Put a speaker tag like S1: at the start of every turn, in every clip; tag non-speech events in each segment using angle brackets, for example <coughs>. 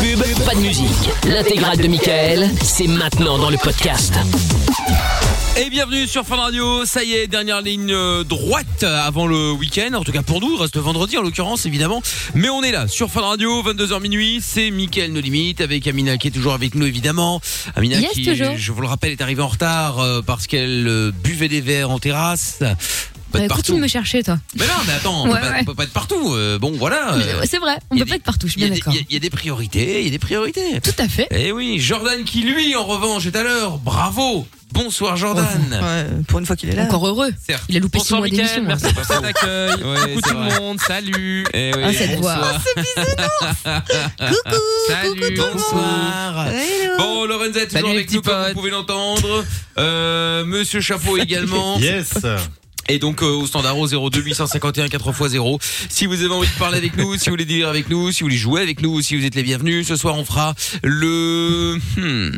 S1: pub, pas de musique. L'intégrale de Michael, c'est maintenant dans le podcast.
S2: Et bienvenue sur Fun Radio, ça y est, dernière ligne euh, droite avant le week-end, en tout cas pour nous, il reste vendredi en l'occurrence évidemment, mais on est là sur Fun Radio, 22h minuit, c'est Mickaël No Limite avec Amina qui est toujours avec nous évidemment, Amina
S3: Yes,
S2: qui,
S3: toujours.
S2: je vous le rappelle, est arrivée en retard euh, parce qu'elle euh, buvait des verres en terrasse, pas de
S3: Euh,
S2: partout.
S3: continue de me chercher, toi.
S2: Mais non, mais attends, on, peut
S3: Ouais,
S2: pas,
S3: ouais.
S2: on peut pas être partout, euh, bon voilà, euh,
S3: Mais C'est vrai, on peut pas être partout, je suis
S2: il y,
S3: bien
S2: a des-
S3: d'accord.
S2: il y a- il y a des priorités, il y a des priorités.
S3: Tout à fait.
S2: Eh oui, Jordan qui lui en revanche est à l'heure, bravo, bonsoir Jordan.
S4: Oh, pour une fois qu'il est là.
S3: Encore heureux.
S2: Certes.
S3: Il a loupé six
S5: Bonsoir
S3: mois
S5: Mickaël,
S3: d'émission. hein.
S5: merci pour cet accueil.
S2: Ouais,
S5: Coucou
S2: c'est
S5: tout
S2: vrai.
S5: le monde, salut.
S2: Eh oui,
S3: Ah, cette
S2: bonsoir.
S3: voix.
S2: <laughs>
S4: Coucou
S5: Salut.
S2: Bonsoir.
S4: Hello.
S2: Bon, Lorenza est toujours
S5: Salut,
S2: avec
S5: les
S2: nous,
S5: petits
S2: comme vous
S5: potes.
S2: pouvez l'entendre. Euh, Monsieur
S4: <laughs>
S2: Chapeau
S6: <laughs>
S2: également.
S6: Yes
S2: Et donc, euh, au standard au 02 851 4x0. Si vous avez envie de parler avec nous, si vous voulez dire avec nous, si vous voulez jouer avec nous, si vous êtes les bienvenus, ce soir, on fera le... hmm,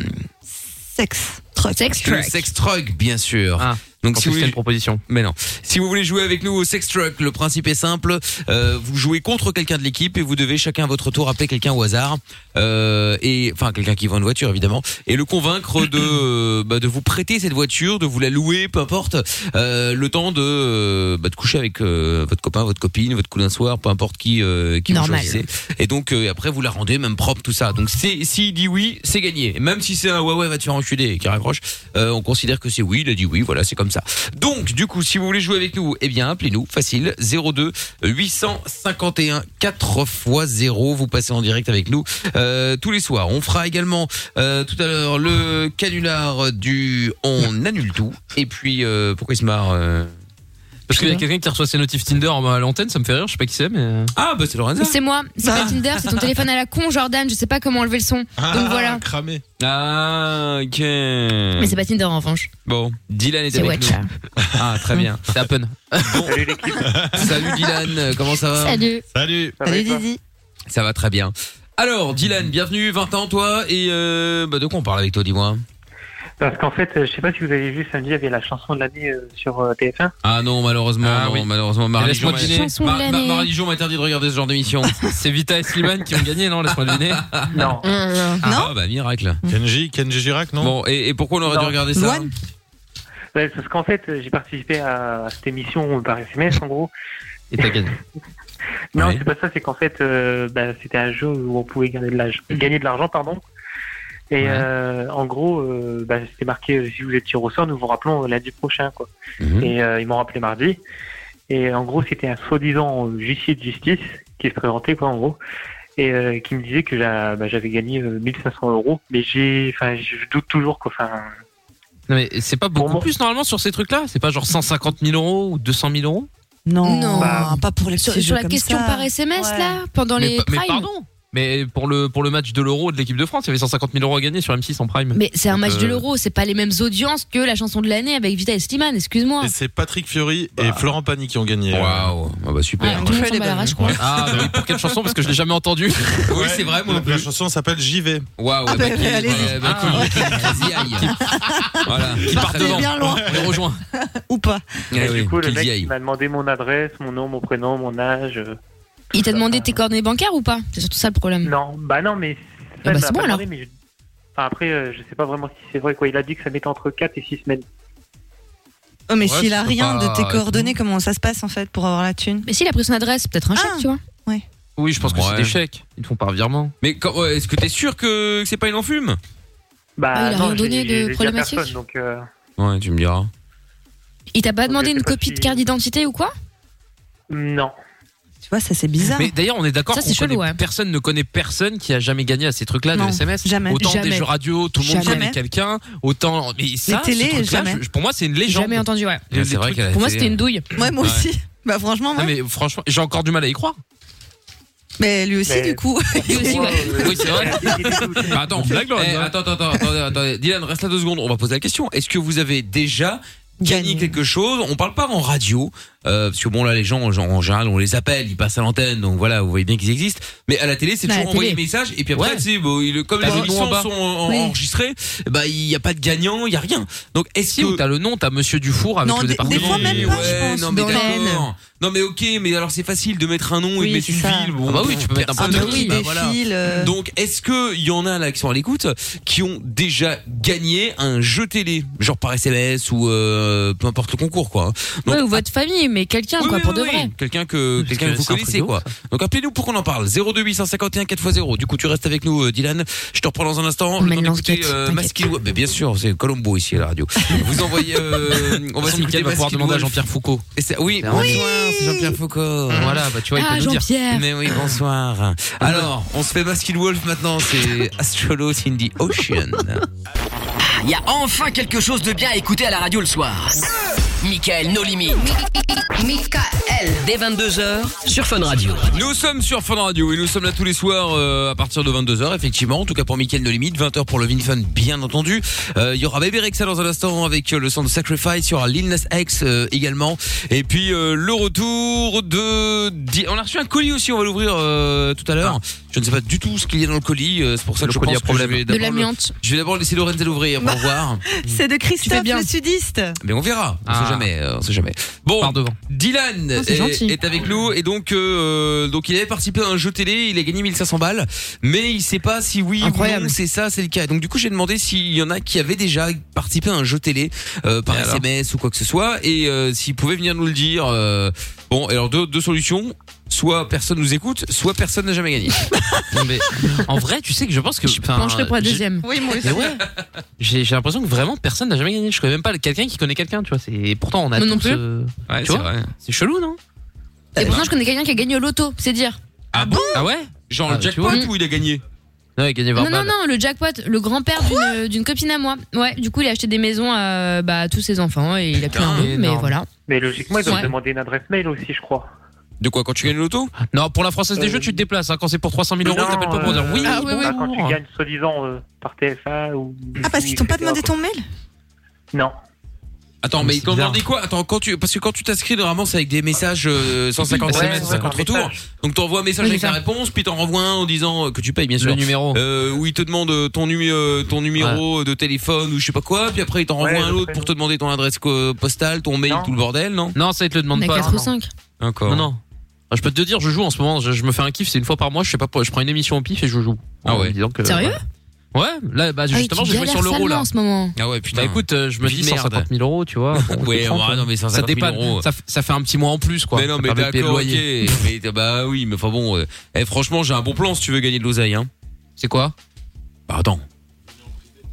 S4: Sexe. Truc.
S3: Sex
S2: le
S3: track.
S2: sex drug, bien sûr.
S5: Ah,
S2: donc,
S5: Donc
S2: si vous,
S5: c'était
S2: voulez-
S5: une proposition.
S2: Mais non. Si vous voulez jouer avec nous au Sex Truck, le principe est simple. Euh, vous jouez contre quelqu'un de l'équipe et vous devez chacun à votre tour appeler quelqu'un au hasard. Euh, et enfin quelqu'un qui vend une voiture évidemment et le convaincre de euh, bah, de vous prêter cette voiture, de vous la louer, peu importe. Euh, le temps de euh, bah, de coucher avec euh, votre copain, votre copine, votre cousin soir, peu importe qui euh, qui vous
S3: Normal.
S2: choisissez. Et donc euh, après vous la rendez même propre tout ça. Donc c'est s'il dit oui, c'est gagné. Et même si c'est un ouais ouais va te faire enculer qui raccroche, euh, on considère que c'est oui, il a dit oui, voilà, c'est comme ça. Donc, du coup, si vous voulez jouer avec nous, eh bien, appelez-nous, facile, 02 851 4 x 0. Vous passez en direct avec nous euh, tous les soirs. On fera également euh, tout à l'heure le canular du On annule tout. Et puis, euh, pourquoi il se marre euh
S5: Parce qu'il y a quelqu'un qui reçoit ses notifs Tinder à l'antenne, ça me fait rire, je sais pas qui c'est, mais. euh.
S2: Ah, bah c'est Ah. Lorenza.
S3: C'est moi, c'est pas Tinder, c'est ton téléphone à la con, Jordan. Je sais pas comment enlever le son.
S5: Ah,
S3: Donc voilà.
S6: Cramé.
S2: Ah, ok.
S3: Mais c'est pas Tinder en revanche.
S2: Bon, Dylan est
S3: C'est
S2: avec
S3: Watcha.
S2: nous. Ah, très bien.
S5: C'est Happen.
S7: Salut l'équipe.
S2: Salut Dylan, comment ça va
S3: Salut.
S6: Salut
S7: Ça va
S4: Salut
S7: et toi
S4: Didi.
S2: Ça va très bien. Alors, Dylan, bienvenue, 20 ans toi, et euh, bah, de quoi on parle avec toi, dis-moi
S7: Parce qu'en fait, euh, je sais pas si vous avez vu samedi, il y avait la chanson de l'année euh, sur euh, TF1.
S2: Ah non, malheureusement,
S5: Ah
S2: non,
S5: oui.
S2: malheureusement, ma
S5: Et
S2: religion,
S5: laisse-moi
S2: m'a-
S5: deviner.
S3: Chanson de
S2: ma- ma- ma
S3: l'année.
S2: religion m'interdit de regarder ce genre d'émission.
S5: <laughs> C'est Vita et Slimane qui ont gagné, non Laisse-moi deviner.
S7: <laughs> Non.
S2: Ah, bah miracle.
S6: Kenji, Kenji Girac, non
S2: Bon, et, et pourquoi on aurait dû
S7: Non.
S2: regarder ça hein.
S4: Loan
S7: Ouais, parce qu'en fait, euh, j'ai participé à, à cette émission par SMS en gros.
S5: Et t'as gagné.
S7: <laughs> Non,
S2: Oui.
S7: c'est pas ça, c'est qu'en fait, euh, bah, c'était un jeu où on pouvait gagner de l'âge- gagner de l'argent. pardon. Et
S2: Ouais.
S7: euh, en gros, euh, bah, c'était marqué euh, si vous êtes tiré au sort, nous vous rappelons euh, lundi prochain. quoi.
S2: Mhm.
S7: Et euh, ils m'ont rappelé mardi. Et euh, en gros, c'était un soi-disant euh, huissier de justice qui se présentait, quoi, en gros. Et euh, qui me disait que j'a- bah, j'avais gagné euh, 1500 euros. Mais j'ai, enfin, je doute toujours, quoi. Enfin,
S5: Non mais c'est pas
S7: Pour
S5: beaucoup
S7: moi.
S5: plus normalement sur ces trucs-là C'est pas genre 150 000 euros ou 200 000 euros
S4: Non,
S3: Non.
S4: bah, pas pour les
S3: Sur,
S4: petits
S3: sur
S4: jeux
S3: la
S4: comme
S3: question
S4: ça.
S3: par SMS
S4: Ouais.
S3: là, pendant
S5: mais,
S3: les
S5: pa- mais
S3: primes.
S5: pardon Mais pour le, pour le match de l'euro de l'équipe de France, il y avait 150 000 euros à gagner sur M6 en prime.
S3: Mais c'est un
S5: Donc,
S3: match de
S5: euh,
S3: l'euro, c'est pas les mêmes audiences que la chanson de l'année avec Vita et Slimane, excuse-moi.
S6: Et c'est Patrick Fiori et Florent Pagny qui ont gagné.
S2: Bah.
S6: euh.
S2: Waouh, ah bah super.
S3: Ah, tout le monde
S4: Ouais.
S3: s'en bat la rage, je crois.
S5: Ah, bah oui, pour quelle chanson Parce que je l'ai jamais entendu.
S2: <laughs> Oui, c'est vrai, moi non
S6: La
S2: plus.
S6: chanson s'appelle J'y vais.
S2: Waouh,
S4: Ah, bah, allez-y.
S2: euh, bah,
S5: Ah
S2: qui-
S5: <laughs>
S2: vas-y, aïe. Voilà, qui part
S4: Partez
S2: devant.
S4: bien loin.
S5: On les rejoint.
S4: <laughs> Ou pas.
S2: Eh
S7: et
S2: oui,
S7: du coup, le
S2: qu'il
S7: mec
S2: y
S7: il
S2: aille.
S7: m'a demandé mon adresse, mon nom, mon prénom, mon âge. euh,
S3: Il t'a
S7: tout
S3: demandé
S7: ça.
S3: tes coordonnées bancaires ou pas C'est surtout ça le problème.
S7: Non, bah non, mais.
S3: Ah bah,
S7: il m'a
S3: c'est bon,
S7: pas
S3: alors.
S7: demandé, mais je- enfin, après, euh, je sais pas vraiment si c'est vrai, quoi. Il a dit que ça mettait entre 4 et 6 semaines.
S4: Oh, mais
S2: Ouais,
S4: s'il a
S2: c'est
S4: rien
S2: pas-
S4: de tes coordonnées, comment ça se passe en fait pour avoir la thune
S3: Mais s'il a pris son adresse, peut-être un chèque,
S4: Ah.
S3: tu vois.
S5: Oui, je pense que
S2: Ouais.
S5: c'est des chèques. Ils te font par virement.
S2: Mais quand- ouais, est-ce que t'es sûr que, que c'est pas une enfume
S7: Bah,
S3: Ah, il a
S7: non,
S3: rien donné
S7: j'ai- j'ai
S3: de
S7: dit à
S3: problématique
S7: personne, donc, euh,
S2: Ouais, tu me diras.
S3: Il t'a pas
S7: Ok,
S3: demandé
S7: c'est
S3: une
S7: pas
S3: copie de
S7: si-
S3: carte d'identité ou quoi
S7: non.
S4: Tu vois, ça c'est bizarre.
S5: Mais d'ailleurs, on est d'accord
S3: Ça,
S5: qu'on
S3: c'est chelou,
S5: connaît-
S3: ouais.
S5: personne ne connaît personne qui a jamais gagné à ces trucs-là de
S4: Non,
S5: SMS.
S4: jamais.
S5: Autant
S3: Jamais.
S5: des jeux radio, tout le monde
S3: Jamais.
S5: connaît quelqu'un, autant mais ça,
S4: Les télés,
S5: ce truc-là,
S4: jamais.
S5: je- pour moi, c'est une
S3: J'ai
S5: légende.
S3: jamais entendu, ouais.
S5: Les-
S2: c'est
S5: les
S2: vrai
S5: trucs-
S2: qu'elle a euh,
S3: Pour moi,
S2: été-
S3: c'était une douille.
S4: Ouais, moi
S2: Ouais.
S4: aussi. Bah franchement,
S5: Ah,
S4: ouais. mais...
S5: mais franchement, j'ai encore du mal à y croire.
S4: lui aussi
S7: Mais-
S2: <laughs>
S4: du coup.
S3: Lui aussi, ouais.
S2: Oui, c'est <laughs> vrai. Bah, attends,
S5: Une blague, Lorenzo.
S2: eh, attends, attends, attends, attendez, attendez. Dylan, reste là deux secondes. On va poser la question. Est-ce que vous avez déjà gagné
S4: Gagné.
S2: quelque chose On parle pas en radio. Euh, parce que bon là les gens en- en général on les appelle, ils passent à l'antenne, donc voilà vous voyez bien qu'ils existent. Mais à la télé c'est
S3: Bah,
S2: toujours
S3: la
S2: envoyer
S3: télé.
S2: des messages et puis après
S5: Ouais.
S2: tu sais, bon, il- comme
S5: T'as
S2: les
S5: le nom en
S2: émissions
S5: bas.
S2: sont en- en-
S3: Oui.
S2: enregistrées, bah il n'y a pas de gagnant, il y a rien. Donc est-ce
S5: Si,
S2: que
S5: ou t'as le nom, t'as Monsieur Dufour avec
S4: Non,
S5: le
S4: des-
S5: département.
S4: des fois, même
S5: et-
S4: pas,
S5: ouais.
S4: je pense,
S2: non mais
S4: dans
S2: d'accord.
S4: Rennes.
S2: Non mais ok, mais alors c'est facile de mettre un nom et
S4: Oui,
S2: de mettre
S4: c'est
S2: une
S4: ça.
S2: ville. Bon,
S5: Ah bah oui, tu peux mettre
S2: personne
S5: n'importe
S2: ne
S5: qui,
S2: lit,
S4: oui,
S2: bah
S4: des
S2: voilà.
S4: fils. euh,
S2: Donc, est-ce que il y en a là qui sont à l'écoute qui ont déjà gagné un jeu télé, genre par SMS ou euh, peu importe le concours quoi. Donc,
S8: Ouais, ou votre famille, mais quelqu'un,
S2: oui,
S8: quoi,
S2: oui,
S8: pour
S2: oui,
S8: de
S2: oui.
S8: vrai.
S2: Quelqu'un que
S5: Parce
S2: quelqu'un
S5: que
S2: que vous
S5: c'est un
S2: connaissez
S5: truc de
S2: quoi.
S5: ouf,
S2: Donc appelez-nous pour qu'on en parle. 02851 4x0. Du coup, tu restes avec nous euh, Dylan. Je te reprends dans un instant.
S8: Mais
S2: Le temps d'écouter
S8: l'enquête,
S2: euh,
S8: t'inquiète.
S2: Maskilou. Mais bien sûr, c'est Colombo ici à la
S8: <laughs>
S2: radio. vous envoyez euh, on va
S5: Mickaël va pouvoir demander à Jean-Pierre Foucault.
S2: Foucault. Oui,
S5: Oui.
S2: bonsoir, c'est Jean-Pierre Foucault.
S9: Mm-hmm.
S5: Voilà, bah tu vois, il
S8: Ah,
S5: peut nous dire.
S8: Jean-Pierre.
S2: Mais oui, bonsoir. Alors, on se fait Baskin Wolf maintenant, c'est Astrolo Cindy Ocean.
S1: Il y a enfin quelque chose de bien à écouter à la radio le soir. Michael, nos limites. Michael. Dès 22h sur Fun Radio.
S2: Nous sommes sur Fun Radio et nous sommes là tous les soirs euh, à partir de 22h, effectivement. En tout cas pour Mickaël No Limite, 20h pour le Fun, bien entendu. Euh, Il y aura Baby Rexa dans un instant avec euh, le son de Sacrifice, il y aura Lil Nas X euh, également. Et puis euh, le retour de... Di- On a reçu un colis aussi, on va l'ouvrir euh, tout à l'heure. Je ne sais pas du tout ce qu'il y a dans le colis, euh, c'est pour ça que
S5: Le
S2: je
S5: colis
S2: pense
S5: à
S2: que je
S5: problème.
S2: vais
S3: De
S2: d'abord... le-
S3: l'amiante.
S2: Je vais d'abord laisser Lorenzo l'ouvrir
S8: <laughs>
S2: pour voir.
S4: C'est de Christophe,
S8: bien.
S4: le sudiste.
S2: Mais on verra, on
S5: Ah.
S2: sait jamais, euh, on sait jamais. Bon,
S5: Par devant.
S2: Dylan
S8: Oh, c'est
S2: est,
S8: gentil.
S2: est avec nous et donc euh, donc il avait participé à un jeu télé, il a gagné 1500 balles, mais il sait pas si oui ou
S8: Incroyable.
S2: non, c'est ça, c'est le cas. Donc du coup j'ai demandé s'il y en a qui avaient déjà participé à un jeu télé euh, par
S5: Et alors
S2: SMS ou quoi que ce soit et euh, s'ils pouvaient venir nous le dire. euh, bon, alors deux, deux solutions, soit personne nous écoute, soit personne n'a jamais gagné.
S5: <laughs> Non, mais en vrai, tu sais que je pense que.
S8: Je
S5: enfin,
S8: pencherai pour la
S5: j'ai-
S8: deuxième.
S4: Oui, moi aussi.
S5: Mais ouais, j'ai j'ai l'impression que vraiment personne n'a jamais gagné. Je connais même pas quelqu'un qui connaît quelqu'un, tu vois. c'est- Et pourtant, on a.
S8: Moi non
S5: tous,
S8: plus.
S5: euh, tu vois, c'est chelou, non
S3: Et pourtant, je connais quelqu'un qui a gagné au loto, c'est dire.
S2: Ah bon
S5: Ah ouais
S2: Genre
S5: Ah,
S2: le
S5: tu
S2: jackpot
S5: vois.
S2: ou il a gagné
S5: Non, il a gagné 20
S3: Non, non,
S5: balles.
S3: non, le jackpot, le grand-père d'une- euh, d'une copine à moi. Ouais, du coup, il a acheté des maisons à, bah, à tous ses enfants et il a plus un rond, mais
S5: énorme.
S3: voilà.
S7: Mais logiquement, ils doivent
S3: Ouais.
S7: demander une adresse mail aussi, je crois.
S2: De quoi quand tu gagnes l'auto
S5: Non, pour la Française des
S7: Euh,
S5: Jeux, tu te déplaces. hein. Quand c'est pour 300 000 euros,
S7: Non,
S5: t'appelles pas pour dire
S7: euh,
S5: oui.
S8: Ah ouais,
S5: bon,
S8: ouais,
S7: Bah, quand
S5: bon.
S7: tu gagnes soi-disant euh, par TFA ou.
S4: Ah, parce qu'ils t'ont pas
S7: etc.,
S4: demandé
S7: quoi.
S4: ton mail
S7: Non.
S2: Attends, mais
S5: C'est
S2: quand on
S5: bizarre.
S2: dit quoi Attends, quand tu parce que quand tu t'inscris normalement c'est avec des messages euh, 150
S5: Ouais,
S2: SMS,
S5: ouais,
S2: 150
S7: par
S2: retours.
S7: message.
S2: Donc t'envoies un message
S8: Oui,
S2: avec
S8: c'est
S2: ta
S8: ça.
S2: réponse, puis t'en renvoies un en disant euh, que tu payes bien
S5: Le
S2: sûr.
S5: numéro.
S2: Euh, où il te demande euh, ton, numé- euh, ton numéro de téléphone ou je sais pas quoi, puis après il t'en
S7: Ouais,
S2: renvoie un
S7: le
S2: autre pour
S7: prénom.
S2: te demander ton adresse euh, postale, ton mail,
S7: Non.
S2: tout le bordel, non
S5: Non, ça, il te le
S3: On
S5: demande
S3: a
S5: pas.
S3: 4 ou 5.
S2: Encore.
S5: Non, non. Ah, Je peux te dire, je joue en ce moment. Je, je me fais un kiff, c'est une fois par mois. Je sais pas, pourquoi, je prends une émission au pif et je joue.
S2: Ah
S5: En
S2: ouais.
S5: me disant que-
S8: Sérieux
S5: Ouais. Là, bah,
S8: Ah oui,
S5: justement,
S8: tu
S5: j'ai joué sur
S8: galères
S5: l'euro
S8: salement
S5: là.
S8: en ce moment.
S2: Ah ouais,
S5: Bah
S2: putain.
S5: écoute, euh, je me
S2: Vie
S5: dis
S2: de merde.
S5: 150 000 euros, tu
S2: <laughs>
S5: vois. Bon,
S2: ouais,
S5: je comprends,
S2: ouais,
S5: quoi.
S2: non mais 150
S5: ça
S2: 000
S5: dépanne.
S2: euros.
S5: Ça, f- ça fait un petit mois en plus, quoi.
S2: mais non,
S5: Ça
S2: mais
S5: permet de payer le
S2: d'accord, ok.
S5: loyer.
S2: mais t- bah oui, mais enfin bon. euh, eh, franchement, j'ai un bon plan si tu veux gagner de l'oseille, hein.
S5: C'est quoi
S2: Bah attends.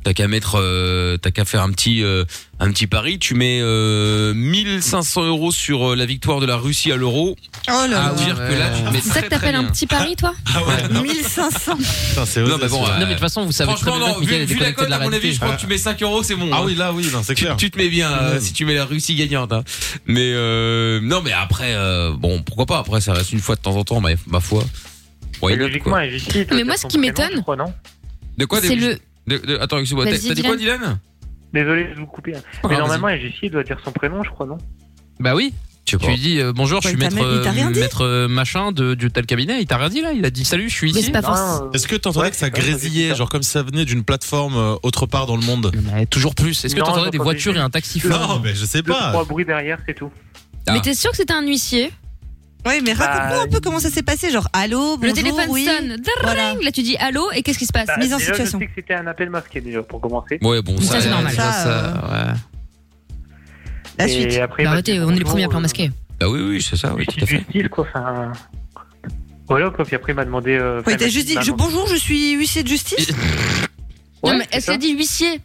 S2: T'as qu'à mettre, euh, t'as qu'à faire un petit, euh, un petit pari. Tu mets euh, 1500 euros sur euh, la victoire de la Russie à l'euro.
S4: Oh
S2: Ah,
S4: là là.
S2: dire que là, tu te mets
S3: C'est ça
S2: très,
S3: que
S2: très
S3: t'appelles un
S2: bien.
S3: petit
S7: <laughs>
S3: pari, toi
S6: Ah
S4: 1500.
S6: Putain, c'est
S2: Non,
S6: osé,
S2: mais bon,
S6: celui-là.
S5: Non,
S2: euh,
S5: mais de toute façon, vous savez très
S2: Franchement,
S5: bien
S2: non.
S5: que Mickaël
S2: Vu,
S5: est
S2: vu la
S5: déconnecté
S2: cote,
S5: de la
S2: à mon avis,
S5: réalité.
S2: je crois que tu mets 5 euros, c'est bon. hein.
S6: Ah oui, là, oui, non, c'est
S2: Tu,
S6: clair.
S2: tu te mets bien euh,
S6: Ouais.
S2: si tu mets la Russie gagnante. hein. Mais euh, non, mais après, euh, bon, pourquoi pas. Après, ça reste une fois de temps en temps, ma, ma foi. Why
S7: Mais
S2: not,
S7: logiquement,
S2: quoi.
S7: un justice.
S3: Mais moi, ce qui m'étonne-
S2: De quoi
S3: C'est
S2: des-
S3: le.
S2: de- de- Attends, excuse-moi. T'as
S3: Vas-y,
S2: t'as dit quoi, Dylan
S7: Désolé de vous couper. hein.
S2: Ah,
S7: mais
S2: vas-y.
S7: normalement, un justice doit dire son prénom, je crois, non
S5: Bah oui,
S2: Tu
S5: tu lui dis euh, bonjour, je suis
S4: Ouais,
S5: maître,
S4: t'as même- Bah, il t'a
S5: euh,
S4: rien dit
S5: maître euh, machin de, du tel cabinet. Il t'a rien dit là Il a dit salut, je suis
S8: Mais
S5: ici.
S8: c'est pas
S7: Non,
S8: forcément.
S7: euh,
S6: Est-ce que t'entendais
S7: Ouais,
S6: que ça
S7: c'est ça, c'est
S6: grésillait,
S7: ça.
S6: genre comme si ça venait d'une plateforme euh, autre part dans le monde
S5: Mais toujours plus. Est-ce que
S7: Non,
S5: t'entendais des
S7: j'entendais
S5: voitures et
S7: juste
S5: un taxi
S7: le-
S5: fort
S6: Non, mais je sais
S7: Deux, trois
S6: pas.
S7: bruits derrière, c'est tout. Bah,
S2: Ah.
S3: Mais t'es sûr que c'était un huissier
S4: Oui, mais raconte-moi un peu comment ça s'est passé. Genre, allô, bonjour,
S3: Le téléphone
S4: oui.
S3: sonne. Drrrring.
S4: Voilà.
S3: Là, tu dis allô et qu'est-ce qui se passe
S7: Bah,
S4: mise en
S7: déjà,
S4: situation.
S7: Je sais que c'était un appel masqué, déjà, pour commencer.
S2: Ouais, bon,
S3: Ça, c'est
S2: euh,
S3: normal.
S5: Ça,
S4: Ça, euh,
S5: ça, ouais.
S4: La
S7: Et
S4: suite.
S7: après,
S3: Bah,
S7: bah,
S3: arrêtez,
S7: c'est
S3: on est les
S7: bonjour,
S3: premiers à
S7: euh,
S3: plan masqué.
S2: Bah oui, oui, c'est ça, oui, tout à
S7: Justice du
S2: fait.
S7: style, quoi. Enfin. Voilà, quoi. Puis après, il m'a demandé. euh, enfin,
S4: Oui,
S7: il m'a
S4: t'as juste dit
S7: m'a
S4: je-
S7: demandé-
S4: bonjour, je suis huissier de justice.
S7: Ouais,
S3: non, mais
S7: c'est
S3: est-ce
S7: ça.
S3: qu'il a dit huissier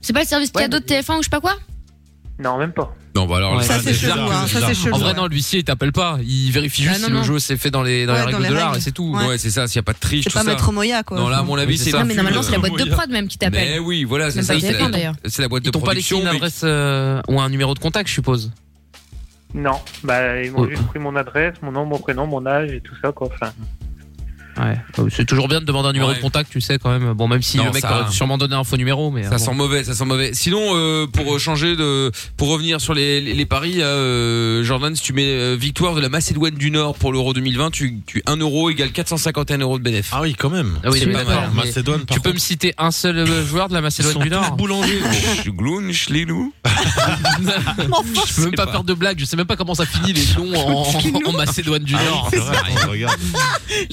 S3: C'est pas le service
S7: Ouais,
S3: cadeau de TF1 ou je sais pas quoi
S7: Non, même pas.
S2: Non, bah alors,
S5: Ouais,
S2: là,
S4: Ça, c'est
S6: c'est
S4: chelou.
S6: bizarre,
S4: hein,
S6: c'est
S4: Ça, c'est
S6: bizarre.
S4: chelou.
S5: En vrai, non, l'huissier, il t'appelle pas. Il vérifie juste
S3: Ah, non,
S5: si le
S3: non.
S5: jeu s'est fait dans les, dans
S4: Ouais,
S5: les règles
S4: dans les
S5: de l'art
S4: règles.
S5: et c'est tout.
S4: Ouais.
S2: Ouais, c'est ça, s'il n'y a pas de triche,
S4: C'est
S2: tout
S4: pas
S2: ça.
S4: maître Moya, quoi.
S2: Non, là, à mon avis,
S5: Oui,
S2: c'est
S5: c'est ça.
S3: Non,
S2: un
S3: mais
S2: fume,
S3: normalement, c'est la
S2: euh,
S3: boîte de
S6: Moya.
S3: prod même qui t'appelle.
S2: Mais
S3: <laughs>
S2: oui, voilà, c'est
S3: Même pas
S2: ça.
S3: le
S2: C'est
S3: téléphone,
S2: la,
S3: d'ailleurs.
S2: c'est la boîte de
S5: Ils t'ont pas laissé
S2: production.
S5: une
S2: mais-
S5: adresse euh, ou un numéro de contact, je suppose.
S7: Non, bah ils m'ont
S5: Oh.
S7: juste pris mon adresse, mon nom, mon prénom, mon âge et tout ça quoi. Enfin,
S5: Ouais. Euh, C'est toujours bien de demander un numéro de contact, tu sais, quand même. Bon, même si
S2: Non,
S5: le mec
S2: ça-
S5: aurait sûrement donné un faux numéro,
S4: euh,
S5: mais.
S2: Ça sent mauvais, ça sent mauvais. Sinon, euh, pour changer de, pour revenir sur les, les, les paris, euh, Jordan, si tu mets euh, victoire de la Macédoine du Nord pour l'Euro 2020, tu, tu 1 euro égale 451 euros de bénéfice. Ah oui, quand même.
S5: Ah oui,
S2: c'est pas mal.
S5: Macédoine, tu peux me citer un seul euh, joueur de la Macédoine du Nord <laughs>
S2: boulanger. Gloun, Schlinou.
S5: Je peux même pas, faire de blagues, je sais même pas comment ça finit les noms en,
S3: <laughs>
S5: en- en Macédoine
S6: Ah
S5: du Nord.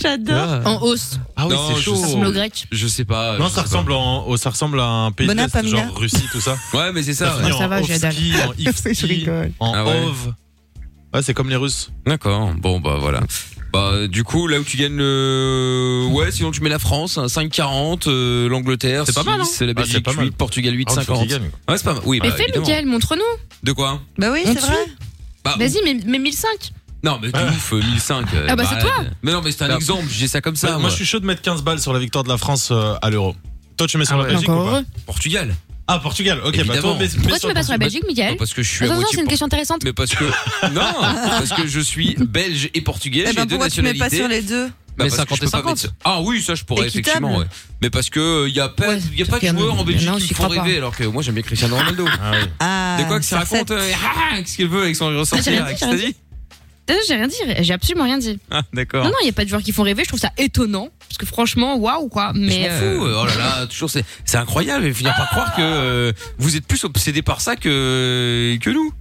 S6: J'adore.
S3: En hausse.
S6: Ah oui,
S3: Non,
S6: c'est
S3: je-
S6: chaud.
S3: Ça ressemble au grec.
S2: Je sais pas.
S6: Non, ça
S2: je sais pas.
S6: ressemble, en- au- ça ressemble à un pays
S2: Bon
S6: d'Est,
S2: app, Amina.
S6: genre Russie, tout ça.
S2: Ouais, mais c'est ça,
S5: Ah,
S3: Ah,
S2: ouais.
S6: en
S2: Ça va, j'ai la dalle.
S6: Ovski,
S3: <laughs>
S6: en Ivski, en
S2: Ah ouais.
S6: Ov. Ouais, c'est comme les Russes.
S2: D'accord. Bon, bah voilà. Bah, du coup, là où tu gagnes le. euh, Ouais, sinon tu mets la France, hein, 5,40, euh, l'Angleterre,
S5: C'est pas mal, hein
S2: 6, la
S5: Ah, c'est
S2: Belgique,
S5: pas mal.
S2: 8, Portugal, 8,
S5: Ah, faut
S2: 50.
S5: qu'il gagne.
S2: Ouais, c'est pas mal. Oui,
S3: mais
S2: bah,
S3: fais,
S2: évidemment.
S3: Mickaël, montre-nous.
S2: De quoi
S3: Bah oui, c'est vrai.
S2: Bah,
S3: Vas-y, mais, mais 1005.
S2: Non, mais de ouf, euh, 1005. euh,
S3: Ah bah, c'est
S2: arrête.
S3: toi.
S2: Mais non, mais c'est un
S6: Alors,
S2: exemple, j'ai ça comme ça.
S6: Ouais, Bah, moi, je suis chaud de mettre 15 balles sur la victoire de la France euh, à l'Euro. Toi, tu mets sur
S2: Ah
S6: la
S2: ouais.
S6: Belgique
S2: Encore
S6: ou pas
S2: heureux. Portugal.
S6: Ah, Portugal, ok, bah
S2: Évidemment.
S6: toi, mets-
S3: Pourquoi
S6: mets
S3: tu
S6: sur
S3: mets pas sur la Belgique, Mickaël
S2: Parce que je suis à
S3: Attention,
S2: moitié
S3: c'est une
S2: por-
S3: question intéressante.
S2: Mais parce que. Non, parce que je suis belge et portugais,
S4: Eh
S2: j'ai
S4: ben,
S2: deux
S4: pourquoi tu mets
S2: nationalités.
S4: pas sur les deux
S2: Bah,
S5: Mais
S2: parce que
S5: 50
S2: je peux
S5: et
S2: pas
S5: 50.
S2: mettre- Ah oui, ça je pourrais
S4: Équitable.
S2: effectivement. ouais. Mais parce que il y a pas, y a pas de
S4: c'est
S2: joueurs
S4: énorme.
S2: en Belgique
S4: Non,
S2: qui
S4: j'y
S2: me font
S4: crois pas.
S2: rêver, alors que moi j'aime bien Cristiano Ronaldo.
S4: Ah,
S2: De quoi que ça raconte euh, ah, ah, Qu'est-ce qu'elle veut avec son
S3: j'ai rien
S2: ressortir
S3: dit,
S2: avec
S3: j'ai rien
S2: Stasi
S3: D'ailleurs, J'ai rien dit, j'ai absolument rien dit.
S2: Ah d'accord.
S3: Non, non, il n'y a pas de joueurs qui font rêver, je trouve ça étonnant. Parce que franchement, waouh quoi. Mais.
S2: Je m'en fous.
S3: euh,
S2: Oh là là, toujours c'est c'est incroyable. Je vais finir par croire que euh, vous êtes plus obsédés par ça que que nous.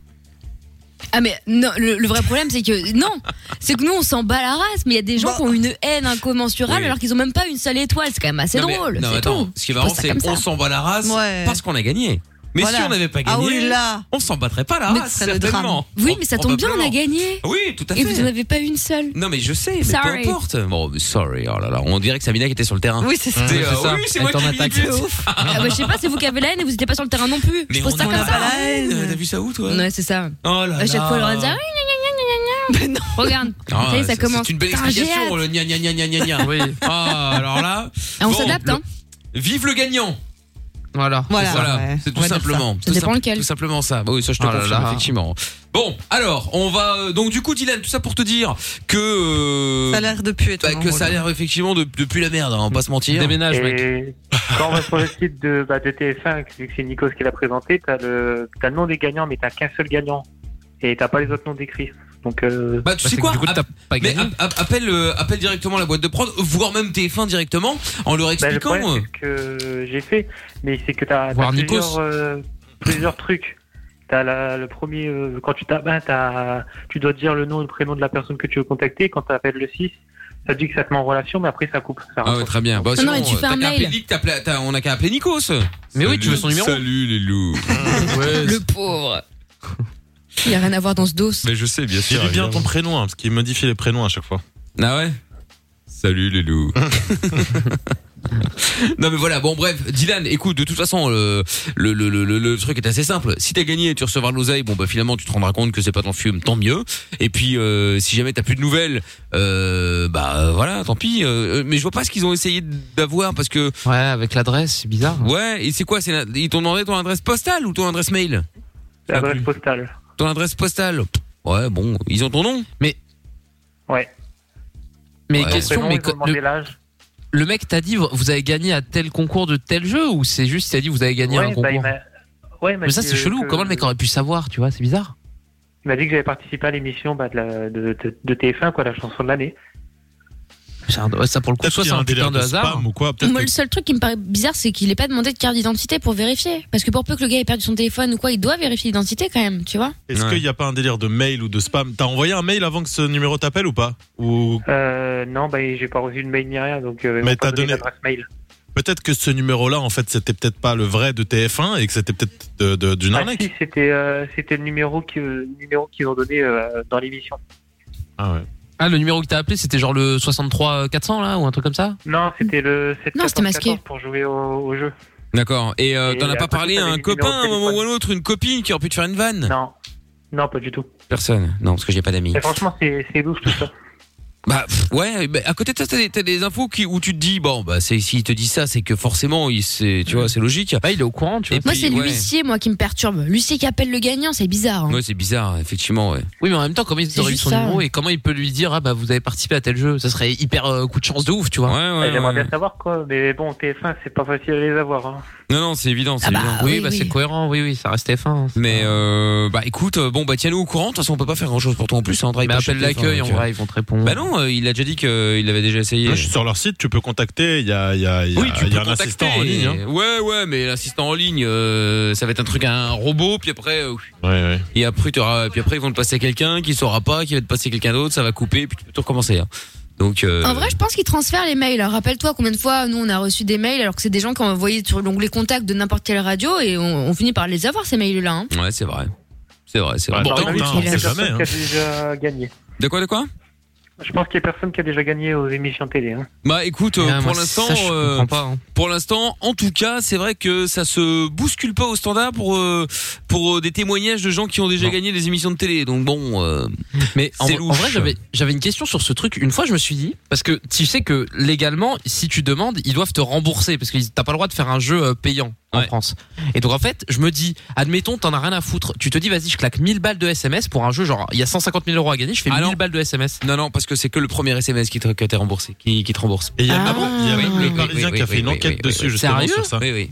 S3: Ah mais non, le, le vrai problème c'est que non, c'est que nous on s'en bat la race, mais il y a des gens qui ont une haine incommensurable
S2: Oui.
S3: alors qu'ils ont même pas une seule étoile, c'est quand même assez
S2: Non, mais-
S3: drôle.
S2: non,
S3: c'est
S2: attends,
S3: tout.
S2: ce qui est
S3: Je
S2: marrant,
S3: pose ça
S2: c'est
S3: comme
S2: on
S3: ça.
S2: s'en bat la race
S3: Ouais.
S2: parce qu'on a gagné. Mais
S3: Voilà.
S2: si on n'avait pas
S3: Ah
S2: gagné,
S3: oui, là.
S2: on s'en battrait pas la
S3: Mais
S2: race,
S3: ce serait le drame.
S2: certainement.
S3: Oui, mais ça tombe bien, on a
S2: Probablement.
S3: gagné.
S2: Oui, tout à
S3: Et vous
S2: fait.
S3: n'en avez pas une seule.
S2: Non mais je sais, mais
S3: Sorry.
S2: peu importe. Bon, mais sorry, oh là là, on dirait que Samina qui était sur le terrain.
S3: Oui, c'est ça.
S2: T'es,
S3: Oui,
S2: euh,
S3: c'est ça.
S2: oui, c'est
S3: Elle
S2: moi
S3: t'en
S2: qui
S3: attaque.
S2: l'ai dit.
S3: C'est ouf. Ah bah, je sais pas, c'est vous qui avez la haine et vous n'étiez pas sur le terrain non plus.
S2: Mais
S3: je pose
S2: on
S3: ça
S2: en
S3: comme
S2: a pas
S3: ça.
S2: la haine, Euh, t'as vu ça où toi
S3: Ouais, c'est ça.
S2: Oh là
S3: à chaque
S2: là.
S3: fois, on leur dit. ah, gna, gna, gna, gna, gna, gna. Regarde,
S2: Ah,
S3: ça y est, ça
S2: c'est-
S3: commence.
S2: C'est une belle
S3: Putain, j'ai
S2: explication,
S3: hâte.
S2: le gna gna gna gna gna gna.
S5: Oui.
S2: Ah, alors là.
S3: Ah, on
S2: bon,
S3: s'adapte,
S2: le-
S3: hein.
S2: Vive le gagnant.
S5: Voilà.
S2: Voilà. C'est tout simplement.
S3: Ça
S2: Tout
S3: dépend
S2: simple-
S3: lequel.
S2: Tout simplement ça. Bah oui, ça je te
S5: Ah là
S2: confirme,
S5: là.
S2: effectivement. Bon, alors, on va. euh, Donc, du coup, Dylan, tout ça pour te dire que. euh,
S4: Ça a l'air de puer.
S2: bah, que ça a l'air effectivement de, de plus la merde, hein, on va pas se mentir.
S5: Déménage,
S7: Et quand on va sur le site de, bah, de TF1, vu que c'est Nikos qui l'a présenté, t'as le, t'as le nom des gagnants, mais t'as qu'un seul gagnant. Et t'as pas les autres noms décrits. Donc, euh,
S2: Bah, tu sais quoi app-
S5: pas
S2: mais app- app- appelle, euh, appelle directement la boîte de prod, voire même TF1 directement, en leur
S7: bah, le
S2: expliquant. euh.
S7: problème, c'est ce que j'ai fait, mais c'est que t'as, t'as
S2: Voir Nikos.
S7: plusieurs, euh, plusieurs trucs. T'as la, le premier, euh, quand tu tapes un, t'as, tu dois dire le nom et le prénom de la personne que tu veux contacter. Quand t'appelles le 6, ça dit que ça te met en relation, mais après ça coupe. Ça
S2: Ah ouais, très bien. Bah,
S3: Non,
S2: c'est
S3: non,
S2: bon,
S3: mais tu
S2: euh,
S3: fais
S2: t'as
S3: un
S2: qu'à
S3: mail.
S2: appeler Nick, t'as appelé- t'as- on a qu'à appeler Nikos.
S5: Mais oui, tu veux son numéro.
S2: Salut
S5: <laughs>
S2: les loups.
S3: Le pauvre. Il n'y a rien à voir dans ce dos.
S2: Mais je sais, bien
S6: J'ai lu bien ton prénom, hein, parce qu'il modifie les prénoms à chaque fois.
S2: Ah ouais Salut
S6: <laughs>
S2: les loups. <laughs> non mais voilà, bon bref, Dylan, écoute, de toute façon, le, le, le, le, le- le truc est assez simple. Si t'as gagné et tu recevras de l'oseille, bon bah finalement tu te rendras compte que c'est pas ton fume, tant mieux. Et puis euh, si jamais t'as plus de nouvelles, euh, bah euh, voilà, tant pis. Euh, mais je vois pas ce qu'ils ont essayé d'avoir parce que...
S5: Ouais, avec l'adresse, c'est bizarre.
S2: Ouais, et c'est quoi c'est la- Ils t'ont demandé ton adresse postale ou ton adresse mail
S7: L'adresse postale.
S2: Ton adresse postale Ouais, bon, ils ont ton nom
S5: Mais...
S7: Ouais.
S5: Mais
S2: Ouais.
S5: question,
S7: Prénom,
S5: mais
S7: ils ont
S5: co-
S7: demandé
S5: le,
S7: l'âge.
S5: le mec t'a dit, vous avez gagné à tel concours de tel jeu, ou c'est juste, il t'a dit, vous avez gagné à
S7: Ouais,
S5: un
S7: bah,
S5: concours
S7: il m'a- ouais, il m'a
S5: Mais ça,
S7: dit,
S5: c'est
S7: euh,
S5: chelou.
S7: que-
S5: Comment le mec aurait pu savoir, tu vois, c'est bizarre.
S7: Il m'a dit que j'avais participé à l'émission bah, de, la- de, de- de TF1, quoi, la chanson de l'année.
S5: C'est un- ouais, ça pour le coup,
S6: Peut-être
S5: soit
S6: qu'il y
S5: c'est
S6: a
S5: un
S6: un
S5: putain
S6: délire
S5: de
S6: de
S5: hasard.
S6: spam ou quoi, peut-être
S3: Moi,
S6: que-
S3: le seul truc qui me paraît bizarre, c'est qu'il n'ait pas demandé de carte d'identité pour vérifier. Parce que pour peu que le gars ait perdu son téléphone ou quoi, il doit vérifier l'identité quand même, tu vois.
S6: Est-ce
S2: Ouais.
S6: qu'il n'y a pas un délire de mail ou de spam T'as envoyé un mail avant que ce numéro t'appelle ou pas Ou
S7: Euh, non, bah, j'ai pas reçu de mail ni rien, donc euh, ils
S6: Mais
S7: m'ont pas
S6: t'as
S7: donné
S6: donné-
S7: l'adresse mail.
S6: peut-être que ce numéro-là, en fait, c'était peut-être pas le vrai de TF1 et que c'était peut-être de- de- d'une
S7: Ah,
S6: arnaque
S7: si, c'était euh, c'était le numéro qui euh, le numéro qu'ils ont donné euh, dans l'émission.
S6: Ah ouais.
S5: Ah, le numéro que t'as appelé, c'était genre le 63 400 là, ou un truc comme ça
S7: Non, c'était le 7
S3: Non, c'était masqué.
S7: pour jouer au, au jeu.
S2: D'accord. Et euh,
S7: Et
S2: t'en as
S7: à
S2: pas
S7: côté,
S2: parlé
S7: t'avais
S2: à un
S7: les
S2: copain à un
S7: numéros de
S2: moment ou à
S7: téléphone.
S2: l'autre, une copine qui aurait pu te faire une vanne
S7: Non, non, pas du tout.
S2: Personne. Non, parce que j'ai pas d'amis.
S7: Et franchement, c'est c'est louche tout ça.
S2: Bah pff, ouais, bah, à côté de ça, t'as des, t'as des infos qui, où tu te dis bon bah c'est s'il te dit ça, c'est que forcément il c'est tu vois c'est logique. Bah il est au courant tu
S3: Moi, c'est l'huissier, moi, qui me perturbe. L'huissier qui appelle le gagnant, c'est bizarre. hein.
S2: Ouais, c'est bizarre, effectivement, ouais.
S5: Oui, mais en même temps, comment il
S3: C'est
S5: aurait eu
S3: juste
S5: son
S3: ça,
S5: numéro
S3: ouais.
S5: et comment il peut lui dire Ah bah vous avez participé à tel jeu Ça serait hyper euh, coup de chance de ouf, tu vois.
S2: Ouais, ouais,
S7: J'aimerais
S2: ouais.
S7: bien savoir quoi, mais bon, TF1, c'est pas facile à les avoir. Hein.
S2: Non, non, c'est évident, c'est
S3: bah,
S2: évident.
S5: oui,
S3: oui,
S5: bah
S3: oui.
S5: c'est cohérent, oui, oui, ça reste F1. hein.
S2: Mais euh, bah écoute, euh, bon bah tiens-nous au courant, de toute façon on peut pas faire grand chose pour toi en plus, hein, on travaille
S5: Mais
S2: pas chez
S5: appelle l'accueil,
S2: TF1,
S5: en
S2: tu vois.
S5: vrai, ils vont te répondre.
S2: Bah non, euh, il a déjà dit qu'il avait déjà essayé.
S6: Là, je suis sur leur site, tu peux contacter, il y a, il y a, il y a-
S2: Oui, tu
S6: il y a
S2: peux
S6: un assistant en
S2: contacter.
S6: ligne. hein.
S2: Ouais, ouais, mais l'assistant en ligne, euh, ça va être un truc, un robot, puis après, euh,
S6: Ouais, ouais.
S2: et après, t'auras- puis après, ils vont te passer à quelqu'un qui saura pas, qui va te passer à quelqu'un d'autre, ça va couper, puis tu peux tout recommencer. hein. Donc, euh,
S3: En vrai, je pense qu'ils transfèrent les mails. Alors, Rappelle-toi combien de fois nous on a reçu des mails alors que c'est des gens qui ont envoyé sur l'onglet contact de n'importe quelle radio et on, on finit par les avoir ces mails-là. hein.
S2: ouais, c'est vrai, c'est vrai, c'est vrai.
S6: Bah,
S5: Bon,
S6: attends,
S5: tant
S7: Je
S6: putain,
S7: pense
S6: on
S7: qu'il y a
S6: sait
S7: personne
S6: jamais. hein.
S7: qui a déjà gagné.
S2: De quoi, de quoi
S7: Je pense qu'il y a personne qui a déjà gagné aux émissions télé. Hein.
S2: Bah, écoute, euh,
S5: Ah,
S2: pour
S5: moi,
S2: l'instant,
S5: ça, je
S2: euh,
S5: comprends pas. hein.
S2: pour l'instant, en tout cas, c'est vrai que ça se bouscule pas au standard pour euh, pour euh, des témoignages de gens qui ont déjà
S5: Non.
S2: gagné des émissions de télé. Donc bon, euh,
S5: Mais en,
S2: C'est
S5: en
S2: louche.
S5: vrai, j'avais- j'avais une question sur ce truc. Une fois, je me suis dit, parce que tu sais que légalement, si tu demandes, ils doivent te rembourser, parce que ils- t'as pas le droit de faire un jeu euh, payant en
S2: Ouais.
S5: France. Et donc, en fait, je me dis, admettons, t'en as rien à foutre. Tu te dis, vas-y, je claque 1000 balles de SMS pour un jeu, genre, il y a 150 000 euros à gagner, je fais
S2: Ah non.
S5: 1000 balles de SMS.
S2: non non, parce que c'est que le premier SMS qui te que t'es remboursé, qui, qui te rembourse.
S6: Et il y a
S5: Ah,
S6: même, il y a
S5: oui,
S6: même
S5: oui,
S6: le
S5: oui,
S6: Parisien
S2: oui,
S6: qui a
S2: oui,
S6: fait une
S2: oui,
S6: enquête
S2: oui,
S6: dessus
S2: oui.
S6: justement
S5: Sérieux
S6: sur ça.
S2: Oui oui.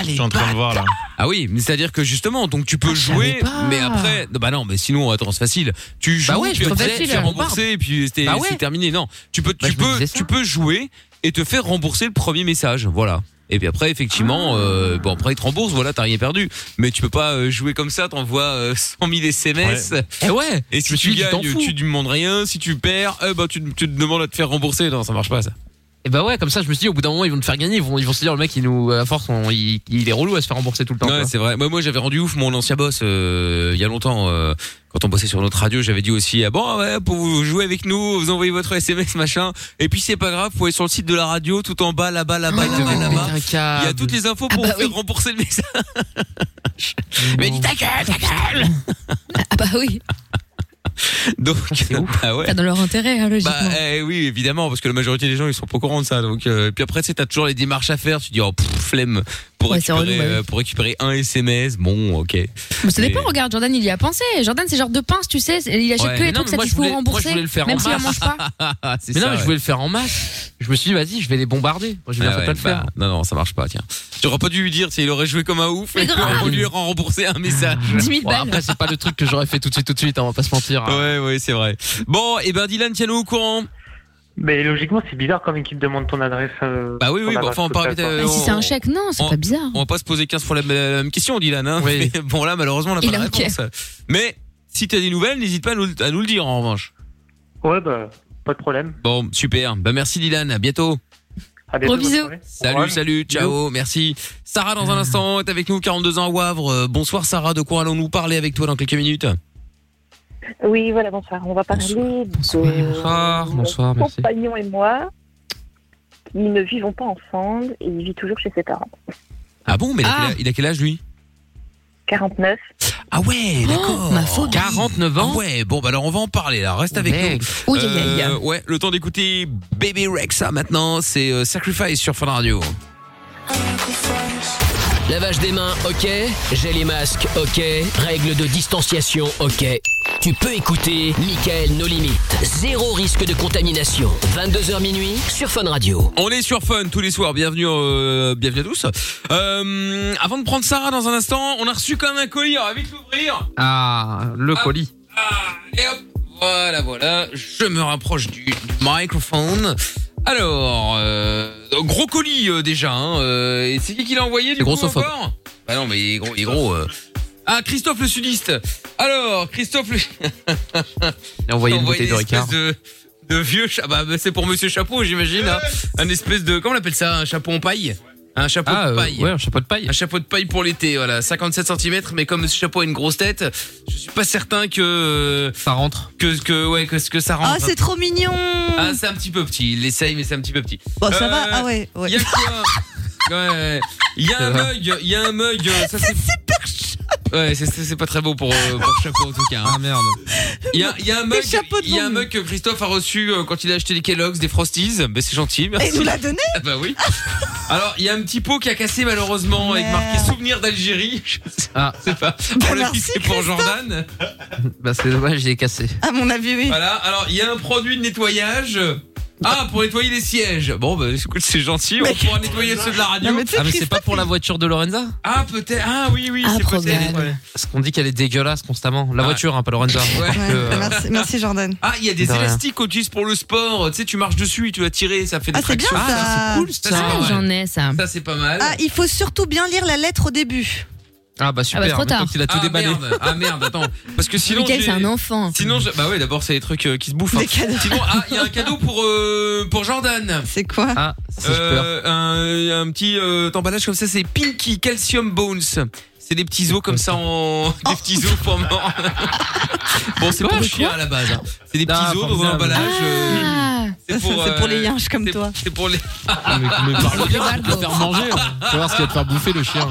S6: Je suis en train de voir là.
S2: Ah oui, mais c'est-à-dire que justement, donc tu peux
S5: Ah, je
S2: jouer,
S5: savais pas.
S2: mais après, non, bah non, mais sinon, attends, c'est facile. Tu joues,
S5: Bah ouais,
S2: puis
S5: c'est
S2: après,
S5: facile,
S2: tu es
S5: on
S2: remboursé, et puis c'était- c'est
S5: Bah ouais.
S2: terminé. Non, tu peux, tu
S5: Bah, je me
S2: peux,
S5: disais ça.
S2: tu peux jouer et te faire rembourser le premier message, voilà. Et puis après,
S5: Ah.
S2: effectivement, euh, bon après ils te remboursent, voilà, t'as rien perdu. Mais tu peux pas euh, jouer comme ça, t'envoies euh, <laughs> 100 000 SMS.
S5: Eh ouais!
S2: Et
S5: Je
S2: si
S5: me
S2: tu
S5: suis dit, t'en
S2: gagnes,
S5: fous.
S2: tu demandes rien. Si tu perds, eh ben, tu, tu te demandes à te faire rembourser. Non, ça marche pas ça.
S5: Et bah ouais, comme ça, je me suis dit, au bout d'un moment, ils vont nous faire gagner, ils vont, ils vont se dire, le mec, il nous, à force, on- il, il est relou à se faire rembourser tout le temps.
S2: Ouais,
S5: quoi.
S2: c'est vrai. Moi, moi j'avais rendu ouf mon ancien boss euh, il y a longtemps. euh, quand on bossait sur notre radio, j'avais dit aussi ah bon ouais, pour vous jouer avec nous, vous envoyez votre SMS machin. Et puis c'est pas grave, vous pouvez sur le site de la radio, tout en bas, là-bas, là-bas,
S5: Il devait
S2: là-bas, là-bas.
S5: péter un câble.
S2: Il y a toutes les infos pour
S3: Ah bah
S2: vous faire
S3: oui.
S2: rembourser le message. <laughs> Mais dis ta gueule, ta gueule.
S3: Ah bah oui,
S2: Donc <laughs> ah ouais.
S3: c'est dans leur intérêt, hein, logiquement.
S2: Bah eh oui, évidemment, parce que la majorité des gens ils sont pas au courant de ça. Donc euh, puis après, tu sais, t'as toujours les démarches à faire. Tu dis oh pff, flemme pour
S3: Ouais, c'est
S2: récupérer
S3: relou, ouais.
S2: euh, pour récupérer un SMS. Bon, ok.
S3: Mais ça dépend,
S2: mais-
S3: regarde, Jordan, il y a pensé. Jordan, c'est genre de pince, tu sais, c'est- il achète
S2: Ouais.
S3: que
S5: Mais
S3: les
S5: non,
S3: trucs
S5: mais moi, je
S3: satisfaits
S5: voulais- moi,
S3: ou
S5: je
S3: remboursés,
S5: voulais le faire en
S3: même s'il en
S5: masse.
S3: mange pas.
S5: <laughs>
S2: c'est
S5: Mais non,
S2: ça,
S5: mais je
S2: ouais.
S5: voulais le faire en masse. Je me suis dit, vas-y, je vais les bombarder. Moi, j'ai bien
S2: Ah
S5: fait de
S2: ouais,
S5: pas le faire.
S2: bah, Non, non, ça marche pas, tiens. Tu aurais pas dû lui dire, tu sais, il aurait joué comme un ouf
S3: Mais
S2: et
S3: grave.
S2: on lui aurait remboursé un message.
S3: 10 000
S5: Bon,
S3: balles.
S5: après, c'est pas le truc que j'aurais fait tout de suite, tout de suite, hein, on va pas se mentir.
S2: Ouais, ouais, c'est vrai. Bon, et ben Dylan, tiens-nous au courant.
S7: Mais logiquement, c'est bizarre quand même qu'ils te demandent ton adresse. euh,
S2: Bah oui,
S7: ton
S2: oui, bah,
S7: adresse
S2: enfin, on
S7: postale,
S2: parle.
S7: quoi.
S2: euh,
S3: Ah, si c'est
S2: on-
S3: un chèque, non, c'est
S2: on-
S3: pas bizarre.
S2: On va pas se poser 15 fois la, la- la même question, Dylan. Hein,
S5: Oui.
S2: Mais bon, là, malheureusement, on n'a pas
S3: Il
S2: la
S3: a un
S2: réponse.
S3: quai.
S2: Mais si t'as des nouvelles, n'hésite pas à nous, à nous le dire, en revanche.
S7: Ouais, bah, pas de problème.
S2: Bon, super. Bah merci, Dylan. À bientôt.
S7: À bientôt,
S3: Gros
S7: bonne
S3: bisous.
S7: soirée.
S2: Salut,
S7: Courage.
S2: salut, ciao, merci. Sarah, dans un instant, est avec nous, 42 ans à Wavre. Euh, bonsoir, Sarah. De quoi allons-nous parler avec toi dans quelques minutes
S10: Oui, voilà, bonsoir. On va parler de
S5: bonsoir, bonsoir,
S10: mon
S5: merci.
S10: compagnon et moi qui ne vivons pas ensemble et il vit toujours chez ses parents.
S2: Ah bon, mais il a
S3: Ah.
S2: quel âge- il a quel âge, lui
S10: 49.
S2: Ah ouais, d'accord.
S3: ma faute.
S5: 49
S2: Ah
S5: ans
S2: ouais, bon bah alors on va en parler là, reste avec
S5: Mec.
S2: nous.
S3: Oui, aïe, aïe, aïe.
S2: Euh, ouais, le temps d'écouter Baby Rexa maintenant, c'est euh, Sacrifice sur Fun Radio.
S1: Lavage des mains, ok. J'ai les masques, ok. Règles de distanciation, ok. Tu peux écouter Michael No Limites. Zéro risque de contamination. 22h minuit sur Fun Radio.
S2: On est sur Fun tous les soirs, bienvenue euh, bienvenue à tous. Euh, avant de prendre Sarah dans un instant, on a reçu quand même un colis, on va vite l'ouvrir.
S5: Ah, le colis.
S2: Ah, et hop, voilà voilà, je me rapproche du, du microphone. Alors, euh, gros colis euh, déjà, hein, euh, et c'est qui qui l'a envoyé du
S5: C'est
S2: coup
S5: grossophobe.
S2: encore Bah non mais il est gros, il est gros euh. Ah Christophe le sudiste Alors Christophe le...
S5: Il a envoyé une bouteille de
S2: espèce
S5: Ricard.
S2: de, de vieux cha- bah, bah, c'est pour Monsieur Chapeau, j'imagine. hein. Un espèce de comment on appelle ça Un chapeau en paille. Un chapeau
S5: Ah,
S2: de
S5: euh,
S2: paille.
S5: ouais, un chapeau de paille.
S2: Un chapeau de paille pour l'été, voilà, 57 cm, mais comme Monsieur Chapeau a une grosse tête, je suis pas certain que
S5: Ça rentre.
S2: que que ouais que ce que ça
S4: Ah,
S2: rentre.
S4: c'est trop mignon.
S2: Ah, c'est un petit peu petit. Il essaye, mais c'est un petit peu petit.
S4: Bon, ça
S2: euh,
S4: va. Ah ouais.
S2: Il
S4: ouais.
S2: y a quoi Ouais, Il y a un mug, il y a un mug. euh, Ça c'est super Ouais, c'est- c'est c'est pas très beau pour, euh, pour chapeau en tout cas. Ah merde. Il y a, il y a un mug, il y a un mug que Christophe a reçu euh, quand il a acheté des Kellogg's, des Frosties. Ben, c'est gentil, merci.
S4: Et il nous l'a donné
S2: Bah oui. Alors, il y a un petit pot qui a cassé malheureusement avec marqué souvenir d'Algérie. Ah, c'est
S4: Bah,
S2: pas. Pour le fils, c'est pour Jordan.
S5: <laughs> Bah, c'est dommage, il est cassé.
S4: <laughs> À mon avis, oui.
S2: Voilà, alors il y a un produit de nettoyage. Ah, pour nettoyer les sièges. Bon, bah écoute, c'est gentil, on pourra nettoyer ceux de la radio.
S5: ah, mais c'est pas pour la voiture de Lorenza
S2: Ah, peut-être. Ah, oui, oui, c'est peut-être. ouais.
S5: Parce qu'on dit qu'elle est dégueulasse constamment. La voiture, hein, pas Lorenza.
S2: Ah. Ouais.
S5: Encore que, euh,
S4: Merci, merci, Jordan.
S2: Ah, il y a des
S5: De rien.
S2: élastiques qu'on utilise pour le sport. Tu sais, tu marches dessus et tu vas tirer, ça fait des
S4: Ah, c'est bien
S2: tractions.
S4: ça.
S5: cool,
S2: Ça, c'est pas mal.
S3: Ah, J'en ai ça.
S2: Ça, c'est pas mal.
S4: Ah, il faut surtout bien lire la lettre au début.
S5: Ah bah super,
S3: Ah bah, trop
S5: mais
S3: tard.
S5: quand il a tout
S2: Ah,
S5: déballé.
S2: merde. Ah merde, attends. Parce que sinon.
S3: <laughs> Michael,
S2: j'ai-
S3: c'est un enfant.
S2: Sinon, je- bah ouais, d'abord, c'est les trucs euh, qui se bouffent. hein. Sinon, ah, il y a un cadeau pour, euh, pour Jordan.
S4: C'est quoi
S5: Ah, ça, j'ai peur.
S2: Euh, un, un petit euh, emballage comme ça, c'est Pinky Calcium Bones. C'est des petits os comme
S5: <laughs>
S2: ça en. Des petits os pour mort. bon, c'est pour chien à la base. hein. C'est des petits
S5: Ah,
S2: os dans un
S5: formidable.
S2: emballage. euh,
S3: Ah,
S4: Ça, <laughs> c'est pour les yinches comme
S2: c'est-
S4: toi.
S2: C'est pour les,
S5: Ah,
S4: <laughs>
S5: Mais, mais parle bien, tu vas te faire manger. hein. Tu vas voir ce qu'il va te faire bouffer le
S2: <laughs>
S5: chien.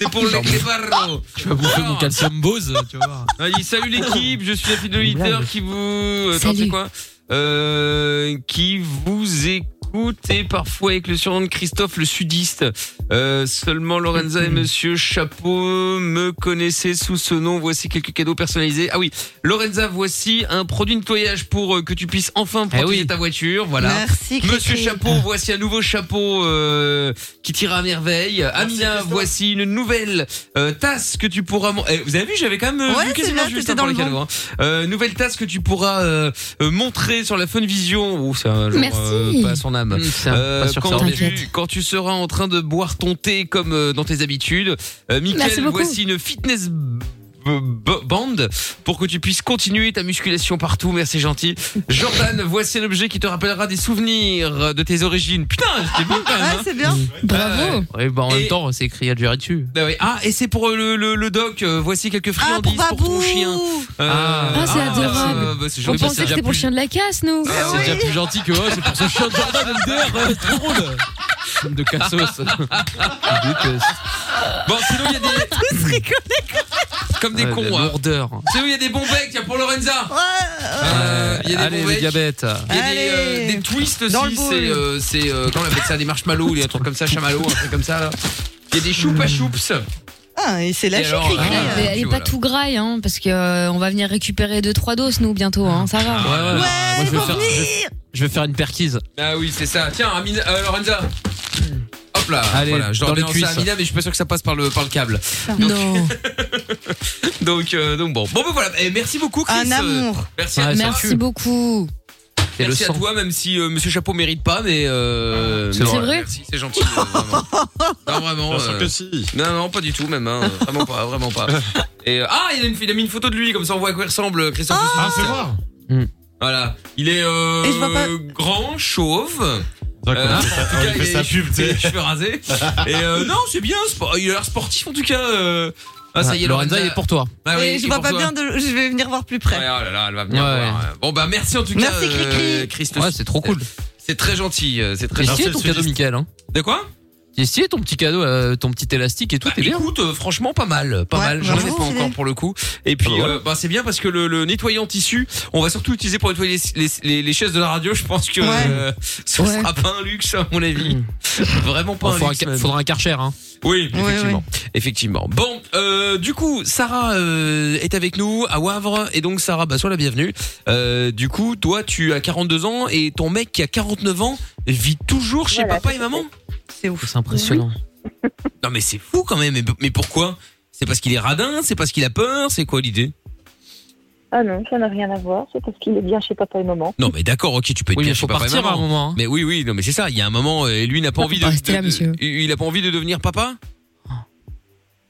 S2: c'est pour les clébarros.
S5: Tu vas bouffer mon calcium bose, tu vas voir.
S2: Ah, il dit, salut l'équipe, je suis la fille de leader qui vous. euh, Attends,
S3: Salut.
S2: c'est quoi Euh, Qui vous écoute et parfois avec le surnom de Christophe le sudiste. Euh, seulement Lorenza et Monsieur Chapeau me connaissaient sous ce nom. Voici quelques cadeaux personnalisés. Ah oui, Lorenza, voici un produit de nettoyage pour euh, que tu puisses enfin protéger
S5: oui.
S2: ta voiture. Voilà.
S4: Merci, Cricri.
S2: Monsieur Chapeau, voici un nouveau chapeau euh, qui tire à merveille. Amina, voici une nouvelle euh, tasse que tu pourras. mon- Eh, vous avez vu, j'avais quand même euh,
S4: Ouais,
S2: vu
S4: c'est
S2: quasiment
S4: bien,
S2: juste
S4: t'étais
S2: hein, pour
S4: dans
S2: les
S4: le
S2: cadeaux. hein. Euh, nouvelle tasse que tu pourras euh, euh, montrer sur la Fun Vision. Ou ça, genre,
S3: Merci.
S2: euh, pas à son âme. Euh,
S5: Mmh, pas sûr que ça
S2: quand,
S5: revienne.
S2: tu,
S3: T'inquiète.
S2: quand tu seras en train de boire ton thé comme euh, dans tes habitudes, euh,
S3: Merci
S2: Mickaël,
S3: beaucoup.
S2: voici une fitness b- b- band pour que tu puisses continuer ta musculation partout. Merci gentil. Jordan, voici un objet qui te rappellera des souvenirs de tes origines. Putain, c'était bon quand même.
S4: Ah,
S2: hein.
S4: c'est bien.
S3: Bravo.
S5: Ouais, bah en
S2: Et-
S5: même temps, c'est écrit Algérie dessus.
S2: Ah, ouais. Ah, et c'est pour euh, le, le, le doc. euh, voici quelques
S4: Ah,
S2: friandises
S4: pour
S2: pour, ton
S4: Babou.
S2: chien. Euh,
S5: Ah.
S3: Ah, c'est adorable.
S2: euh, bah, c'est
S3: On
S2: joli, bah, c'est
S3: pensait que
S2: déjà Ah,
S3: c'était pour le
S2: plus-
S3: chien de la casse, nous.
S4: Ah
S5: C'est déjà plus gentil que oh, c'est pour ce chien de Jordan MDR,
S2: euh,
S5: ouais, c'est trop drôle. Homme De
S2: <laughs>
S5: cassos. Je déteste.
S2: Bon, sinon, il y a des. Comme des
S5: Ouais,
S2: cons,
S5: la
S2: hein.
S5: Lourdeur.
S2: Sinon, il y a des bons becs. Tiens, pour Lorenza.
S4: Ouais, euh,
S2: Euh, Il y a des
S5: Allez,
S2: bons
S5: les
S2: becs.
S5: diabètes.
S2: Il y a des,
S4: Allez.
S2: euh, des twists
S4: Dans le
S2: aussi,
S4: boule.
S2: c'est, euh, c'est euh, comment on appelle ça, des marshmallows, des trucs comme ça, chamallows, un truc comme ça. là. Il y a des choupa choups.
S4: Ah, et c'est lâché,
S2: alors,
S4: Cricri.
S3: Elle,
S2: Ah,
S3: est- elle
S2: puis
S3: est
S2: voilà.
S3: pas tout graille, hein, parce que euh, on va venir récupérer deux trois doses nous bientôt, hein, ça va.
S5: Ouais, ouais, ouais.
S4: Ouais,
S5: Moi, je
S4: ils
S5: vais,
S4: vont
S5: faire, je, vais-
S4: venir.
S5: je vais faire une perquise.
S2: Ah oui, c'est ça. Tiens, Amina, euh, Lorenza. Hop là,
S5: Allez,
S2: voilà, je
S5: dans les
S2: leur ça à
S5: cuisses.
S2: Amina, mais je suis pas sûr que ça passe par le, par le câble.
S3: non.
S2: Donc, euh, donc bon. Bon, ben voilà. Eh, merci beaucoup, Chris.
S4: Un
S2: Euh,
S4: amour.
S2: Merci à
S5: Ouais,
S2: toi.
S3: Merci beaucoup.
S5: Et le
S2: Merci à
S5: sang.
S2: toi, même si euh, Monsieur Chapeau mérite pas, mais. Euh,
S5: C'est
S2: mais
S3: vrai.
S2: voilà, Merci, c'est
S6: <laughs>
S2: gentil. euh, vraiment. non, vraiment.
S6: Bien sûr
S2: euh,
S6: que si.
S2: Non, non, pas du tout, même. Hein. Euh, Vraiment pas, vraiment pas. Et, euh, ah, il a, une- il a mis une photo de lui, comme ça on voit à quoi il ressemble, euh, Christophe. le
S6: Ah,
S2: sudiste.
S6: fais voir.
S5: Hmm.
S2: Voilà. Il est euh,
S4: Et je vois pas-
S2: grand, chauve.
S6: C'est vrai qu'on
S2: Euh,
S6: lui fait
S2: en
S6: sa-
S2: tout
S6: on
S2: cas,
S6: lui fait
S2: il
S6: sa
S2: est-
S6: pub, tu
S2: Il a les
S6: sais.
S5: <laughs>
S2: cheveux rasés. Et euh, non, c'est bien. spo- Il a l'air sportif en tout cas. euh. Ah, ça y est,
S5: Lorenza, il est pour toi.
S2: Ah oui, il
S4: Et
S2: est
S4: je vois
S2: pour
S4: pas
S2: toi.
S4: bien de. Je vais venir voir plus
S2: Ouais, oh
S4: près.
S2: là là, elle va venir
S5: Ouais.
S2: voir, ouais. Bon bah merci en tout cas, euh,
S4: Merci, Cricri.
S2: Christophe.
S5: Ouais, c'est trop cool.
S2: C'est très gentil, euh, c'est très
S5: T'es
S2: gentil.
S5: stylé
S6: Merci,
S5: ton
S6: le
S5: cadeau,
S6: sudiste.
S5: Michael. Hein.
S2: De quoi
S5: T'es stylé ton petit cadeau, euh, ton petit élastique et tout,
S2: Bah,
S5: t'es bien.
S2: Écoute, euh, franchement, pas mal, pas
S4: Ouais,
S2: mal. J'en ai pas
S4: vraiment, c'est
S2: encore
S4: bien.
S2: pour le coup. Et puis,
S6: Ah bah voilà.
S2: euh, bah, c'est bien parce que le, le nettoyant tissu, on va surtout l'utiliser pour nettoyer les, les, les- les chaises de la radio. Je pense que
S4: Ouais.
S2: euh, ce
S3: Ouais.
S2: sera pas un luxe à mon avis. Vraiment pas un
S5: Hmm. faudra,
S2: luxe.
S5: un,
S2: même.
S5: faudra un karcher, hein.
S2: Oui,
S4: Ouais,
S2: effectivement, effectivement. Bon, euh, du coup, Sarah euh, est avec nous à Wavre et donc Sarah, bah, sois la bienvenue. Euh, du coup, toi, tu as 42 ans et ton mec qui a 49 ans vit toujours chez
S10: Voilà,
S2: papa et
S10: tout à
S2: maman.
S4: bah, C'est ouf.
S5: C'est impressionnant.
S2: Non mais c'est fou quand même. Mais, mais pourquoi C'est parce qu'il est radin C'est parce qu'il a peur C'est quoi l'idée
S10: Ah non, ça n'a rien à voir. C'est parce qu'il est bien chez papa et maman.
S2: Non mais d'accord, ok, tu peux être
S5: Oui,
S2: bien
S5: mais
S2: chez
S5: faut
S2: papa et
S5: partir à un
S2: maman.
S5: moment. hein. Bah,
S2: Mais oui, oui, non mais c'est ça. Il y a un moment, euh, et lui il n'a pas
S3: Faut
S2: envie de,
S3: pas rester là,
S2: de- de-
S3: monsieur.
S2: il n'a pas envie de devenir papa.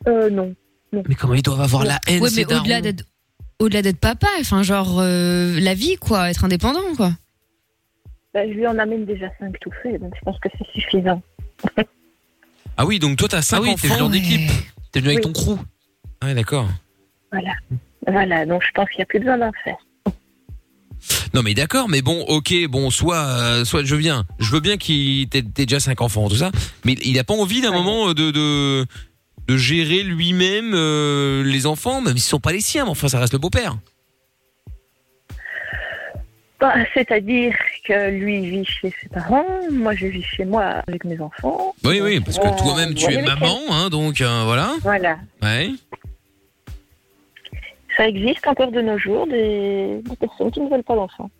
S10: Euh, non.
S5: Mais comment ils doivent avoir la haine,
S3: Ouais,
S5: ces
S3: mais
S5: darons.
S3: au-delà d'être au-delà d'être papa, enfin genre euh, la vie quoi, être indépendant quoi.
S10: Bah, je lui en amène déjà cinq tout faits, donc je pense que c'est suffisant.
S2: Ah oui, donc toi t'as 5
S5: Ah oui, t'es venu
S2: enfants.
S5: en
S3: ouais.
S5: équipe. T'es venu avec ton
S10: Oui.
S5: crew.
S2: Ah, d'accord.
S10: Voilà, donc je pense qu'il n'y a plus besoin d'en faire.
S2: Non mais d'accord, mais bon, ok, bon, soit, euh, soit je viens, je veux bien qu'il t'ait t'aies déjà cinq enfants, tout ça, mais il a pas envie d'un
S10: Ouais.
S2: moment euh, de, de de gérer lui-même euh, les enfants, même s'ils sont pas les siens, mais enfin ça reste le beau-père.
S9: Bah, C'est-à-dire que lui il vit chez ses parents, moi je vis chez moi avec mes enfants.
S2: Oui, oui, parce que
S9: On-
S2: toi-même tu
S9: on
S2: es
S9: est
S2: maman, hein, donc euh, voilà.
S9: Voilà.
S2: Ouais.
S9: Ça existe encore de nos jours des, des personnes qui ne veulent pas d'enfants.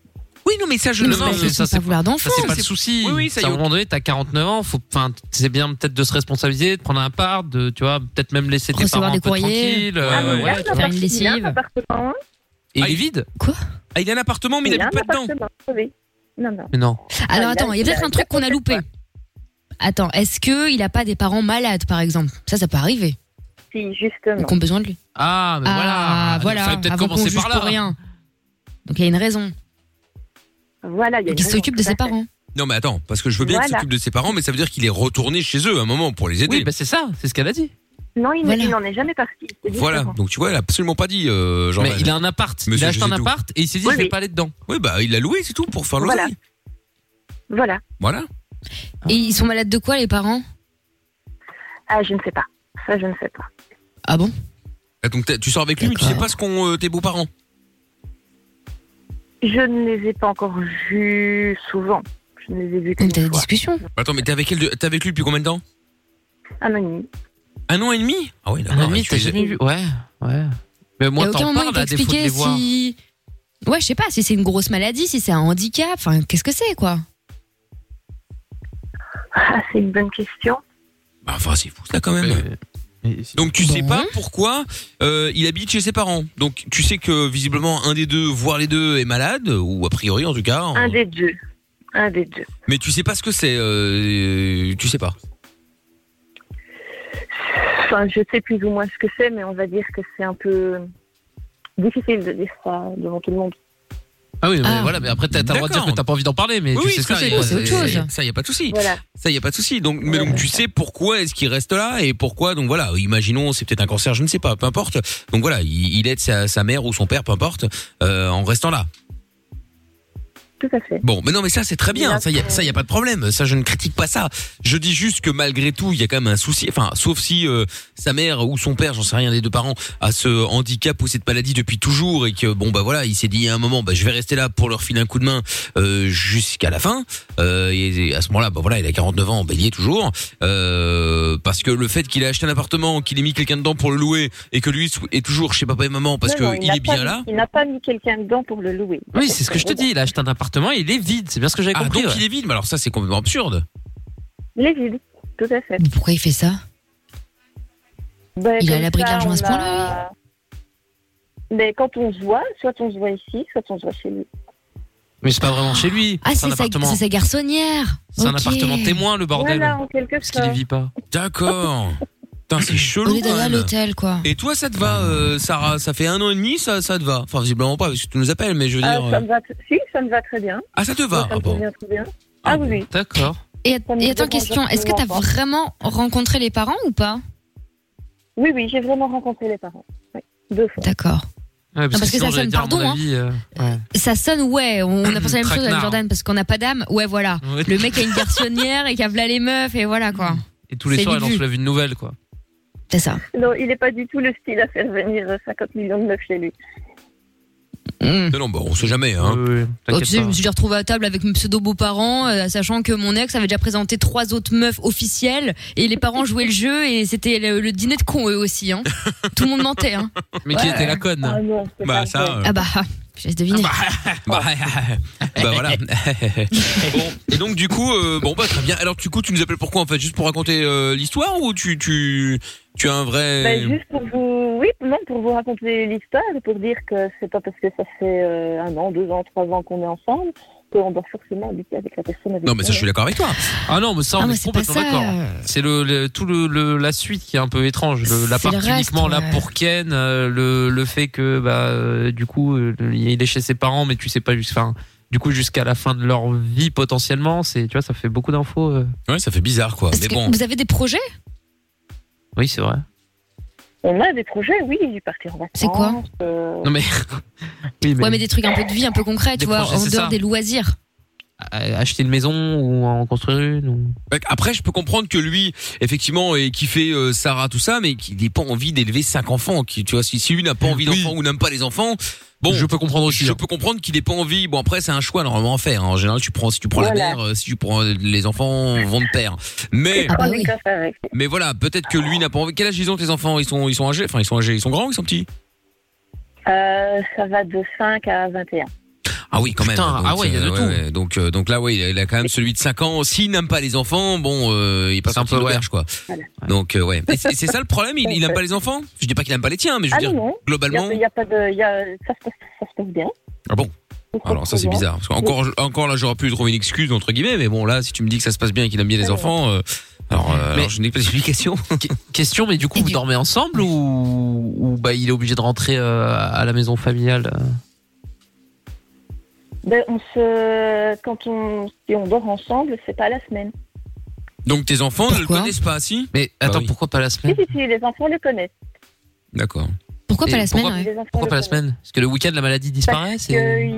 S2: Oui, non, mais ça, je
S8: Mais non, mais ça, c'est
S3: vouloir d'enfant.
S8: Ça, c'est pas le souci.
S2: Oui, oui, ça y
S8: à
S2: est,
S8: un
S2: ok.
S8: moment donné, t'as 49 ans, faut, enfin, c'est bien peut-être de se responsabiliser, de prendre un part, de, tu vois, peut-être même laisser tes parents
S3: Recevoir des
S8: un peu
S3: courriers.
S8: tranquilles. euh,
S9: Ah, mais
S8: ouais,
S9: là,
S8: tu
S9: ça
S8: vois.
S3: Faire une lessive.
S9: Appartement,
S8: Et il est vide
S2: Ah, il a un appartement, mais il
S9: a un
S2: n'habite pas dedans.
S9: appartement, oui. Non, non.
S8: Mais non.
S3: Alors
S9: Ah,
S3: attends, il y a
S9: là,
S3: peut-être
S9: là,
S3: un truc qu'on a loupé. Attends, est-ce que il a pas des parents malades par exemple Ça, ça peut arriver.
S9: Si, justement.
S3: Ou qu'on a besoin de lui.
S8: Ah, mais
S3: Ah
S8: voilà.
S3: voilà.
S8: Fallait peut-être
S3: Avant qu'on
S8: commencer
S3: juge
S8: par là.
S3: pour rien. Donc il y a une raison.
S9: Voilà, il y a
S3: Qu'il
S9: une
S3: s'occupe de
S9: raison,
S3: ses
S9: tout à fait.
S3: parents.
S2: Non, mais attends, parce que je veux bien qu'il
S9: Voilà.
S2: s'occupe de ses parents, mais ça veut dire qu'il est retourné chez eux à un moment pour les aider.
S8: Oui, bah, c'est ça, c'est ce qu'elle a dit.
S9: Non, il ne-
S3: Voilà.
S9: il n'en est jamais parti. c'est
S2: voilà,
S9: différent.
S2: donc tu vois, elle a absolument pas dit, euh, genre.
S8: mais il a un appart, il
S2: Monsieur,
S8: a
S2: je
S8: acheté un
S2: sais tout.
S8: appart et il s'est dit,
S9: Oui,
S8: je vais
S9: oui.
S8: pas aller dedans.
S2: Oui, bah, il l'a loué, c'est tout, pour faire l'oseille.
S9: Voilà. Voilà.
S2: Voilà.
S3: Et ils sont malades de quoi les parents
S9: Ah, je ne sais pas. Ça, je ne sais pas.
S3: Ah bon
S2: Ah, Donc t'as- tu sors avec lui, mais tu sais
S3: D'accord.
S2: pas ce qu'ont euh, tes beaux-parents.
S9: Je ne les ai pas encore vus souvent. Je ne les ai vus
S3: Donc t'as
S9: qu'une
S3: des
S9: fois.
S3: discussions.
S2: Attends, mais t'es avec, elle de- t'es avec lui depuis combien de temps
S9: Anonyme.
S2: Un an et demi Ah oui,
S8: Un
S2: d'accord.
S8: ami,
S2: tu
S8: t'as
S2: les-
S8: jamais vu Ouais, ouais. Mais
S3: Il y
S8: moi,
S3: a aucun
S8: t'en
S3: moment il
S8: parles
S3: t'a
S8: à défaut de les
S3: expliqué
S8: voir.
S3: si. Ouais, je sais pas si c'est une grosse maladie, si c'est un handicap, enfin qu'est-ce que c'est quoi
S9: Ah, c'est une bonne question.
S2: Bah, enfin, c'est fou ça quand même.
S8: Mais-
S2: Donc tu sais
S3: Bon.
S2: pas pourquoi euh, il habite chez ses parents. Donc tu sais que visiblement un des deux, voire les deux, est malade ou a priori en tout cas.
S9: Un
S2: euh,
S9: des deux. Un des deux.
S2: Mais tu sais pas ce que c'est. euh, tu sais pas.
S9: Enfin, je sais plus ou moins ce que c'est, mais on va dire que c'est un peu difficile de dire ça devant tout le monde.
S8: Ah oui, non, mais
S3: Ah.
S8: voilà, mais après, t'as t'as le droit de dire
S2: D'accord.
S8: que t'as pas envie d'en parler, mais
S2: oui,
S8: tu
S2: oui,
S8: sais ce que
S2: ça,
S8: c'est.
S2: y a-
S8: quoi,
S3: c'est autre chose.
S2: Ça y a pas de souci.
S9: Voilà.
S2: Ça, y a pas de souci. Donc, mais donc, tu sais pourquoi est-ce qu'il reste là et pourquoi. Donc voilà, imaginons, c'est peut-être un cancer, je ne sais pas, peu importe. Donc voilà, il, il aide sa, sa mère ou son père, peu importe, euh, en restant là.
S9: Tout à fait.
S2: Bon, mais non, mais ça, c'est très bien. Ça, y a, ça, y a pas de problème. Ça, je ne critique pas ça. Je dis juste que malgré tout, il y a quand même un souci. Enfin, sauf si euh, sa mère ou son père, j'en sais rien, des deux parents, a ce handicap ou cette maladie depuis toujours et que bon, bah voilà, il s'est dit à un moment, bah je vais rester là pour leur filer un coup de main euh, jusqu'à la fin. Euh, et, et à ce moment-là, bah voilà, il a 49 ans, bah il y est toujours. Euh, parce que le fait qu'il ait acheté un appartement, qu'il ait mis quelqu'un dedans pour le louer et que lui sou- est toujours chez papa et maman parce
S9: Non, non,
S2: que il
S9: n'a
S2: est
S9: pas
S2: bien
S9: mis-
S2: là.
S9: Il n'a pas mis quelqu'un dedans pour le louer.
S8: Oui, c'est ce que je te dis. Il a acheté un appartement et il est vide. C'est bien ce que j'avais
S2: Ah,
S8: compris.
S2: donc
S8: ouais.
S2: il est vide, mais alors ça, c'est complètement absurde.
S9: Les villes. Tout à fait.
S3: Mais pourquoi il fait ça
S9: Ben,
S3: Il est à
S9: comme
S3: l'abri de
S9: ça,
S3: l'argent à ce
S9: on a- Mais quand on se voit, soit on se voit ici, soit on se voit chez lui.
S8: Mais c'est pas vraiment chez lui.
S3: Ah
S8: c'est
S3: c'est
S8: un
S3: sa,
S8: appartement.
S3: c'est sa garçonnière.
S8: C'est un
S3: Ok.
S8: appartement témoin, le bordel.
S9: Voilà, en quelque
S8: Parce qu'il y
S9: sorte.
S8: vit pas.
S2: D'accord. Putain, c'est
S3: On
S2: chelou
S3: est
S2: quand
S3: d'aller à
S2: même.
S3: l'hôtel quoi.
S2: Et toi, ça te
S8: Ah.
S2: va, euh, Sarah Ça fait un an et demi, ça, ça te va Enfin, visiblement pas, parce que tu nous appelles, mais je veux
S9: Ah,
S2: dire.
S9: ça
S2: euh,
S9: me va t- si, ça me va très bien.
S2: Ah, ça te
S9: Oui,
S2: va
S9: ça
S2: Ah
S9: me
S2: bon.
S9: convient très bien.
S2: Ah
S9: Ah,
S2: bon.
S9: oui, oui.
S8: D'accord.
S3: Et,
S9: Ça me
S3: et attends
S9: dérange
S3: question, est-ce que t'as
S9: absolument pas.
S3: vraiment rencontré les parents ou pas
S9: Oui, oui, j'ai vraiment rencontré les parents. Oui, Deux fois.
S3: D'accord.
S11: Ah
S8: Ouais,
S3: parce que
S8: sinon,
S3: ça
S8: j'allais
S3: sonne,
S8: dire, à mon
S3: pardon, hein.
S8: avis, euh, ouais.
S3: Ça sonne ouais, on a pensé la même chose avec
S8: Traquenard.
S3: Jordan parce qu'on n'a pas d'âme.
S2: <laughs>
S3: Ouais voilà.
S8: Ouais.
S3: Le mec a une garçonnière et qui a v'là les meufs et voilà quoi.
S8: Et tous les
S3: c'est
S8: soirs, il en
S3: vite vu.
S8: soulève une nouvelle, quoi.
S3: C'est ça.
S9: Non, il n'est pas du tout le style à faire venir euh, 50 millions de meufs chez lui.
S3: Mm.
S2: Non, non, bah, on sait jamais, hein.
S8: Oui, oui,
S3: Oh, tu sais,
S8: t'inquiète
S3: je me suis déjà retrouvée à table avec mes pseudo-beaux-parents, euh, sachant que mon ex avait déjà présenté trois autres meufs officielles, et les parents jouaient le jeu, et c'était le, le dîner de con eux aussi. Hein. Tout le monde mentait. Hein.
S8: pas. Mais qui
S3: Ouais.
S8: était la conne
S9: Ah non, c'est
S2: Bah,
S9: pas vrai.
S2: ça. euh,
S3: Ah bah, ah, je laisse deviner.
S2: Bah, <laughs> bah, voilà.
S8: <laughs>
S2: bon, et donc, du coup, euh, bon, bah, très bien. Alors, du coup, tu nous appelles pourquoi, en fait Juste pour raconter euh, l'histoire ou tu, tu, tu as un
S9: Bah,
S2: vrai.
S9: juste pour vous, oui, non, pour vous raconter l'histoire et pour dire que c'est pas parce que ça fait euh, un an, deux ans, trois ans qu'on est ensemble qu'on doit forcément habiter avec la personne avec
S2: Non, mais ça,
S9: qui
S2: je suis d'accord avec toi.
S8: Ah non, mais ça, on
S3: Ah, mais
S8: est
S3: c'est pas
S8: complètement
S3: ça.
S8: d'accord. C'est le, le- tout le, le- la suite qui est un peu étrange. Le-
S3: C'est
S8: L'appart
S3: le reste,
S8: uniquement là
S3: ouais.
S8: pour Ken, euh, le, le fait que bah euh, du coup euh, il est chez ses parents, mais tu sais pas jusqu'à du coup jusqu'à la fin de leur vie potentiellement. C'est tu vois, ça fait beaucoup d'infos. euh.
S2: bah, Ouais, ça fait bizarre, quoi.
S3: Est-ce
S2: Mais
S3: que
S2: bon.
S3: vous avez des projets
S8: Oui, c'est vrai.
S9: est. On a des projets, oui, du partir en vacances.
S3: C'est quoi
S9: euh,
S5: <laughs>
S8: Non mais oui, mais,
S3: Ouais, mais des trucs un peu de vie, un peu concrets,
S8: Des
S3: tu vois,
S8: projets,
S3: en
S8: c'est
S3: dehors
S8: ça.
S3: des loisirs.
S5: à- acheter une maison ou à en construire une. ou-
S2: Ouais, Après, je peux comprendre que lui, effectivement, et qui fait euh, Sarah tout ça, mais qu'il n'ait pas envie d'élever cinq enfants. Qui, tu vois, si, si lui n'a pas envie d'enfants ou n'aime pas les enfants, bon, je peux comprendre
S5: hein.
S2: aussi. Je peux comprendre qu'il n'ait pas envie. Bon, après, c'est un choix normalement à faire. hein. En général, tu prends si tu prends la
S10: Voilà.
S2: mère, euh, si tu prends euh, les enfants vont de pair. Mais
S3: bah
S10: Ah, j'ai qu'à faire avec.
S2: mais voilà, peut-être que lui n'a pas envie. Quel âge ils ont tes enfants Ils sont ils sont âgés. Enfin, ils sont âgés. Ils sont grands. ou Ils sont petits.
S10: Euh, ça va de 5 à 21.
S2: Ah oui, quand même.
S5: Putain, ah ouais, il y a de tout.
S2: donc, euh, donc là, ouais, il a- il a quand même celui de 5 ans. S'il n'aime pas les enfants, bon, euh, il passe
S5: C'est un
S2: un peu
S5: peu, ouais.
S2: l'auberge, quoi.
S10: Voilà.
S2: Donc, euh, ouais. Et c'est c'est ça le problème, il, il aime pas les enfants Je dis pas qu'il aime pas les tiens, mais je veux
S10: Ah
S2: dire,
S10: non, non. Il y
S2: globalement.
S10: a- il y a pas de, il y a, ça, se passe, ça se passe bien.
S2: Ah bon
S10: se passe
S2: Alors, ça, c'est
S10: bien.
S2: bizarre. Parce qu'encore, encore là, j'aurais pu trouver une excuse, entre guillemets, mais bon, là, si tu me dis que ça se passe bien et qu'il aime bien les
S10: Ouais.
S2: enfants, euh, alors, euh,
S5: Mais-
S2: alors, je n'ai
S5: <laughs>
S2: pas d'explication.
S5: Question, mais du coup, vous dormez ensemble ou, ou bah, il est obligé de rentrer euh, à la maison familiale euh
S10: Ben, on se, quand on, si on dort ensemble, c'est pas la semaine.
S2: Donc, tes enfants ne le
S3: Pourquoi
S2: connaissent pas, si Bah
S5: Mais attends,
S2: oui.
S5: pourquoi pas la
S10: Si,
S2: Hein.
S5: semaine
S10: si, si, les enfants le connaissent.
S2: D'accord.
S3: Pourquoi
S5: Et
S3: pas la semaine
S5: pourquoi-
S3: ouais
S10: Les enfants
S5: Pourquoi
S10: le
S5: pas la
S10: connaissent.
S5: semaine Parce que le week-end, la maladie disparaît
S10: que
S5: c'est-
S10: il-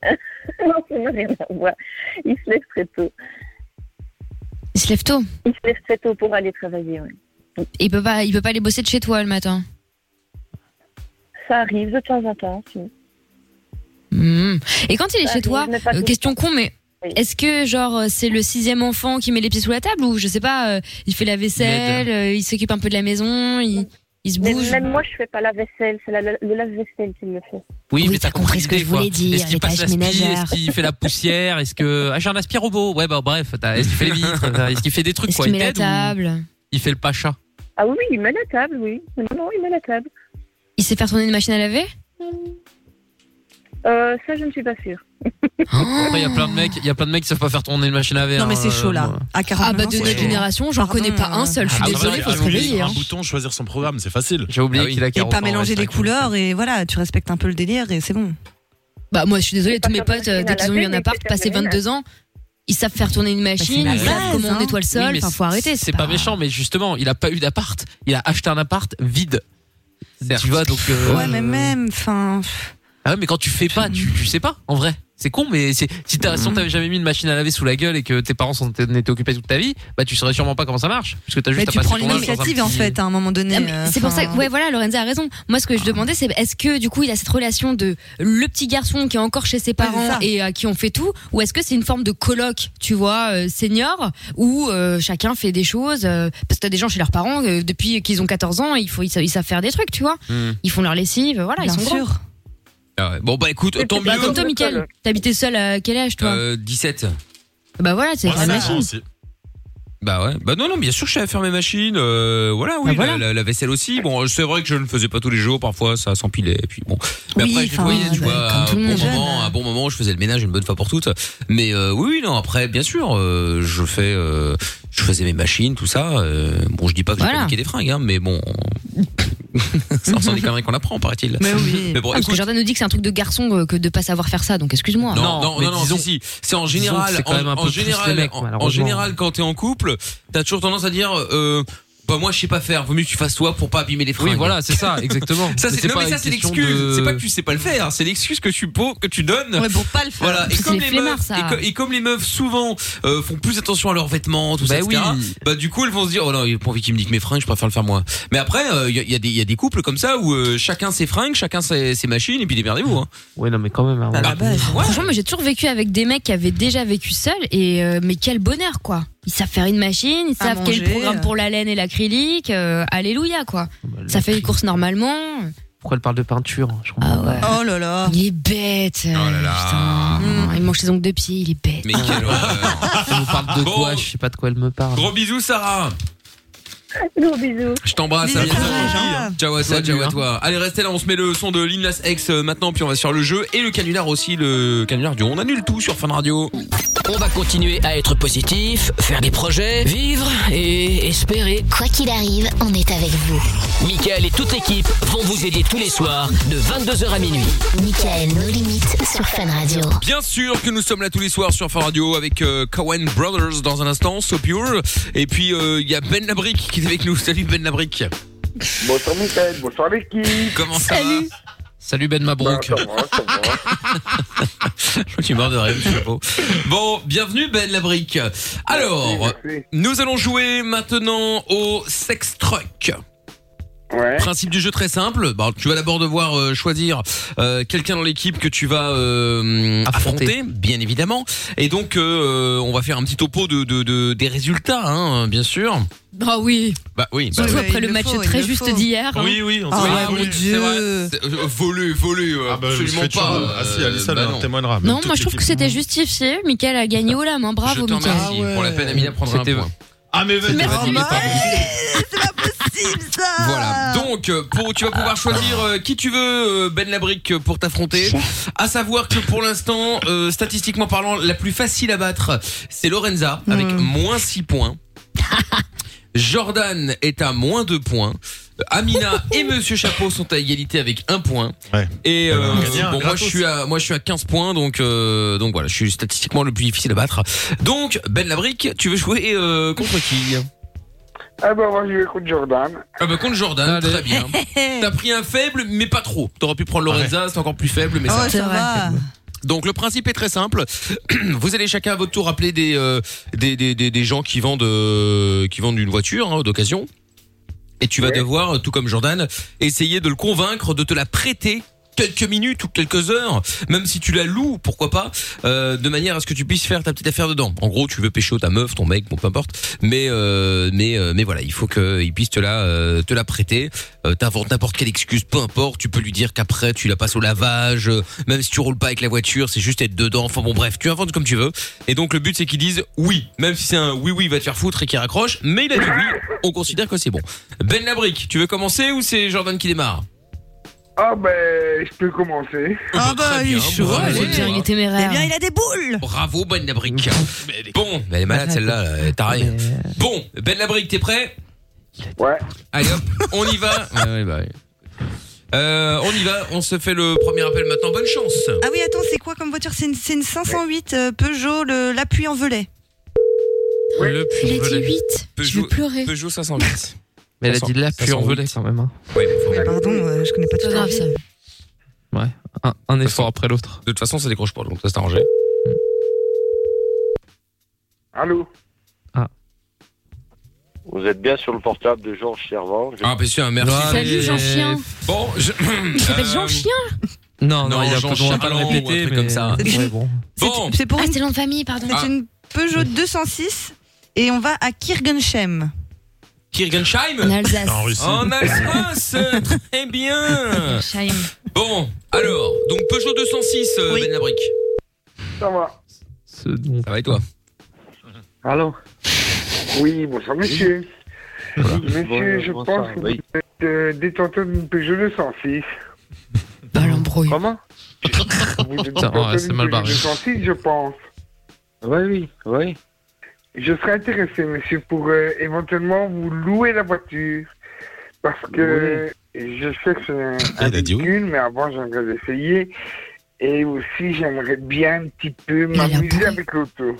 S10: <laughs> non, ça n'a rien à voir. Il se lève très tôt.
S3: Il se lève tôt.
S10: Il se lève très tôt pour aller travailler. ouais.
S3: Et il peut pas, il peut pas aller bosser de chez toi le matin.
S10: Ça arrive de temps en temps. si.
S3: Hmm. Et quand il est
S10: Ça
S3: chez toi,
S10: arrive, mais pas
S3: euh,
S10: tout
S3: question con, mais
S10: Oui.
S3: est-ce que genre euh, c'est le sixième enfant qui met les pieds sous la table ou je sais pas, euh, il fait la vaisselle, euh, il s'occupe un peu de la maison, il, il se
S10: Mais
S3: bouge.
S10: même moi, je fais pas la vaisselle. C'est la- la- le lave-vaisselle qui le fait.
S5: Oui,
S8: Oui,
S5: mais t'as
S8: t'as compris ce que
S5: l'idée,
S8: je voulais
S5: quoi.
S8: dire,
S5: Est-ce qu'il
S8: les
S5: passe
S8: tâches
S5: l'aspi
S8: ménagères.
S5: Est-ce qu'il fait la poussière Est-ce que. Ah, j'ai un aspirobot Ouais, bah bref, t'as- est-ce qu'il fait les vitres Est-ce qu'il fait des trucs,
S3: Est-ce
S5: quoi
S3: qu'il
S5: Il
S3: met la
S5: t'aide ou
S3: table
S5: il fait le pacha
S10: Ah oui, il met la table, oui. Non, non, il met la table.
S3: Il sait faire tourner une machine à laver
S10: Euh, ça, je ne suis pas sûre.
S5: Après, il y a plein de mecs, il y a plein de mecs qui savent pas faire tourner une machine à verre.
S4: Non, mais
S2: euh,
S4: c'est
S5: hein,
S4: chaud là.
S5: moi.
S4: À
S3: Ah
S4: 49
S3: bah
S4: ans,
S3: de
S4: c'est
S3: notre
S4: chaud.
S3: génération, j'en
S4: Pardon,
S3: connais pas
S4: euh,
S3: un seul. Je suis
S5: ah,
S3: désolée,
S5: bah,
S3: faut se
S5: appuyer
S3: réveiller.
S6: un
S3: hein.
S6: bouton, choisir son programme, c'est facile.
S5: J'ai oublié
S2: Ah oui.
S5: qu'il a
S4: Et
S5: 40
S4: pas
S5: ans, ouais,
S4: mélanger
S5: c'est
S4: les
S5: vrai.
S4: couleurs et voilà, tu respectes un peu le délire et c'est bon.
S3: Bah moi, je suis désolée,
S10: Pas
S3: tous mes
S10: faire de
S3: potes, euh,
S10: machine
S3: dès
S10: à
S3: qu'ils ont eu
S10: laver,
S3: un
S10: mais
S3: appart,
S10: c'est
S3: passé
S10: terminé.
S3: 22 ans, ils savent faire tourner
S5: Bah,
S3: une machine,
S4: la
S3: ils savent
S4: base,
S3: comment on
S4: hein.
S3: nettoie le
S5: Oui,
S3: sol.
S5: mais
S3: Enfin, faut arrêter.
S5: C'est pas méchant, mais justement, il a pas eu d'appart. Il a acheté un appart vide. Tu vois, donc. euh,
S4: Ouais, mais même, enfin.
S5: Ah ouais, mais quand tu fais pas, tu, tu sais pas, en vrai. C'est con, mais c'est- si, t'as- si on t'avait jamais mis une machine à laver sous la gueule et que tes parents s'en étaient étaient occupés toute ta vie, bah tu saurais sûrement pas comment ça marche. Parce que t'as
S4: Mais
S5: juste à
S4: tu
S5: passer
S4: prends
S5: ton âge dans un
S4: l'initiative
S5: petit-
S4: en fait à un moment donné.
S3: Ah, mais
S4: euh,
S3: c'est pour ça que,
S4: enfin. Ah.
S3: ouais, voilà, Lorenza a raison. Moi, ce que je demandais, c'est est-ce que, du coup, il a cette relation de le petit garçon qui est encore chez ses
S4: c'est
S3: parents
S4: ça.
S3: et à qui on fait tout, ou est-ce que c'est une forme de colloque, tu vois, euh, senior, où euh, chacun fait des choses, euh, parce que t'as des gens chez leurs parents, euh, depuis qu'ils ont 14 ans, ils, faut, ils, sa- ils savent faire des trucs, tu vois.
S2: Hmm.
S3: Ils font leur lessive, voilà, ils
S4: Bien
S3: sont grands.
S4: sûr.
S2: Ah ouais. Bon, bah écoute, tant
S3: Bah,
S2: mieux.
S3: comme toi, Mickaël, t'habitais seul à quel âge, toi
S2: Euh, 17.
S3: Bah voilà, c'est
S6: Ouais, ça,
S3: la machine.
S6: c'est-
S2: Bah ouais. Bah non, non, bien sûr, je savais faire mes machines. euh, voilà, oui,
S3: Bah
S2: La,
S3: voilà.
S2: la- la vaisselle aussi. Bon, c'est vrai que je ne le faisais pas tous les jours. Parfois, ça s'empilait. Et puis bon. Mais
S4: Oui,
S2: après, je
S4: enfin,
S2: nettoyais, tu
S4: bah,
S2: vois.
S4: comme
S2: À un,
S4: tout le
S2: bon
S4: monde.
S2: moment, à un bon moment, je faisais le ménage une bonne fois pour toutes. Mais euh, oui, oui, non. Après, bien sûr, euh, je fais, euh, je faisais mes machines, tout ça. euh, bon, je dis pas que j'ai
S3: Voilà.
S2: paniqué des fringues, hein, mais bon. <laughs> ça on s'en est quand même qu'on apprend, paraît-il.
S4: Mais oui.
S2: <coughs> Mais bon,
S3: Ah, parce que
S2: écoute,
S3: Jordan nous dit que c'est un truc de garçon euh, que de pas savoir faire ça, donc excuse-moi.
S2: non,
S5: Non,
S2: non,
S5: mais
S2: non, non,
S5: disons-
S2: si, si. C'est en
S5: disons que
S2: général,
S5: c'est quand
S2: en-
S5: même un
S2: en,
S5: peu plus
S2: général,
S5: les mecs,
S2: en- en,
S5: malheureusement.
S2: général, quand t'es en couple, t'as toujours tendance à dire, euh, bah moi je sais pas faire, vaut mieux que tu fasses toi pour pas abîmer les fringues.
S5: Oui, voilà, c'est
S2: <laughs>
S5: ça, exactement.
S2: Ça c'est non, mais
S5: pas
S2: ça
S5: une
S2: c'est
S5: question
S2: l'excuse.
S5: de-
S2: C'est pas que tu sais pas le faire, c'est l'excuse que tu po- que tu donnes.
S4: Ouais, pour pas le faire.
S2: Voilà. Et
S3: C'est
S2: comme
S3: les
S2: les,
S3: flemmards,
S2: meufs,
S3: ça.
S2: et, co- et comme les meufs souvent euh, font plus attention à leurs vêtements, tout
S5: Bah
S2: ça,
S5: oui.
S2: etc. Bah du coup elles vont se dire oh non il a pas envie qu'il me nique mes fringues, je préfère le faire moi. Mais après il y, a, y a des y a des couples comme ça où euh, chacun ses fringues, chacun ses, ses machines et puis démerdez-vous. Hein.
S5: Ouais, non, mais quand même. hein,
S4: À
S5: ouais.
S4: la base.
S2: Ouais.
S3: Franchement, moi j'ai toujours vécu avec des mecs qui avaient déjà vécu seuls et euh, mais quel bonheur quoi. Ils savent faire une machine, ils
S4: À
S3: savent quel
S4: manger,
S3: programme
S4: euh.
S3: pour la laine et l'acrylique. euh, alléluia quoi.
S2: Oh,
S5: Bah, le-
S3: Ça fait les courses normalement.
S5: Pourquoi elle parle de peinture Je comprends
S3: Ah
S5: pas.
S3: ouais.
S4: Oh là là. Mm.
S3: Il est bête. euh,
S2: Oh là là.
S3: putain. il mange ses ongles de pied, il est bête.
S4: <laughs>
S2: Mais quelle horreur.
S5: <laughs> Elle vous parle de
S2: Bon.
S5: quoi Je sais pas de quoi elle me parle.
S2: Gros bisous Sarah.
S10: Gros bisous.
S2: Je t'embrasse. à
S4: Bisous,
S2: bientôt.
S4: Sarah.
S2: Ciao à toi,
S5: Salut,
S2: ciao à
S5: hein.
S2: toi. Allez, restez là, on se met le son de Lil Nas X euh, maintenant, puis on va sur le jeu et le canular aussi, le canular du On annule tout sur Fun Radio.
S1: On va continuer à être positif, faire des projets, vivre et espérer.
S12: Quoi qu'il arrive, on est avec vous.
S1: Michael et toute l'équipe vont vous aider tous les soirs de 22h à minuit.
S12: Michael, nos limites sur Fun Radio.
S2: Bien sûr que nous sommes là tous les soirs sur Fun Radio avec euh, Cohen Brothers dans un instant, So Pure. Et puis euh, il y a Ben Labrique qui est avec nous. Salut Ben Labrique.
S7: Bonsoir Mickaël, bonsoir l'équipe.
S2: Comment ça va
S5: Salut Ben Mabrouk.
S2: <laughs> Je crois qu'il est mort de rêve, je sais pas. Bon, bienvenue Ben Labrique. Alors, nous allons jouer maintenant au sex truck. Principe du jeu très simple. Bah, tu vas d'abord devoir euh, choisir euh, quelqu'un dans l'équipe que tu vas euh, affronter, bien évidemment. Et donc, euh, on va faire un petit topo de, de- de- des résultats, hein, bien sûr.
S3: Ah oui.
S2: Bah oui. bah
S3: Surtout
S2: oui.
S3: après
S4: il
S3: le
S4: le
S3: match
S4: faut, il
S3: très
S4: le
S3: juste
S4: faut.
S3: d'hier. hein.
S6: Oui, oui, on
S3: Ah
S6: s'est-
S3: ouais,
S6: oui,
S3: mon
S6: oui,
S3: Dieu.
S6: c'est euh, vrai.
S2: Voler, voler, euh,
S6: bah, je me
S2: absolument
S6: fais toujours-
S2: pas.
S6: Ah si, Alissa
S2: bah
S6: elle en
S2: non.
S6: témoignera. mais
S3: Non,
S6: toute
S3: moi je trouve que
S6: l'équipe.
S3: c'était justifié. Michael a gagné haut la main.
S2: Ah. Je
S3: Bravo,
S2: te
S3: Michael.
S4: Ah
S2: remercie. Pour la peine, Amina prendra un
S5: C'était-
S2: point.
S6: Ah mais vas-y,
S2: Merci.
S6: vas-y,
S2: Oh,
S6: mais
S2: bah,
S6: pardon.
S3: Ah,
S2: Voilà. Donc, euh, pour, tu vas pouvoir choisir euh, qui tu veux, euh, Ben Labrique, euh, pour t'affronter. À savoir que pour l'instant, euh, statistiquement parlant, la plus facile à battre, c'est Lorenza, avec moins 6 points. Jordan est à moins 2 points. Amina et Monsieur Chapeau sont à égalité avec 1 point.
S6: Ouais. Eh ben,
S2: Et euh,
S6: On va gagner un
S2: bon, moi
S6: gratos.
S2: je suis à moi je suis à 15 points donc euh, donc voilà, je suis statistiquement le plus difficile à battre. Donc Ben Labrique, tu veux jouer euh, contre qui
S13: Ah bah, moi, je vais contre Jordan.
S2: ah bah contre Jordan, très bien. T'as pris un faible, mais pas trop. T'aurais pu prendre Lorenza, c'est encore plus faible, mais
S4: Oh,
S2: ça.
S4: ça va.
S2: Donc le principe est très simple. <clears throat> Vous allez chacun à votre tour appeler des euh, des, des, des, des gens qui vendent euh, qui vendent une voiture hein, d'occasion. Et tu vas devoir, euh, tout comme Jordan, essayer de le convaincre de te la prêter quelques minutes ou quelques heures, même si tu la loues, pourquoi pas, euh, de manière à ce que tu puisses faire ta petite affaire dedans. En gros, tu veux pécho ta meuf, ton mec, bon, peu importe, mais euh, mais euh, mais voilà, il faut qu'il puisse te la euh, te la prêter. Euh, T'inventes n'importe quelle excuse, peu importe. Tu peux lui dire qu'après tu la passes au lavage, euh, même si tu roules pas avec la voiture, c'est juste être dedans. Enfin bon, bref, tu inventes comme tu veux. Et donc le but c'est qu'ils disent oui, même si c'est un oui oui, va te faire foutre et qu'il raccroche, mais il a dit oui, on considère que c'est bon. Ben Labrique, tu veux commencer ou c'est Jordan qui démarre
S13: Ah ben, je peux commencer.
S4: Ah bah, il est chaud.
S2: bravo,
S4: il est
S2: toi.
S4: bien, il est
S3: téméraire.
S5: Ah.
S4: Eh bien, il a des boules.
S2: Bravo Ben
S5: <laughs>
S2: Labrique. Bon, elle est malade celle-là,
S5: Ah,
S2: euh, tarée. Bon, Ben Labrique, t'es prêt
S13: Ouais.
S2: Allez hop, on
S5: <laughs>
S2: y va.
S5: Ah
S2: Ouais, ouais, bah ouais. Euh, on y va, on se fait le premier appel maintenant. Bonne chance.
S4: Ah oui, attends, c'est quoi comme voiture C'est une, c'est une 508 euh, Peugeot, le- l'appui en velay.
S2: Le
S3: Il a dit 8. Je
S2: Peugeot,
S3: vais pleurer.
S2: Peugeot 508.
S5: Mais elle a dit de la pluie en
S2: 508.
S5: velay quand même. hein.
S2: Ouais, mais faut-
S4: Pardon, euh, je connais pas tout
S3: C'est pas grave ça.
S5: Ouais. Un, un effort après l'autre.
S2: De toute façon, ça décroche pas, donc ça s'est arrangé.
S13: Allô
S14: Vous êtes bien sur le portable de Georges Servant. Je-
S2: Ah, bien sûr, merci.
S3: Salut Jean-Chien.
S2: Bon, je.
S3: Il s'appelle
S2: Euh,
S3: Jean-Chien
S5: Non, non, il a
S2: Jean
S5: pas on va pas le
S2: Charland ou un
S5: répéter,
S2: truc
S5: mais
S2: comme ça.
S5: Ouais, bon.
S2: Bon,
S4: C'est pour
S3: Ah,
S4: une,
S3: c'était l'an de famille, pardon.
S4: c'est une Peugeot 206 et on va à Kirgensheim.
S3: En
S2: Kirgensheim
S3: Alsace.
S6: En Russie.
S2: En Alsace Très bien
S3: Kirchheim.
S2: Bon, alors, donc Peugeot 206, euh,
S4: Oui.
S2: Ben Labrique.
S13: Ça va
S5: Ce dont-
S2: Ça va et toi
S7: Allô
S13: Oui, bonsoir monsieur. Monsieur,
S14: Bonjour,
S13: je
S14: bonsoir,
S13: pense que
S14: oui.
S13: vous êtes euh, détenteur d'une Peugeot 206.
S3: Bah l'embrouille.
S14: Comment
S13: Vous êtes
S5: Putain,
S13: détenteur
S5: ouais, c'est
S13: d'une
S5: mal
S13: Peugeot
S5: barré.
S13: 206, je pense.
S14: Oui, oui, oui.
S13: Je serais intéressé, monsieur, pour euh, éventuellement vous louer la voiture. Parce que je cherche un,
S6: Ah,
S13: un
S6: il a dit oui.
S13: véhicule, mais avant, j'aimerais essayer. Et aussi, j'aimerais bien un petit peu
S3: a
S13: m'amuser
S3: bourré.
S13: avec l'auto.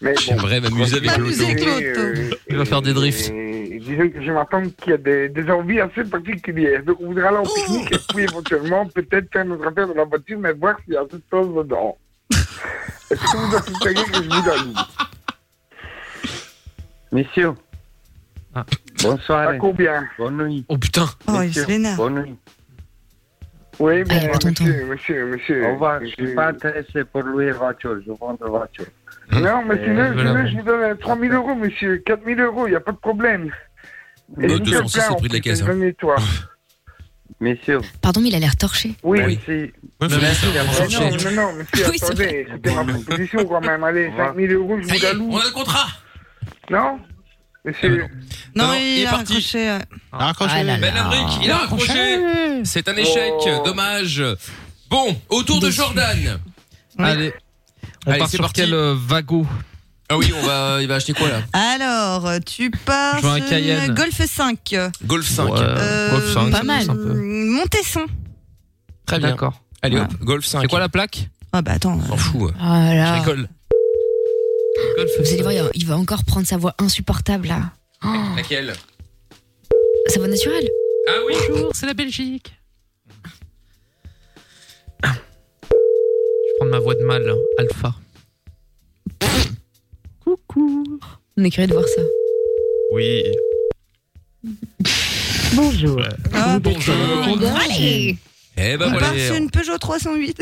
S13: mais bon,
S2: J'aimerais m'amuser avec
S4: M'amuser
S2: l'auto.
S4: avec l'auto.
S13: euh,
S5: Il va faire des drifts.
S13: euh, disons que je m'attends qu'il y a des, des envies assez particulières. Donc, on voudra aller en pique-nique et puis éventuellement, peut-être faire notre affaire dans la voiture, mais voir s'il y a assez de choses dedans. Est-ce que vous accepteriez que je vous donne
S14: Messieurs.
S5: Ah.
S14: Bonne
S13: À
S14: soirée.
S13: combien
S14: Bonne nuit.
S2: Oh putain
S4: Oh, il
S14: Messieurs,
S4: se l'énerve.
S14: Bonne nuit.
S13: Oui, mais
S3: Allez, attends,
S13: monsieur, monsieur, monsieur.
S14: Au revoir. Je
S13: monsieur.
S14: suis pas intéressé pour louer voiture. Je vends des voitures.
S13: Non, mais
S14: Euh,
S13: sinon, sinon,
S5: voilà.
S13: je vous donne 3 000 euros, monsieur. 4 000 euros, il n'y a pas de problème. Et
S2: Bah,
S13: s'il te
S2: 206,
S13: plaît,
S2: c'est le
S13: en
S2: prix de la
S13: plus,
S2: caisse, hein. <laughs>
S13: Donne-toi.
S14: Messieurs.
S3: Pardon, mais il a l'air torché.
S13: Oui.
S2: Oui.
S14: Merci.
S6: Ouais, faut-
S14: Merci d'avoir
S13: Mais non,
S14: été-
S13: mais non, monsieur,
S3: <laughs> Oui, c'est
S13: attendez. C'était ma proposition quand même. Allez, 5 000 euros, je
S2: Ça
S13: vous
S2: y est,
S13: la
S2: on
S13: loue.
S2: a le contrat Eh ben
S13: Non Monsieur,
S4: Non,
S2: Non,
S4: il,
S2: il est
S4: a
S2: parti.
S4: raccroché. euh.
S6: Ah, accroché.
S3: Ah là là.
S2: Ben Labrique, il a raccroché C'est un échec,
S13: Oh.
S2: dommage. Bon, autour de
S3: Déçu.
S2: Jordan.
S5: Allez. On
S2: Allez,
S5: part
S2: c'est
S5: sur
S2: parti.
S5: quel euh, Vago
S2: Ah oui, on va, il va acheter quoi là
S4: Alors, tu pars
S5: Je vois un
S4: sur une
S5: Cayenne.
S4: Golf 5.
S2: Golf 5.
S5: Ouais,
S4: Euh,
S5: Golf 5,
S3: pas
S5: ça
S3: mal.
S5: pousse un peu.
S4: Montesson.
S2: Très bien.
S5: D'accord.
S2: Allez
S4: Ouais.
S2: hop, Golf 5.
S5: C'est quoi la plaque
S4: Ah bah attends.
S2: On s'en fout.
S3: Oh là.
S2: Je rigole.
S3: Vous allez voir, il va- il va encore prendre sa voix insupportable là. Oh,
S2: Laquelle
S3: sa voix naturelle.
S2: Ah oui
S5: Bonjour, c'est la Belgique.
S2: entendre ma voix de mâle, alpha.
S3: Coucou. On est curieux de voir ça.
S2: Oui.
S15: Bonjour.
S2: Ah,
S16: bonjour.
S4: Allez
S16: Eh ben
S4: On
S16: voilà.
S4: part sur une Peugeot 308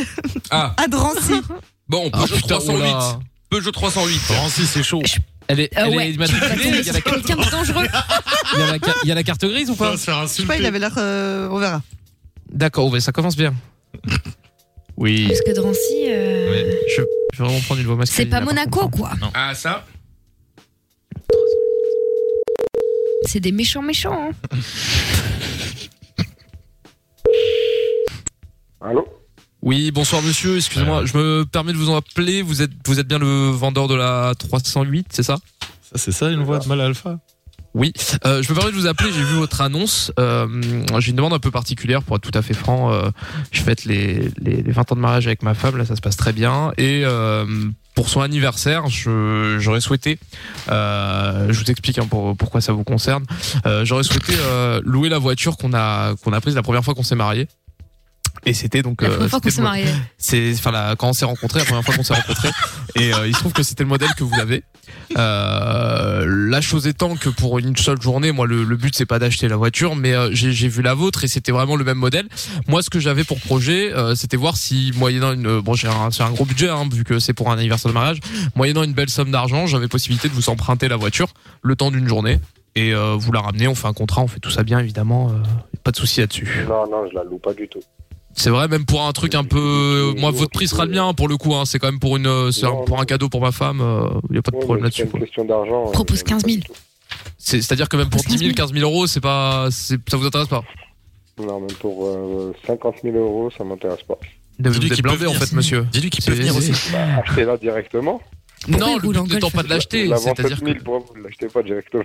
S16: Ah.
S4: à Drancy.
S16: Bon,
S2: Ah,
S16: Peugeot
S2: putain,
S16: 308.
S2: oula.
S16: Peugeot 308.
S17: Francis, c'est chaud.
S2: Elle est,
S3: Ah
S2: elle
S3: ouais,
S2: est
S3: tu vas
S2: matriculée,
S3: tomber
S2: il y a la
S3: sur
S2: carte-
S3: quelqu'un de dangereux.
S2: il y a la ca- il y a la carte grise ou pas
S4: Je sais pas, il avait l'air. euh, on verra.
S2: D'accord, ouais, ça commence bien. Oui.
S3: Parce que Drancy, euh,
S2: Je, je vais vraiment prendre une voix masculine.
S3: c'est pas
S2: là, par
S3: Monaco, quoi.
S16: Ah, ça
S3: C'est des méchants méchants. hein.
S13: Allô
S2: Oui, bonsoir monsieur, excusez-moi,
S17: Euh.
S2: je me permets de vous en appeler, vous êtes, vous êtes bien le vendeur de la 308, c'est ça
S17: C'est ça une voix de mal alpha
S2: Oui, Euh, je me permets de vous appeler, j'ai vu votre annonce, Euh, j'ai une demande un peu particulière pour être tout à fait franc, Euh, je fête les, les, les 20 ans de mariage avec ma femme, là ça se passe très bien, et euh, pour son anniversaire, je- j'aurais souhaité, euh, je vous explique hein, pour- pourquoi ça vous concerne, Euh, j'aurais souhaité euh, louer la voiture qu'on a, qu'on a prise la première fois qu'on s'est marié. Et c'était donc euh,
S3: La première fois qu'on
S2: c'était
S3: s'est
S2: le-
S3: mariés.
S2: c'est enfin la- quand on s'est rencontrés la première fois qu'on s'est
S3: <laughs>
S2: rencontrés et euh, il se trouve que c'était le modèle que vous avez euh, la chose étant que pour une seule journée moi le, le but c'est pas d'acheter la voiture mais euh, j'ai j'ai vu la vôtre et c'était vraiment le même modèle moi ce que j'avais pour projet euh, c'était voir si moyennant une euh, bon j'ai un, c'est un gros budget hein, vu que c'est pour un anniversaire de mariage moyennant une belle somme d'argent j'avais possibilité de vous emprunter la voiture le temps d'une journée et euh, vous la ramenez on fait un contrat on fait tout ça bien évidemment euh, pas de souci là-dessus
S13: Non, non, je la loue pas du tout.
S2: c'est vrai, même pour un truc un peu. Moi, votre prix sera le mien hein, pour le coup. hein. C'est quand même pour une, euh, c'est un, pour un cadeau pour ma femme. euh, Il n'y a pas de problème là-dessus. quoi.
S13: Question d'argent. euh,
S3: Propose 15 000.
S2: C'est- C'est-à-dire que même pour 10 000, 15 000 euros, c'est pas, c'est- ça vous intéresse pas.
S13: Non, même pour euh, 50 000 euros, ça m'intéresse pas.
S2: Vous êtes blindé en fait, monsieur. Dis-lui qu'il peut venir aussi.
S13: Bah, Achetez-la directement.
S2: Non, le but n'étant pas de l'acheter,
S13: L'avant
S2: c'est-à-dire
S13: 7 000, pourquoi vous ne l'achetez pas directement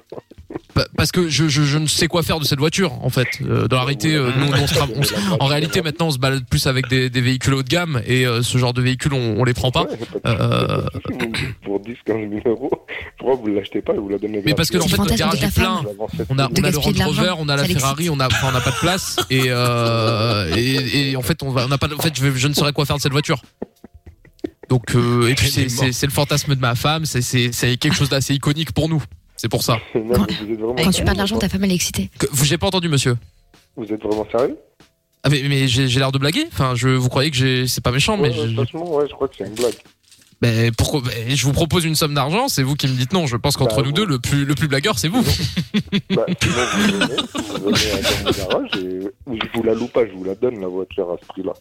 S2: Pa- Parce que je, je, je ne sais quoi faire de cette voiture, en fait. Euh, dans la réalité, euh, nous, on se tra- on se- en réalité, maintenant, on se balade plus avec des, des véhicules haut de gamme et euh, ce genre de véhicules, on, on les
S13: <laughs>
S2: prend pas. Euh,
S13: Si vous me dites pour 10 000, 15 000 euros, pourquoi vous ne l'achetez pas et vous la donnez
S2: Mais parce que en fait, le garage est plein. On a, on a le Range Rover, on a la
S13: Ça l'excite.
S2: Ferrari, on a, enfin, on n'a pas de
S3: <laughs>
S2: place et, euh, et, et en fait, on va, on n'a pas, de- en fait, je, vais- je ne saurais quoi faire de cette voiture. Donc, euh, et puis c'est, c'est, c'est le fantasme de ma femme, c'est, c'est, c'est quelque chose d'assez iconique pour nous. C'est
S13: <laughs>
S2: pour ça.
S3: Quand tu parles d'argent, ta femme elle est excitée.
S2: Que- vous, j'ai pas entendu, monsieur.
S13: Vous êtes vraiment sérieux
S2: Ah, mais, mais j'ai, j'ai l'air de blaguer. Enfin, je, vous croyez que j'ai, c'est pas méchant, mais,
S13: Ouais,
S2: je-
S13: Franchement, ouais, je crois que c'est une
S2: <laughs>
S13: blague.
S2: mais pourquoi mais Je vous propose une somme d'argent, c'est vous qui me dites non. Je pense qu'entre
S13: Bah,
S2: nous deux, le plus, le plus blagueur, c'est vous.
S13: Bah, sinon, vous venez, vous venez dans mon garage et ou je vous la loue pas, je vous la donne, la voiture, à ce prix-là.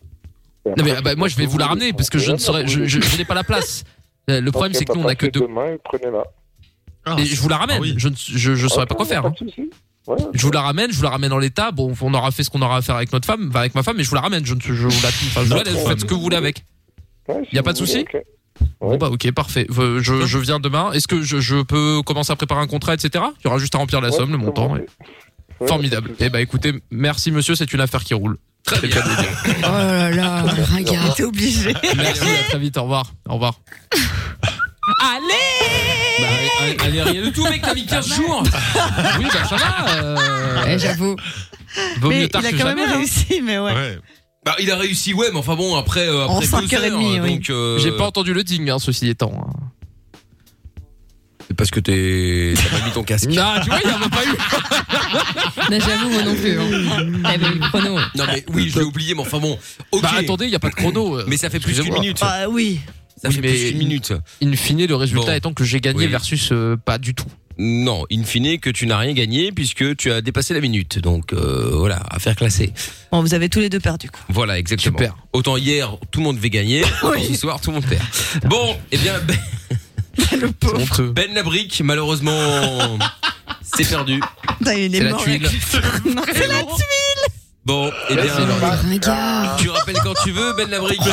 S13: Et
S2: Non
S13: après,
S2: mais ah bah, moi je vais vous la ramener parce que je ne saurais, je, je, je n'ai pas la place. Euh, Le problème
S13: Ok,
S2: c'est que nous on
S13: bah,
S2: a que
S13: passez
S2: deux.
S13: Demain, et prenez-la.
S2: Et je vous la ramène. Je ne je, je saurais pas quoi faire. hein. Je vous la ramène, je vous la ramène en l'état. Bon, on aura fait ce qu'on aura à faire avec notre femme, enfin, avec ma femme, mais je vous la ramène. Je ne, je vous la, enfin, je vous la laisse. Vous faites ce que vous voulez avec.
S13: Il
S2: y a pas de souci. Bon bah ok parfait. Euh, Je, je viens demain. Est-ce que je, je peux commencer à préparer un contrat, etc. Il y aura juste à remplir la somme, le montant. et- Formidable. Eh bah écoutez, merci monsieur, c'est une affaire qui roule. Très bien.
S3: Oh là là, regarde, t'es obligé.
S2: Merci, à très vite. Au revoir. Au revoir.
S16: Bah, Allez Allez, rien du tout, mec, t'as mis 15 jours
S2: <laughs> Oui, bah ça va. euh,
S3: J'avoue.
S2: Vaut
S4: Eh, Mais
S2: mieux tard
S4: il a
S2: que
S4: quand
S2: jamais. hein.
S4: même réussi, mais ouais.
S16: Bah, il a réussi, ouais, mais enfin bon, après, euh,
S4: En
S16: après
S4: cinq
S16: deux
S4: heures et
S16: heures,
S4: demie, oui.
S16: donc... euh,
S2: J'ai pas entendu le ding, hein, ceci étant.
S16: C'est parce que t'es... t'as pas mis ton casque.
S2: Non, tu
S16: <laughs>
S2: vois, il y en a pas eu.
S3: <laughs> Non, Ben, J'avoue, moi non plus.
S2: <laughs> Eh
S3: hein.
S2: ben,
S3: Elle avait eu le chrono.
S16: Non, mais oui, je l'ai oublié, mais enfin bon. ok.
S2: Bah attendez, il y a pas de chrono. euh,
S16: Mais ça fait plus d'une
S2: excusez-moi.
S16: minute.
S4: Bah oui.
S16: Ça
S2: Oui,
S16: fait
S2: mais
S16: plus d'une minute.
S2: In fine, le résultat
S16: Bon.
S2: étant que j'ai gagné
S16: Oui.
S2: versus euh, pas du tout.
S16: Non, in fine, que tu n'as rien gagné puisque tu as dépassé la minute. Donc euh, voilà, à faire classer.
S4: Bon, vous avez tous les deux perdu, quoi.
S16: Voilà, exactement.
S2: Super.
S16: Autant hier, tout le monde devait
S2: <laughs>
S16: gagner. autant Ce soir, tout le monde perd. Bon, eh bien, Ben, <laughs>
S2: Honteux.
S16: ben Labrique,
S2: <laughs>
S16: malheureusement, c'est perdu.
S4: Putain, Ah, il est
S16: C'est la
S4: mort.
S16: tuile.
S4: mec. <laughs> Non, c'est la tuile.
S16: Bon, eh bien,
S3: Regarde.
S16: tu rappelles quand tu veux, Ben Labrique.
S13: Si,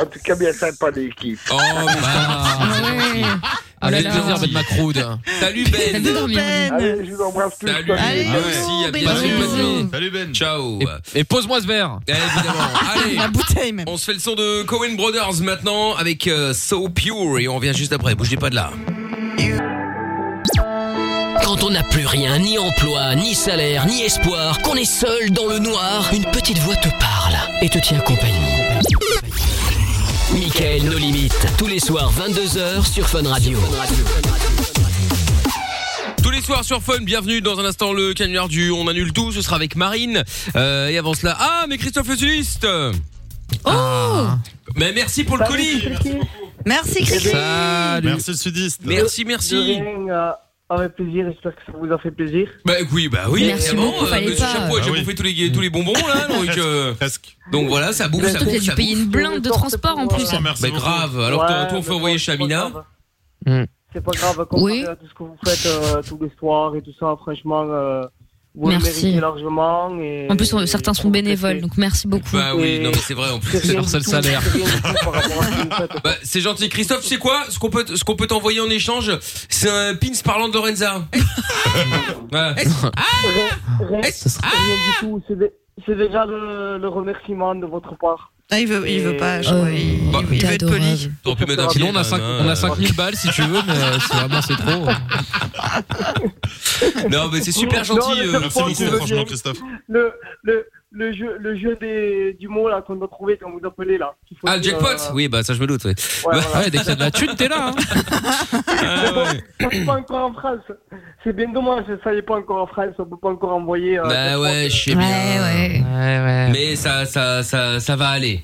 S13: en tout cas, bien sympa l'équipe.
S16: Oh, mais
S2: Ah,
S3: Ouais.
S2: avec
S16: là là.
S2: plaisir, Ben Macroud.
S16: salut Ben.
S3: Elle veut dormir.
S13: Allez, je vous embrasse tous.
S16: Salut,
S4: Allez,
S2: Ah
S16: merci, à
S4: bisous,
S16: bientôt.
S4: bisous.
S16: Bonne nuit.
S17: Salut Ben.
S16: Ciao.
S2: Et, et pose-moi ce verre.
S16: Eh, Évidemment. Allez.
S4: La bouteille, même.
S16: On se fait le son de Cohen Brothers maintenant avec euh, So Pure et on revient juste après. Bougez pas de là.
S1: Quand on n'a plus rien, ni emploi, ni salaire, ni espoir, qu'on est seul dans le noir, une petite voix te parle et te tient compagnie. Michael, nos limites. Tous les soirs, 22h sur Fun Radio.
S2: Tous les soirs sur Fun, bienvenue dans un instant le canular du On annule tout, ce sera avec Marine. Euh, et avant cela, ah mais Christophe le Sudiste Oh Mais merci pour le colis
S4: Merci
S2: Christophe.
S6: Salut. Merci le sudiste.
S2: Merci, merci.
S14: De rien, euh, avec plaisir, j'espère que ça vous a fait plaisir.
S2: Bah oui, bah oui, évidemment, euh, monsieur Chapeau a
S14: Ah
S2: déjà
S14: oui.
S2: bouffé tous les, tous les bonbons
S5: <laughs>
S2: là, donc euh, Donc voilà, ça bouffe, ça
S3: Surtout qu'il
S2: bouffe, ça
S3: a Bah, dû payer une blinde de transport
S5: Oh,
S3: en plus.
S2: Bah grave, alors toi, toi, on fait envoyer Chamina.
S14: C'est pas grave, comparé à tout ce que vous faites euh, tous les soirs et tout ça, franchement, euh, vous le
S3: Merci.
S14: méritez largement. Et...
S3: En plus, on- certains sont bénévoles, donc merci beaucoup.
S2: Bah
S3: <laughs>
S2: oui, non mais c'est vrai en plus.
S14: C'est leur seul salaire.
S2: <laughs> Bah, c'est gentil Christophe, c'est quoi ce qu'on peut ce qu'on peut t'envoyer en échange C'est un pins parlant de
S3: <laughs>
S2: Lorenza. Voilà. <laughs>
S14: Rien, rien du tout, c'est dé- c'est déjà le, le remerciement de votre part.
S4: Ah, il veut, il veut pas. je- ouais, il-
S2: Bah,
S4: il veut être poli.
S2: T'aurais pu mettre un
S5: Sinon,
S2: pied,
S5: on a,
S2: quand
S5: 5,
S2: même,
S5: on a
S2: hein.
S5: 5000 balles si tu veux, mais euh, c'est vraiment c'est trop.
S2: Non mais c'est super gentil.
S14: Non, mais
S2: euh,
S14: je pense que le-
S6: Christophe.
S14: Le, le, le jeu, le jeu des, du mot là qu'on doit trouver quand vous appelez là. qu'il faut
S2: Ah le
S14: dire,
S2: jackpot
S14: euh,
S2: Oui bah ça je me doute. Ouais,
S14: Ouais, voilà.
S5: dès que t'as de la thune, t'es là.
S14: <laughs> Ça n'est pas encore en France. C'est bien dommage, ça n'est pas encore en France. On peut pas encore envoyer. euh,
S2: Bah ouais, je sais bien.
S3: ouais.
S2: Mais ça ça ça ça va aller.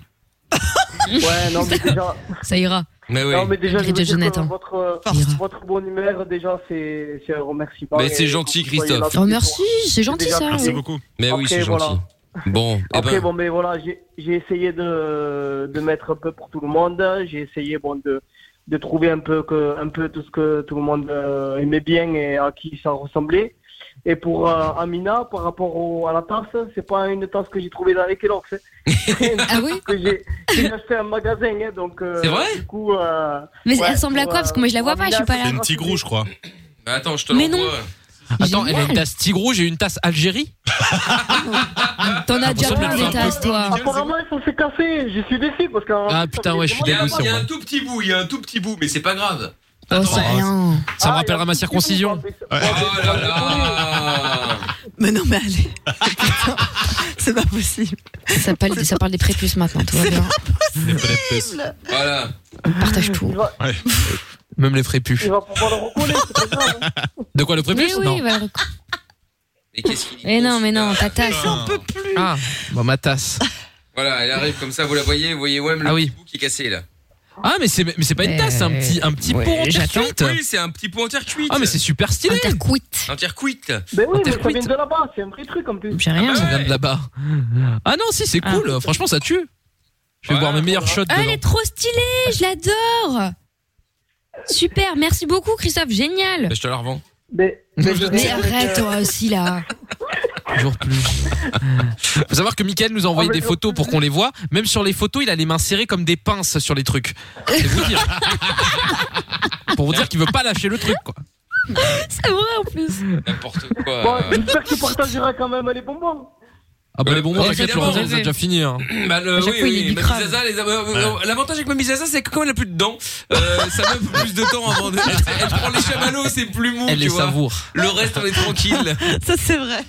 S14: Ouais, non, mais déjà.
S3: Ça ira.
S2: Mais oui.
S14: Non, mais déjà, je
S3: Grille
S14: veux
S3: de
S14: dire que
S3: Jonathan.
S14: votre, euh, votre bonne humeur, déjà, c'est c'est un remerciement.
S2: Mais c'est
S14: Et
S2: gentil,
S14: vous soyez là
S2: Christophe.
S14: tous les
S3: Oh, merci,
S14: soirs.
S3: c'est gentil,
S14: déjà
S3: ça,
S14: très
S3: Merci
S14: bien.
S3: beaucoup.
S2: Mais oui,
S14: Après,
S2: c'est
S14: voilà.
S2: gentil. Bon, eh
S14: Après,
S2: ben,
S14: bon, mais voilà, j'ai j'ai essayé de, de mettre un peu pour tout le monde. J'ai essayé bon, de, de trouver un peu, que, un peu tout ce que tout le monde euh, aimait bien et à qui ça ressemblait. Et pour euh, Amina, par rapport au- à la tasse, c'est pas une tasse que j'ai trouvée dans les
S5: <laughs>
S14: Kellogg's. hein. C'est une
S3: Ah oui
S14: tasse Que j'ai que j'ai acheté un magasin, hein, donc. euh,
S2: C'est vrai
S14: Du coup. euh,
S3: Mais
S14: ouais,
S3: elle ressemble à
S14: pour,
S3: quoi Parce que moi, je la vois
S14: pour
S3: pas, je suis
S14: Amina,
S3: pas là. C'est une
S6: Tigrou, je crois.
S2: bah, attends, je te
S3: Mais
S2: l'envoie.
S5: Attends, elle a une tasse Tigrou, j'ai une tasse Algérie.
S3: T'en as déjà
S5: ressemble à
S3: plein des
S5: un
S3: tasses, toi.
S14: Apparemment, ils sont fait casser. Je suis déçu parce qu'en.
S5: Ah, putain, ouais, je suis
S2: Il y a un-
S5: dégoûté,
S2: il y a
S14: hein.
S5: moi.
S2: un tout petit bout, il y a un tout petit bout, mais c'est pas grave.
S3: Oh, c'est rien.
S5: Ça me rappellera ma circoncision.
S4: Mais non, mais allez. Putain, C'est pas possible.
S3: Ça parle, ça parle des prépuces maintenant, tout va bien.
S2: Voilà.
S14: hein.
S3: Partage tout.
S5: Même les frépus.
S14: Il va pouvoir le reconnaître, c'est pas grave. hein.
S5: De quoi le
S3: Mais
S5: prépuce
S3: oui,
S5: Non.
S3: va le rec- Eh non, mais non, ta tasse.
S5: Ah, bah, ma tasse.
S2: Voilà, elle arrive comme ça, vous la voyez, vous voyez même le
S5: Ah oui.
S2: petit bout qui est cassé là.
S5: Ah, mais c'est mais c'est pas une tasse, c'est un petit, un petit pot en terre
S2: J'attends.
S5: cuite.
S2: Oui, c'est un petit pot en terre cuite.
S5: Ah, mais c'est super stylé.
S3: Interquit.
S2: Un terre cuite. bah
S14: Ben oui, mais ça
S5: Interquit.
S14: vient de là-bas, c'est un vrai truc en plus.
S3: J'ai
S2: Ah,
S3: rien.
S5: Ça vient de là-bas. Ah non, si, c'est cool. Franchement, ça tue. Je vais boire mes meilleurs shots
S3: Ah, elle
S5: dedans.
S3: est trop stylée, je l'adore. Super, merci beaucoup, Christophe, génial.
S2: Bah, je te la revends.
S14: Mais, mais je
S3: Mais
S14: dirais
S3: arrête,
S14: que-
S3: toi
S2: <laughs>
S3: aussi, là.
S5: Toujours plus. <laughs> Faut savoir que Mickaël nous a
S2: Ah,
S5: envoyé des photos pour qu'on les voit. Même sur les photos, il a les mains serrées comme des pinces sur les trucs. C'est vous
S2: <laughs>
S5: dire. pour vous dire qu'il veut pas lâcher le truc, quoi.
S3: C'est vrai, en plus.
S2: N'importe quoi.
S14: Bon, j'espère que tu partageras quand même les bonbons.
S5: Ah bah
S2: Euh,
S5: les bonbons, t'inquiète,
S2: évidemment.
S5: Laurent, c'est déjà fini. Hein.
S2: Bah, le-
S3: À chaque
S2: oui,
S3: fois, il
S2: oui,
S3: est
S2: Mamie
S3: bicrave.
S2: Zaza, les am- euh, euh, L'avantage avec Mamie Zaza, c'est que comme elle a plus de dents, euh, ça met un peu plus de temps avant de. Elle, elle prend les chamallows, c'est plus mou,
S5: Elle
S2: tu
S5: les
S2: vois.
S5: savoure.
S2: Le reste, on est
S3: <laughs>
S2: tranquille.
S4: Ça, c'est vrai.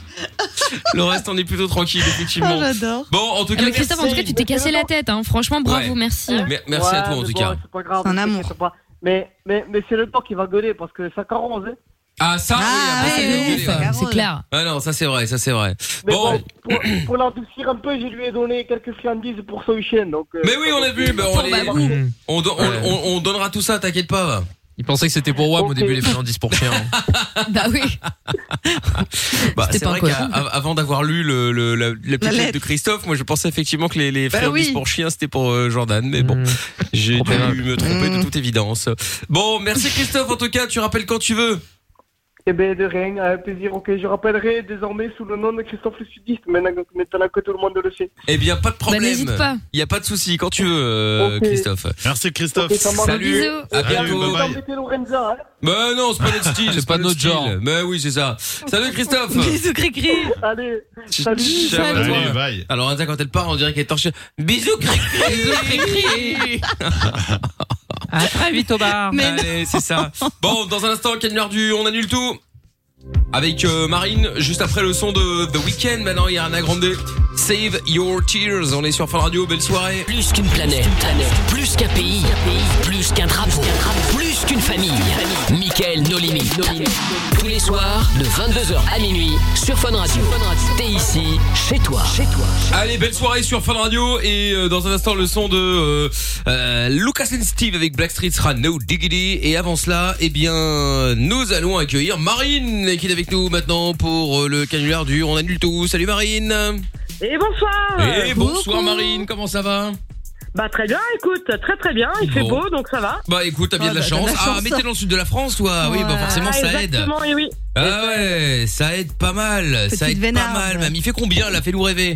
S2: Le reste, on est plutôt tranquille,
S4: Oh,
S2: effectivement.
S4: j'adore.
S2: Bon, en tout
S3: Ah,
S2: cas,
S3: mais Christophe, en tout cas, tu t'es cassé la tête, hein. Franchement, bravo,
S2: Ouais.
S3: merci.
S2: mer- merci à
S14: Ouais,
S2: toi en
S14: mais
S2: tout
S14: bon,
S2: cas.
S14: C'est pas grave.
S4: Un
S14: c'est-
S4: amour.
S14: c'est pas- Mais, mais, mais c'est le temps qui va gueuler parce que ça carence. hein.
S2: Ah, ça,
S4: Ah,
S2: oui, après,
S4: ouais,
S2: ça,
S4: ouais,
S2: oui,
S4: ça,
S2: oui.
S4: grave.
S3: C'est clair.
S2: Ah non, ça c'est vrai, ça c'est vrai.
S14: Mais
S2: Bon.
S14: bon, pour, pour l'adoucir un peu, je lui ai donné quelques friandises pour son week-end. Donc, euh,
S2: Mais oui, on a vu, bah, on,
S14: Bon,
S2: les-
S14: bah, bon.
S5: Mmh.
S2: on, don- on- on- on donnera tout ça, t'inquiète pas.
S5: Il pensait que c'était pour WAM au
S14: Ok.
S5: début, les friandises pour chien. hein.
S3: Bah oui.
S2: Bah,
S3: C'était
S2: c'est
S3: pas
S2: vrai
S3: incohérent.
S2: qu'avant d'avoir lu le, le- la, la petite
S4: La
S2: lettre.
S4: lettre.
S2: de Christophe, moi je pensais effectivement que les, les
S4: Bah
S2: friandises
S4: oui.
S2: pour chiens c'était pour euh, Jordan, mais bon,
S5: Mmh.
S2: j'ai dû
S5: Probable.
S2: me tromper de
S4: Mmh.
S2: toute évidence. Bon, merci Christophe en tout cas, tu rappelles quand tu veux.
S14: Eh ben, de rien, avec plaisir. Ok, je rappellerai désormais sous le nom de Christophe le Sudiste, maintenant, que- maintenant que tout le monde le sait.
S2: Eh bien, pas de
S3: Bah,
S2: problème.
S3: n'hésite pas.
S2: Il y a pas de souci quand tu veux, euh,
S14: Ok.
S2: Christophe.
S6: Merci Christophe.
S14: Ok, ça marche.
S2: Salut.
S3: Bisous.
S2: À
S6: Salut,
S2: bientôt.
S6: bye bye.
S14: Embêtez Lorenza, hein.
S2: Bah non, c'est pas notre style,
S5: C'est pas
S2: notre
S5: notre
S2: style.
S5: genre.
S2: Mais oui, c'est ça. Salut Christophe.
S4: Bisous, cri-cri.
S14: Allez, salut.
S2: Ciao à toi.
S6: Allez, bye.
S2: Alors Anza quand elle part, on dirait qu'elle est torchée. Bisous cri-cri
S5: À très vite au bar.
S7: Ah.
S2: <laughs> Allez, c'est ça. Bon, dans un instant, quelle heure du on annule tout avec euh, Marine, juste après le son de The Weeknd. Maintenant, il y a Anna Grande. Save Your Tears. On est sur Fun Radio. Belle soirée.
S1: Plus qu'une planète, plus qu'un pays, plus qu'un drapeau, plus qu'une famille. Michael No Limit. Tous les soirs, de 22h à minuit, sur Fun Radio. T'es ici, chez toi. Chez toi.
S2: Allez, belle soirée sur Fun Radio et euh, dans un instant le son de euh, euh, Lucas and Steve avec Blackstreet sera No Diggity et avant cela, eh bien, nous allons accueillir Marine qui est avec nous maintenant pour euh, le canular du On annule tout. Salut Marine.
S16: Et bonsoir
S2: Et bonsoir Marine, comment ça va
S16: Bah très bien, écoute, très très bien, il fait
S2: Bon.
S16: beau donc ça va.
S2: Bah écoute, t'as bien
S16: Ah,
S2: de la
S16: bah, t'as
S2: chance.
S16: de la
S2: Ah,
S16: chance.
S2: mais t'es dans le sud de la France, toi. Oui, bah forcément,
S16: Ah,
S2: ça aide.
S16: exactement, et oui.
S2: Ah ouais, ça aide pas mal. Bah, ça
S16: Petite
S2: aide
S16: vénarde. Oh.
S2: pas mal, même. Il fait combien là Fais-nous rêver.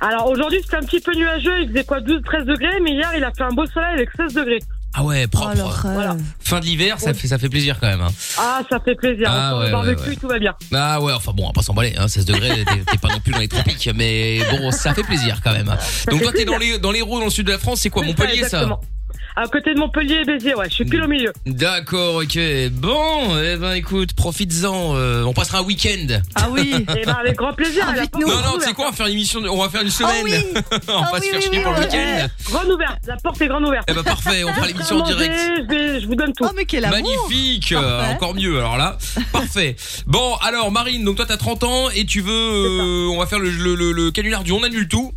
S16: Alors aujourd'hui c'était un petit peu nuageux, il faisait quoi 12-13 degrés, mais hier il a fait un beau soleil avec 16 degrés.
S2: Ah ouais,
S3: Oh,
S2: propre.
S16: Voilà.
S2: Fin de l'hiver, ça fait, ça fait plaisir quand même. hein.
S16: Ah ça fait plaisir,
S2: Ah,
S16: On fait
S2: ouais,
S16: le barbecue
S2: ouais, ouais.
S16: tout va bien.
S2: Ah ouais, enfin bon, on va pas s'emballer, hein, 16 degrés, t'es- t'es pas non plus dans les tropiques, mais bon, ça fait plaisir quand même. Donc
S16: fait
S2: toi, t'es dans
S16: plaisir.
S2: les dans les Rhônes, dans le sud de la France, c'est quoi, Montpellier, ça
S16: Exactement. À côté de Montpellier et Béziers, ouais, je suis pile au milieu.
S2: Mm. D'accord, ok. Bon, eh ben écoute, profites-en. euh, on passera un week-end.
S16: Ah oui Et ben avec grand plaisir, elle a pas hein.
S2: Non,
S16: encore
S2: non, tu
S16: ouvert.
S2: sais quoi, on va faire une émission, de- on va faire une semaine. <laughs> on va
S16: Ah
S2: pas
S16: oui,
S2: se faire
S16: oui,
S2: chier
S16: oui,
S2: pour le
S16: oui.
S2: week-end.
S16: Eh, Grande ouverte, la porte est grande ouverte.
S2: Eh ben parfait,
S16: <laughs>
S2: on fera l'émission en
S16: Manger,
S2: direct.
S16: Je, vais- je vous donne tout. Oh mais quel
S2: Magnifique, euh, encore mieux alors là. Parfait. Bon, alors Marine, donc toi t'as 30 ans et tu veux, euh, on va faire le, le, le- le canular du on annule tout.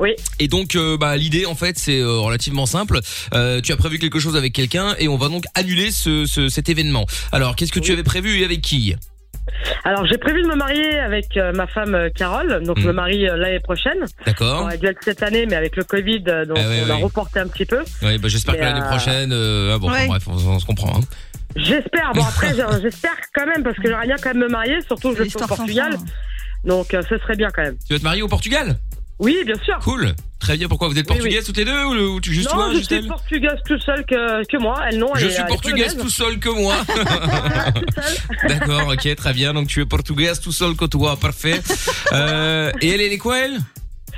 S16: Oui.
S2: Et donc euh, bah l'idée en fait c'est euh, relativement simple. Euh, tu as prévu quelque chose avec quelqu'un et on va donc annuler ce, ce- cet événement. Alors qu'est-ce que tu avais prévu et avec qui
S16: Alors j'ai prévu de me marier avec euh, ma femme euh, Carole, donc je me marie euh, l'année prochaine.
S2: Mm. D'accord.
S16: On aurait dû être cette année, mais avec le Covid, euh, donc
S2: Ah ouais,
S16: on l'a
S2: ouais.
S16: reporté un petit peu.
S2: Ouais, bah, j'espère
S16: Mais,
S2: que l'année
S16: euh,
S2: prochaine. euh, ah bon, enfin,
S16: ouais.
S2: bref, on, on se comprend. hein.
S16: J'espère. Bon
S2: <laughs>
S16: après, j'ai- j'espère quand même parce que j'aimerais bien quand même me marier, surtout que je suis au Portugal. Donc euh, ce serait bien quand même.
S2: Tu vas te marier au Portugal
S16: Oui, bien sûr.
S2: Cool. Très bien. Pourquoi vous êtes
S16: Oui, oui.
S2: portugaises toutes les deux ou, le- ou tu- juste
S16: non,
S2: toi,
S16: je
S2: juste
S16: suis
S2: elle
S16: portugaise tout seul que, que moi. Elle non. elle
S2: Je
S16: est-
S2: suis
S16: elle est
S2: portugaise
S16: polonaise.
S2: tout seul que moi.
S16: <laughs>
S2: D'accord, ok, très bien. Donc tu es portugaise tout seul que toi, parfait. Euh, et elle, elle est quoi elle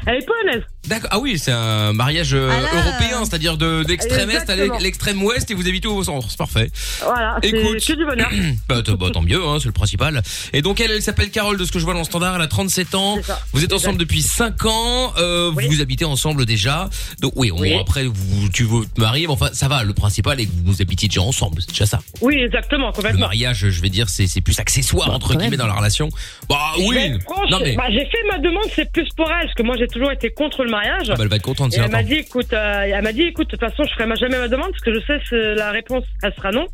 S16: Elle est polonaise.
S2: D'accord. Ah oui, c'est un mariage euh,
S16: Ah là.
S2: européen, c'est-à-dire de d'extrême est à l'e-
S16: Exactement.
S2: l'extrême ouest et vous habitez au centre. C'est parfait.
S16: Voilà. Ah, C'est
S2: Écoute.
S16: que du bonheur.
S2: <clears throat> bah, t- bah, tant mieux, hein, c'est le principal. Et donc elle, elle s'appelle Carole, de ce que je vois dans le standard, elle a 37 ans. Vous êtes ensemble depuis 5 ans, euh, vous habitez ensemble déjà. Donc oui, on-
S16: Oui.
S2: après vous, tu veux te marier, mais enfin ça va, le principal est que vous habitiez déjà ensemble, c'est déjà ça.
S16: Oui, exactement,
S2: Le
S16: complètement.
S2: mariage, je vais dire, c'est c'est plus accessoire entre guillemets dans la relation. Bah
S16: Je vais
S2: oui.
S16: être franche,
S2: Non mais
S16: bah, j'ai fait ma demande, c'est plus pour elle, parce que moi j'ai toujours été contre le mariage.
S2: Ah bah, elle va être contente,
S16: Et
S2: si elle
S16: elle m'a
S2: entend.
S16: dit, écoute, euh, elle m'a dit, écoute, de toute façon, je ferai ma- jamais ma demande, parce que je sais que la réponse, elle sera non.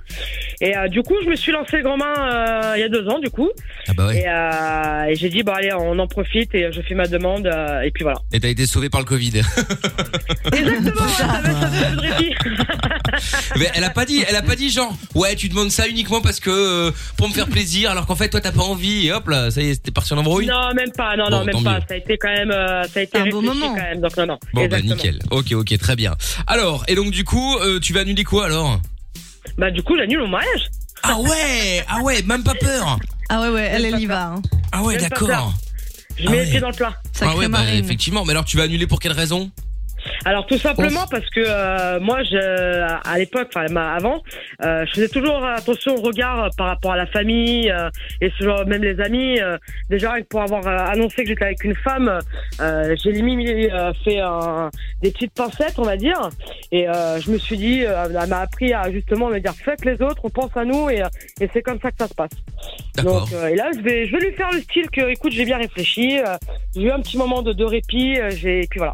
S16: Et euh, du coup, je me suis lancé grand main euh, il y a deux ans, du coup.
S2: Ah bah
S16: Et, euh, et j'ai dit, bah allez, on en profite et je fais ma demande, euh, et puis voilà.
S2: et t'as été sauvée par le Covid.
S3: <laughs>
S2: mais elle a pas dit, elle a pas dit genre ouais tu demandes ça uniquement parce que euh, pour me faire plaisir alors qu'en fait toi t'as pas envie et hop là ça y est t'es parti en embrouille.
S16: Non, même pas, non,
S2: Bon,
S16: non, même
S2: tant
S16: pas.
S2: mieux.
S16: Ça a été quand même, euh, ça a été un bon moment. quand même, donc non, non.
S2: Bon bah
S16: Exactement.
S2: nickel. Ok ok très bien. Alors et donc du coup euh, tu vas annuler quoi alors
S16: Bah du coup j'annule mon mariage.
S2: Ah ouais ah ouais même pas peur.
S4: Ah ouais, ouais, elle, elle y va. hein.
S2: Ah ouais
S16: Même pas
S4: <laughs>
S16: peur.
S2: d'accord.
S16: Je
S2: Ah
S16: mets
S2: ouais.
S16: les pieds dans le plat.
S2: Ah ouais bah, effectivement mais alors tu vas annuler pour quelle raison
S16: Alors tout simplement parce que euh, moi, je, à l'époque, enfin ma- avant, euh, je faisais toujours attention au regard euh, par rapport à la famille euh, et ce genre- même les amis. euh, déjà rien que pour avoir euh, annoncé que j'étais avec une femme, euh, j'ai limite euh, fait un- des petites pincettes, on va dire. Et euh, je me suis dit, euh, elle m'a appris à justement me dire faites les autres, on pense à nous et, euh, et c'est comme ça que ça se passe.
S2: Donc
S16: euh, et là, je vais, je vais lui faire le style que, écoute, j'ai bien réfléchi, euh, j'ai eu un petit moment de, de répit, euh, j'ai, et puis voilà.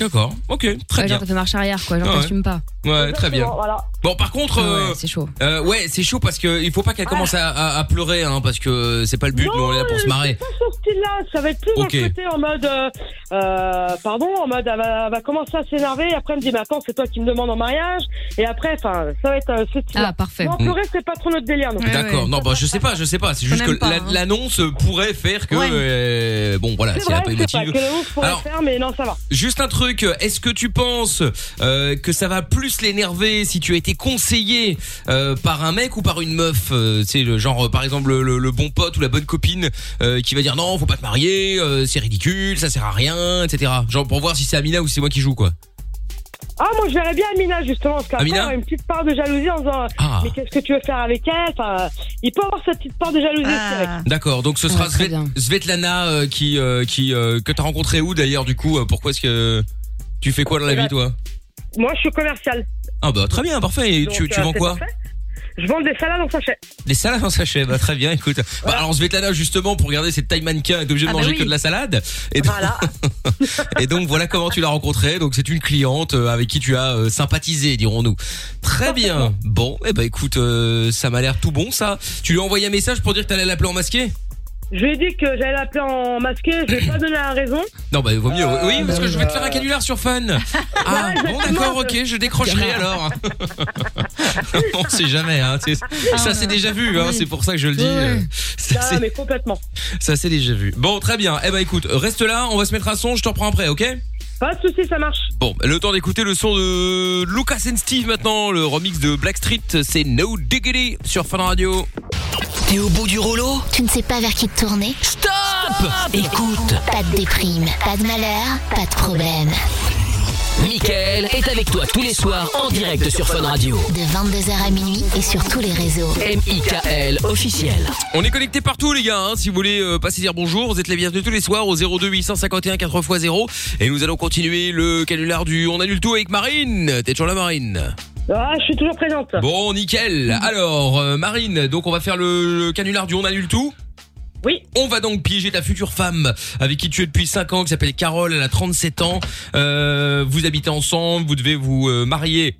S2: D'accord ok très bien.
S3: Ouais, genre, t'as fait marche arrière, quoi. Genre,
S2: Ah ouais.
S3: t'assumes pas.
S2: Ouais, très bien.
S16: voilà.
S2: Bon, par contre, euh, euh, ouais,
S3: c'est chaud.
S2: c'est chaud parce que il faut pas qu'elle commence
S16: Ah.
S2: à, à- à pleurer, hein, parce que c'est pas le but. nous, on est là pour se marrer.
S16: Pas sur ce style-là, ça va être plus
S2: Ok.
S16: dans le côté en mode, euh, euh, pardon, en mode, elle va, elle va commencer à s'énerver. et Après, elle me dit, mais attends, c'est toi qui me demande en mariage. Et après, enfin, ça va être euh, ce style.
S3: Ah, parfait.
S16: Non,
S2: Mm.
S16: pleurer, c'est pas trop notre délire. non plus.
S2: D'accord. Non, bah je sais pas, je sais pas. C'est juste que
S16: n'aime pas,
S2: la-
S16: hein.
S2: l'annonce pourrait faire que euh, bon, voilà,
S16: C'est
S2: si elle
S16: vrai,
S2: a pas
S16: je sais pas,
S2: émotive.
S16: que le ouf pourrait
S2: Alors-
S16: faire, mais non, ça va.
S2: Juste un truc. Est-ce que tu penses euh, que ça va plus l'énerver si tu as été conseillé euh, par un mec ou par une meuf euh, C'est le genre, euh, par exemple, le, le bon pote ou la bonne copine euh, qui va dire non, faut pas te marier, euh, c'est ridicule, ça sert à rien, etc. Genre pour voir si c'est Amina ou si c'est moi qui joue, quoi.
S16: Ah, moi, je verrais bien Amina, justement, parce qu'après,
S2: Amina
S16: elle a une petite part de jalousie en disant
S2: Ah.
S16: Mais qu'est-ce que tu veux faire avec elle enfin, Il peut avoir sa petite part de jalousie
S3: Ah.
S16: aussi avec.
S2: D'accord, donc ce sera Svet- Svetlana euh, qui euh, qui euh, que t'as rencontré où d'ailleurs du coup euh, Pourquoi est-ce que tu fais quoi dans la vie toi
S16: Moi, je suis commercial.
S2: Ah bah très bien, parfait. Et
S16: Donc,
S2: tu, tu
S16: euh,
S2: vends
S16: c'est
S2: quoi
S16: parfait. Je vends des salades en sachet.
S2: Des salades en sachet, bah très bien, écoute. Bah, alors Svetlana justement pour garder cette taille mannequin, est obligée de
S16: Ah bah
S2: manger
S16: oui.
S2: que de la salade. Et donc, voilà. <laughs> et donc voilà comment tu l'as rencontrée. Donc c'est une cliente euh, avec qui tu as euh, sympathisé, dirons-nous. Très bien. Bon, et ben écoute, euh, ça m'a l'air tout bon ça. Tu lui as envoyé un message pour dire que t'allais l'appeler en masqué
S16: Je lui ai dit que j'allais l'appeler en masqué, je
S2: <clears throat>
S16: vais pas donner la raison.
S2: Non bah vaut mieux. oui, parce
S16: bah,
S2: que je vais te
S16: euh,
S2: faire un canular sur Fun. Ah bon d'accord, ok, je décrocherai alors. <laughs> On sait jamais, hein. tu sais. Ça c'est déjà vu, hein. C'est pour ça que je le dis. euh, Ça
S16: Ah,
S2: c'est-
S16: mais complètement.
S2: ça, c'est déjà vu. Bon, très bien. Eh ben, écoute, reste là, on va se mettre un son, je te reprends après, ok
S16: Pas de soucis, ça marche.
S2: Bon, le temps d'écouter le son de Lucas and Steve maintenant, le remix de Blackstreet, c'est No Diggity sur Fun Radio.
S12: T'es au bout du rouleau Tu ne sais pas vers qui te tourner Stop,
S1: Écoute
S12: Pas de déprime, pas de malheur, pas de problème.
S1: Michael est avec toi tous les soirs en direct sur Fun Radio.
S12: De 22h à minuit et sur tous les réseaux.
S1: M.I.K.L. officiel.
S2: On est connecté partout les gars, hein. si vous voulez euh, passer dire bonjour, vous êtes les bienvenus tous les soirs au 02 851 4x0 et nous allons continuer le canular du On annule tout avec Marine. T'es toujours là Marine
S16: Ah, je suis toujours présente.
S2: Bon, nickel. Alors, euh, Marine, donc on va faire le, le canular du On annule tout
S16: oui.
S2: On va donc piéger ta future femme avec qui tu es depuis 5 ans, qui s'appelle Carole, elle a 37 ans. Euh, vous habitez ensemble, vous devez vous euh, marier.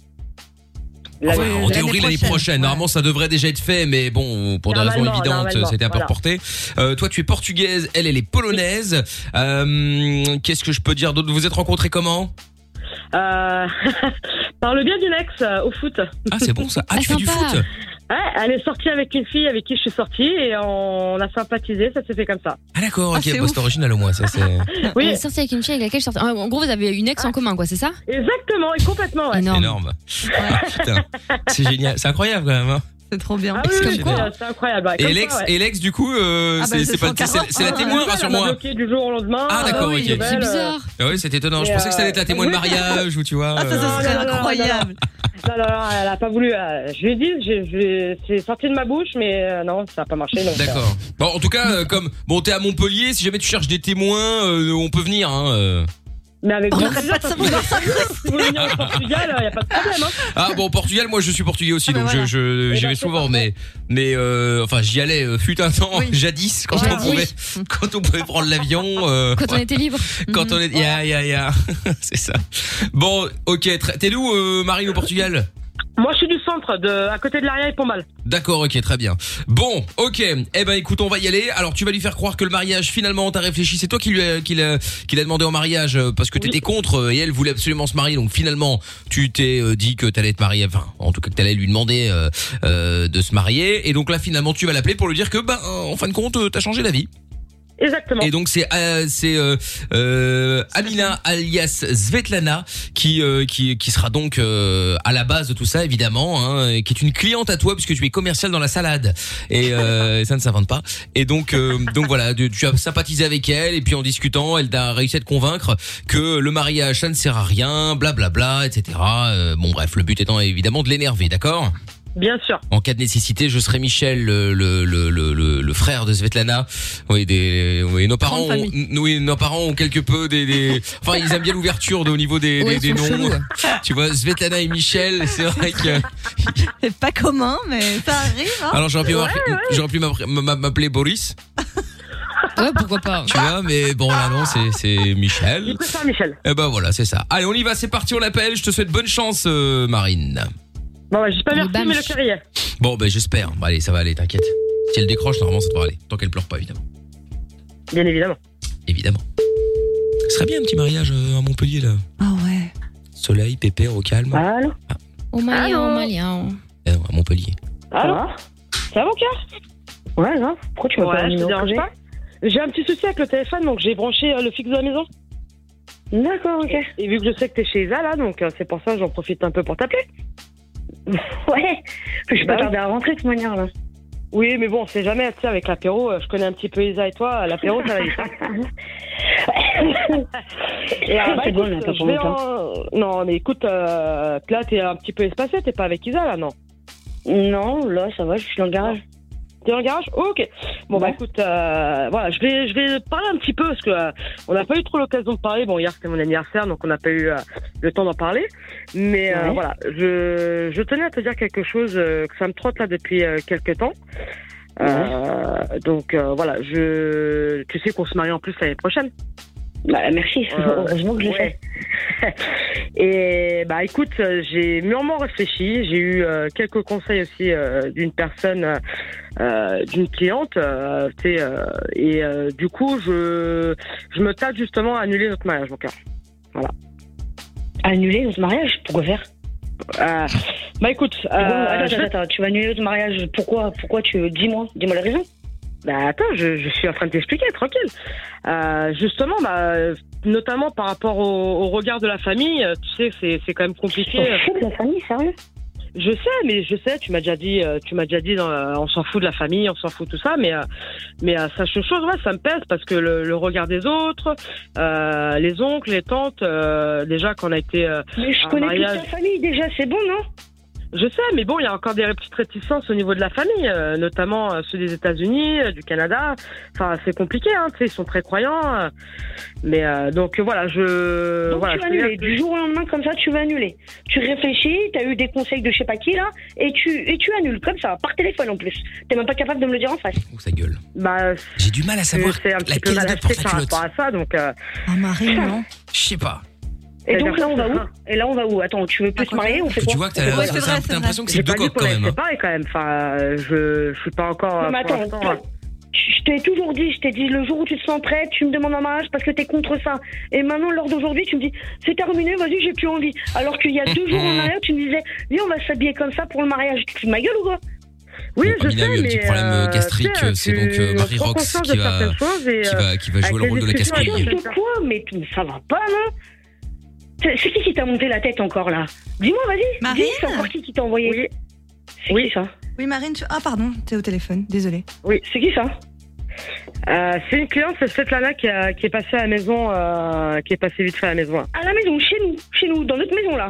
S2: Enfin, en
S16: l'année
S2: théorie l'année prochaine,
S16: prochaine,
S2: normalement ça devrait déjà être fait, mais bon, pour des raisons
S16: Normalement,
S2: évidentes,
S16: normalement,
S2: c'était à peu
S16: voilà.
S2: reporté. Euh, toi tu es portugaise, elle elle est polonaise. Euh, Qu'est-ce que je peux dire d'autre Vous vous êtes rencontrés comment
S16: Euh, <laughs> par le bien d'une ex euh, au foot.
S2: Ah c'est bon ça. Ah tu fais du foot
S16: Ouais, elle est sortie avec une fille avec qui je suis sortie et on a sympathisé, ça s'est fait comme ça.
S2: Ah d'accord,
S16: Ah,
S2: ok,
S16: c'est
S2: bah,
S16: ouf.
S2: c'est original au moins ça c'est.
S16: <laughs> Oui.
S3: Elle Ah, est sortie avec une fille avec laquelle je sortais. Ah, En gros, vous avez une ex en commun, quoi, c'est ça
S16: Exactement, et complètement. ouais.
S3: Énorme.
S2: Énorme. Ah, putain, c'est génial, c'est incroyable quand même. hein.
S16: <laughs> C'est trop bien.
S2: C'est
S16: c'est
S2: génial.
S16: euh, c'est incroyable. ouais,
S2: Et
S16: comme
S2: l'ex,
S16: ça, ouais.
S2: et l'ex, du coup, euh,
S16: Ah bah,
S2: c'est c'est pas,
S16: son
S2: c'est c'est la
S16: carotte.
S2: témoin,
S16: Elle m'a
S2: rassure-moi.
S16: bloqué du jour au lendemain.
S2: Ah, d'accord,
S16: Euh,
S2: ok.
S16: oui,
S2: C'est
S16: elle, euh,
S2: bizarre. Ah oui, c'était étonnant. Je
S16: Et,
S2: pensais que ça allait être la
S16: euh,
S2: témoin
S16: <laughs>
S2: de
S16: oui.
S2: mariage ou tu vois. euh,
S16: Non, non, non, oh Non, non, non, elle a pas voulu. euh, Je lui ai dit, j'ai- je lui ai- c'est sorti de ma bouche, mais euh, non, ça a pas marché. donc,
S2: D'accord. Bon, en tout cas, euh, comme bon, t'es à Montpellier, si jamais tu cherches des témoins, euh, on peut venir. Hein, euh.
S16: euh, mais avec grand plaisir, parce que si vous voulez venir au Portugal, il n'y a pas de problème. hein.
S2: <laughs> Ah bon, Portugal, moi je suis portugais aussi, donc je, je-
S16: Eh
S2: j'y
S16: ben,
S2: vais
S16: c'est
S2: souvent, mais mais euh, enfin j'y allais euh, fut un temps, <laughs> jadis quand on
S3: Jadis.
S2: pouvait quand on pouvait prendre l'avion. euh,
S3: Quand on
S2: ouais.
S3: était libre.
S2: <laughs>
S3: Mhm.
S2: Quand on est, ya ya ya, <laughs> c'est ça. Bon, ok. tr- T'es d'où, euh, Marine, au Portugal
S16: Moi, je suis du centre, de, à côté de l'arrière et pour mal.
S2: D'accord, ok, très bien. Bon, ok. Eh ben, écoute, on va y aller. Alors, tu vas lui faire croire que le mariage, finalement, t'as réfléchi. C'est toi qui lui a, qui l'a- qui l'a demandé en mariage euh, parce que t'étais contre euh, et elle voulait absolument se marier. Donc, finalement, tu t'es euh, dit que t'allais te marier. Enfin, en tout cas, que t'allais lui demander euh, euh, de se marier. Et donc là, finalement, tu vas l'appeler pour lui dire que, bah, euh, en fin de compte, euh, t'as changé d'avis.
S16: Exactement.
S2: Et donc c'est euh, c'est euh, euh, Amina alias Svetlana qui euh, qui qui sera donc euh, à la base de tout ça évidemment, hein, et qui est une cliente à toi puisque tu es commercial dans la salade et
S16: <laughs>
S2: euh, ça ne s'invente pas. Et donc euh, donc voilà, tu, tu as sympathisé avec elle et puis en discutant, elle t'a réussi à te convaincre que le mariage ça ne sert à rien, blablabla, etc. Euh, bon bref, le but étant évidemment de l'énerver, d'accord
S16: Bien sûr.
S2: en cas de nécessité, je serai Michel, le, le, le, le, le- le frère de Svetlana. Oui, des, oui, nos parents,
S4: Grande
S2: ont, n- oui, nos parents ont quelque peu des, des- enfin, ils aiment bien l'ouverture de- au niveau des, des,
S4: Oui,
S2: des
S4: ils
S2: noms.
S4: sont chelous, ouais.
S2: <laughs> Tu vois, Svetlana et Michel, c'est vrai que.
S4: C'est pas commun, mais ça arrive. Hein
S2: Alors j'aurais pu, m'appeler- j'aurais pu m'appre- m'a- m'appeler Boris.
S3: Ouais, pourquoi pas.
S2: Tu vois, mais bon là non, c'est c'est Michel.
S16: préfère Michel.
S2: Et ben voilà, c'est ça. Allez, on y va, c'est parti, on l'appelle. Je te souhaite bonne chance, euh, Marine.
S16: Bon, bah, j'ai pas
S3: Le
S16: merci, mais le
S3: bamche.
S16: carrière.
S2: Bon, ben j'espère. Bon, allez, ça va aller, t'inquiète. Si elle décroche, normalement, ça devrait aller. Tant qu'elle pleure pas, évidemment.
S16: Bien évidemment.
S2: Évidemment. Ce serait bien un petit mariage euh, à Montpellier, là.
S4: Ah ouais.
S2: Soleil, pépère, au calme.
S16: Allô
S3: Au Malien,
S16: Allô
S3: au Malien.
S2: Eh non, à Montpellier.
S16: Allô Ça va, mon cœur Ouais, grave. Pourquoi
S9: tu m'as pas mis
S16: je te
S9: au
S16: dérange
S9: projet
S16: pas J'ai un petit souci avec le téléphone, donc j'ai branché euh, le fixe de la maison. D'accord, ok. Et, vu que je sais que t'es chez Isa, là, donc euh, c'est pour ça que j'en profite un peu pour t'appeler. <laughs> Bah ouais,
S9: Je vais pas tarder
S16: à rentrer de toute manière, là. Oui, mais bon, on sait jamais, tu sais, avec l'apéro, euh, je connais un petit peu Isa et toi, euh, l'apéro, ça va vite. hein. <laughs>
S14: Et, euh,
S16: Bah,
S14: c'est bon,
S16: écoute,
S14: on attend
S16: je
S14: pour
S16: vais
S14: longtemps.
S16: en- Non, mais écoute, euh, là, t'es un petit peu espacé, t'es pas avec Isa, là, non Non, là, ça va, je suis dans le garage. T'es dans le garage Ok. Bon, bah, écoute, euh, voilà, je vais, je vais parler un petit peu, parce que euh, on n'a pas eu trop l'occasion de parler. Bon, hier, c'était mon anniversaire, donc on n'a pas eu euh, le temps d'en parler. Mais euh,
S14: Ouais.
S16: voilà, je, je tenais à te dire quelque chose euh, que ça me trotte, là, depuis euh, quelques temps. Euh, donc euh, voilà, je, tu sais qu'on se marie en plus l'année prochaine. Bah, merci,
S9: Euh,
S16: <laughs>
S18: Heureusement que je le
S16: Et bah écoute, euh, j'ai mûrement réfléchi, j'ai eu euh, quelques conseils aussi euh, d'une personne, euh, euh, d'une cliente, euh, tu sais, euh, et euh, du coup, je, je me tape justement à annuler notre mariage, mon cœur. Voilà.
S9: Annuler notre mariage Pourquoi faire
S16: Bah écoute, euh,
S9: attends,
S16: je-
S9: attends, attends, tu vas annuler notre mariage. Pourquoi Pourquoi tu dis-moi, dis-moi la raison.
S16: Bah attends, je, je suis en train de t'expliquer, tranquille. Euh, justement, bah, euh, notamment par rapport au, au regard de la famille, euh, tu sais, c'est, c'est quand même compliqué.
S9: Je fous de la famille, sérieux
S16: Je sais, mais je sais, tu m'as déjà dit, euh, tu m'as déjà dit, dans, euh, on s'en fout de la famille, on s'en fout de tout ça, mais euh, mais euh, sache une chose, ouais, ça me pèse parce que le, le regard des autres, euh, les oncles, les tantes, euh, déjà qu'on a été euh,
S9: Mais je
S16: à un
S9: connais
S16: mariage-
S9: toute ta famille déjà, c'est bon, non
S16: je sais, mais bon, il y a encore des petites réticences au niveau de la famille, euh, notamment euh, ceux des États-Unis, euh, du Canada. Enfin, c'est compliqué, hein, tu sais, ils sont très croyants. euh, mais euh, donc euh, voilà, je.
S9: Donc
S16: voilà,
S9: tu vas
S16: je veux
S9: annuler.
S16: dire que-
S9: Du jour au lendemain, comme ça, tu vas annuler. Tu réfléchis, t'as eu des conseils de je sais pas qui, là, et tu, et tu annules, comme ça, par téléphone en plus. T'es même pas capable de me le dire en face.
S2: sa gueule.
S16: Bah,
S2: J'ai du mal à savoir
S16: c'est un petit peu
S2: laquelle des deux
S16: mal
S2: porte
S16: acheté
S2: la
S16: par
S2: culotte.
S16: rapport à ça, donc. euh,
S9: Un mari, non
S2: Je sais pas.
S9: Et
S16: Eh
S9: donc
S16: bien,
S9: là, on va
S16: c'est
S9: où
S16: ça.
S9: Et là, on va où Attends, tu veux plus te marier On fait quoi
S2: tu vois que t'as- Ouais, c'est t'as- vrai, t'as c'est l'impression vrai. que c'est
S16: J'ai
S2: deux
S16: pas dit
S2: coqs,
S16: qu'on
S2: quand
S16: avait
S2: même, hein.
S16: séparé, quand même. Enfin, euh, je, je suis pas
S2: Ah,
S16: encore.
S9: Non, mais
S16: euh, pour
S9: attends,
S16: l'instant,
S9: toi, je t'ai toujours dit, je t'ai dit, le jour où tu te sens prête, tu me demandes en mariage parce que t'es contre ça. Et maintenant, lors d'aujourd'hui, tu me dis, c'est terminé, vas-y, j'ai plus envie. Alors qu'il y a deux jours
S2: <laughs>
S9: en arrière, tu me disais, viens, on va s'habiller comme ça pour le mariage. Tu te fous de ma gueule ou quoi
S16: Oui,
S2: je Amina a eu sais, un petit mais, problème, euh, gastrique, tu sais, c'est donc, euh, tu Marie prends Rox conscience de qui va- certaines choses et, qui va- euh, qui va jouer avec le rôle les de la discussions, casse-couille.
S9: N'importe quoi, mais tu- ça va pas, non C'est c'est qui qui t'a monté la tête encore là Dis-moi, vas-y.
S4: Marine
S9: dis, C'est encore qui qui t'a envoyé C'est qui ça
S4: Oui, Marine, tu... ah pardon, t'es au téléphone, désolée.
S16: Oui, c'est qui ça Euh, c'est une cliente, c'est cette Lana qui, a- qui est passée à la maison, euh, qui est passée vite fait à la maison.
S9: À la maison, chez nous, chez nous, dans notre maison là.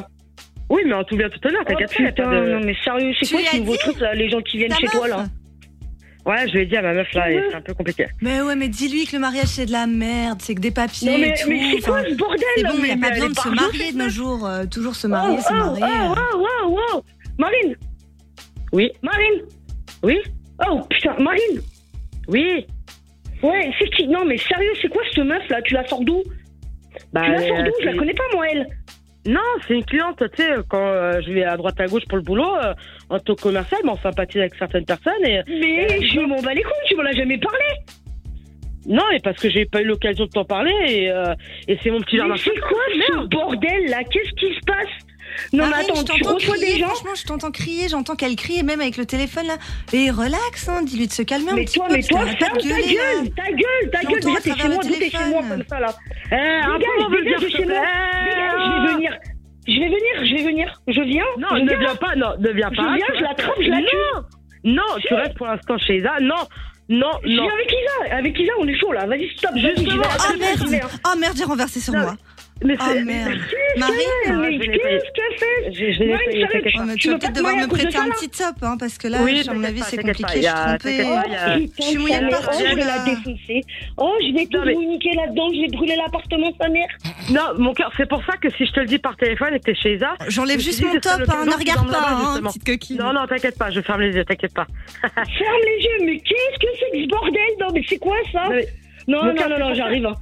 S16: Oui, mais en tout bien tout honneur, t'as
S9: Oh,
S16: capté, y a pas
S9: putain,
S16: de-
S9: non mais sérieux, c'est
S16: Tu
S9: quoi
S16: lui
S9: ce
S16: as
S9: nouveau
S16: dit
S9: truc là, les gens qui viennent
S4: Ta
S9: chez toi là
S4: meuf
S16: Ouais, je l'ai dit à ma meuf là,
S4: Tu
S16: et
S4: veux
S16: c'est un peu compliqué.
S4: Mais ouais, mais dis-lui que le mariage c'est de la merde, c'est que des papiers.
S9: Non, mais-
S4: et tout.
S9: mais c'est quoi
S4: enfin,
S9: ce bordel,
S4: C'est
S9: là
S4: bon, il
S9: Mais-
S4: n'y a
S9: mais
S4: pas
S9: elle
S4: besoin de
S9: est
S4: se
S9: partout,
S4: marier de nos jours, euh, toujours se marier, hein.
S9: Oh,
S4: se
S9: oh,
S4: marier.
S9: oh, oh, oh, oh, Marine
S16: Oui.
S9: Marine
S16: Oui
S9: Oh putain, Marine
S16: Oui
S9: Ouais, c'est qui Non mais sérieux, c'est quoi cette meuf là Tu la sors d'où
S16: Bah,
S9: Tu la sors d'où
S16: euh,
S9: Je la
S16: c'est-
S9: connais pas moi elle
S16: Non, c'est une cliente, tu sais, quand euh, je vais à droite à gauche pour le boulot, euh, en tant que commercial, mais on sympathise avec certaines personnes et.
S9: Mais je m'en bats les couilles, tu m'en as jamais parlé
S16: Non, mais parce que j'ai pas eu l'occasion de t'en parler et, euh, et c'est mon petit jardin.
S9: Mais c'est quoi ce bordel là Qu'est-ce qui se passe Non mais
S4: Marine,
S9: attends,
S4: je
S9: tu
S4: t'entends
S9: reçois
S4: crier,
S9: des gens
S4: Franchement, je t'entends crier, j'entends qu'elle crie, et même avec le téléphone là. Et relax, hein, dis-lui de se calmer un
S9: Mais
S4: petit
S9: toi,
S4: peu.
S9: mais
S4: parce
S9: toi,
S4: qu'elle arrête
S9: ferme
S4: pas
S9: ta
S4: de gueuler, là.
S9: gueule, ta gueule, ta
S4: Je
S9: gueule.
S4: l'entends
S9: Déjà,
S4: à
S9: t'es
S4: travers
S9: chez
S4: le
S9: moi, d'où t'es chez
S4: téléphone.
S9: moi comme ça là Eh,
S16: un peu, on veut le
S9: dégage
S16: dire,
S9: de
S16: s'il
S9: chez
S16: te
S9: moi.
S16: plaît.
S9: Dégage, je vais venir. Je vais venir, je vais venir. Je viens.
S16: Non,
S9: je
S16: ne viens pas, non, ne viens pas.
S9: Je viens, je
S16: tu restes-
S9: l'attrape, je la
S16: Non, non, tu restes pour l'instant chez Isa. Non, non,
S9: Je
S16: non.
S9: viens avec Isa, avec Isa, on est chaud là. Vas-y, stop. vas-y, j'y
S4: Justement,
S9: vais.
S4: ah
S9: Attends, j'y vais,
S4: merde,
S9: hein.
S4: ah merde, j'ai renversé sur moi.
S9: Mais
S4: Ah,
S9: c'est-
S4: merde.
S9: Qu'est-ce qu'elle
S4: Marine,
S9: mais qu'est-ce qu'elle fait
S16: Je- je vais
S9: Marine,
S16: l'essayer,
S9: sérieux,
S16: t'inquiète
S4: Oh, mais
S9: tu
S4: tu
S9: veux
S4: vas
S9: pas
S4: peut-être
S9: te
S4: devoir
S9: marier
S4: me
S9: à cause de
S4: prêter
S9: ça,
S4: un
S9: là
S4: petit top, hein, parce que là,
S9: Oui,
S4: à mon
S9: t'inquiète
S4: avis,
S9: pas,
S4: c'est
S9: t'inquiète
S4: compliqué,
S9: pas, il
S4: je
S9: y a-
S4: suis trompée.
S9: t'inquiète pas, il y a-
S4: Je suis mouillée de
S9: Oh,
S4: partout,
S9: je vais
S4: là.
S9: la défoncer. Oh, je vais tout
S16: mais-
S9: vous niquer là-dedans, je vais brûler l'appartement de sa mère.
S16: Non, mon cœur, c'est pour ça que si je te le dis par téléphone et que t'es chez Isa.
S4: J'enlève
S16: je me suis
S4: juste
S16: dit
S4: mon
S16: que ça
S4: top,
S16: serait l'occasion
S4: hein, ne
S16: que tu
S4: regarde
S16: dormes
S4: pas,
S16: là-bas,
S4: hein,
S16: justement.
S4: petite coquille.
S16: Non, non, t'inquiète pas, je ferme les yeux, t'inquiète
S4: <laughs>
S16: pas.
S9: Ferme les yeux, mais qu'est-ce que c'est que ce bordel Non, mais c'est quoi ça Non,
S16: Mon
S9: non,
S16: cœur,
S9: non,
S16: c'est
S9: non,
S16: pour ça.
S9: j'arrive. hein.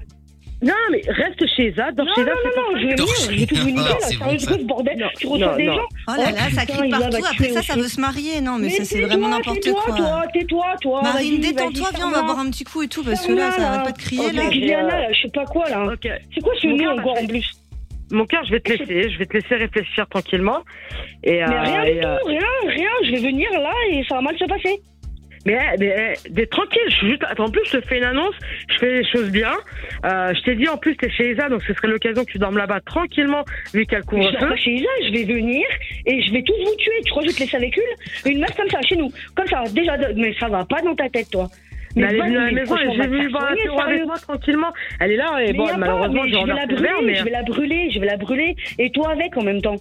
S16: Non, mais reste chez Isa, dors
S9: Non,
S16: chez Isa.
S9: non,
S16: c'est
S9: non, non,
S16: pour ça.
S9: je vais venir, je vais tout vous niquer là.
S16: C'est bon,
S9: Sérieux,
S16: ça.
S9: c'est quoi ce bordel
S16: Non,
S9: Tu reçois
S16: non,
S9: des
S16: non.
S9: gens
S4: Oh là là, ça
S9: putain,
S4: crie
S9: il va
S4: partout,
S9: battre
S4: après
S9: les
S4: ça, ça
S9: oufs.
S4: veut se marier, non, mais ça, c'est
S9: tais-toi,
S4: vraiment n'importe
S9: tais-toi,
S4: quoi.
S9: Toi, tais-toi, toi.
S4: Marine,
S9: vas-y, vas-y,
S4: détends-toi, viens, on va
S9: ferme-la.
S4: boire un petit coup et tout, parce que
S9: Ferme-la,
S4: là, ça arrête pas de crier,
S9: Oh,
S4: là.
S9: Guyana, là, je sais pas quoi, là.
S16: Ok.
S9: C'est quoi ce
S16: Mon
S9: nœud
S16: cœur,
S9: encore
S16: je-
S9: en plus
S16: Mon cœur, je vais te laisser, je vais te laisser réfléchir tranquillement. Et,
S9: Mais
S16: euh,
S9: rien
S16: et,
S9: du
S16: euh,
S9: tout, Oh, rien, rien. Je vais venir là et ça va mal se passer.
S16: Mais, eh, mais, eh, d'être tranquille, je suis juste. Attends, en plus, je te fais une annonce, je fais les choses bien. Euh, je t'ai dit, en plus, t'es chez Isa, donc ce serait l'occasion que tu dormes là-bas tranquillement, vu qu'elle
S9: Mais
S16: couvre
S9: Je dors
S16: feu.
S9: pas chez Isa, je vais venir et je vais tous vous tuer. Tu crois que je vais te laisser avec une Une meuf comme ça, chez nous. Comme ça, déjà, de- mais ça va pas dans ta tête, toi. Mais
S19: Mais
S9: elle est
S19: bonne,
S9: venue à la
S19: mais
S9: maison et
S19: franchement,
S9: j'ai
S19: on va
S9: voulu
S19: te
S9: voir un
S19: faire
S9: tour avec
S19: sérieux.
S9: moi tranquillement. Elle est là et
S19: Mais
S9: bon,
S19: y a pas,
S9: malheureusement,
S19: mais
S9: j'ai
S19: je vais la brûler,
S9: mais... euh,
S19: je vais la
S16: brûler, je vais la brûler. Et toi avec en même temps.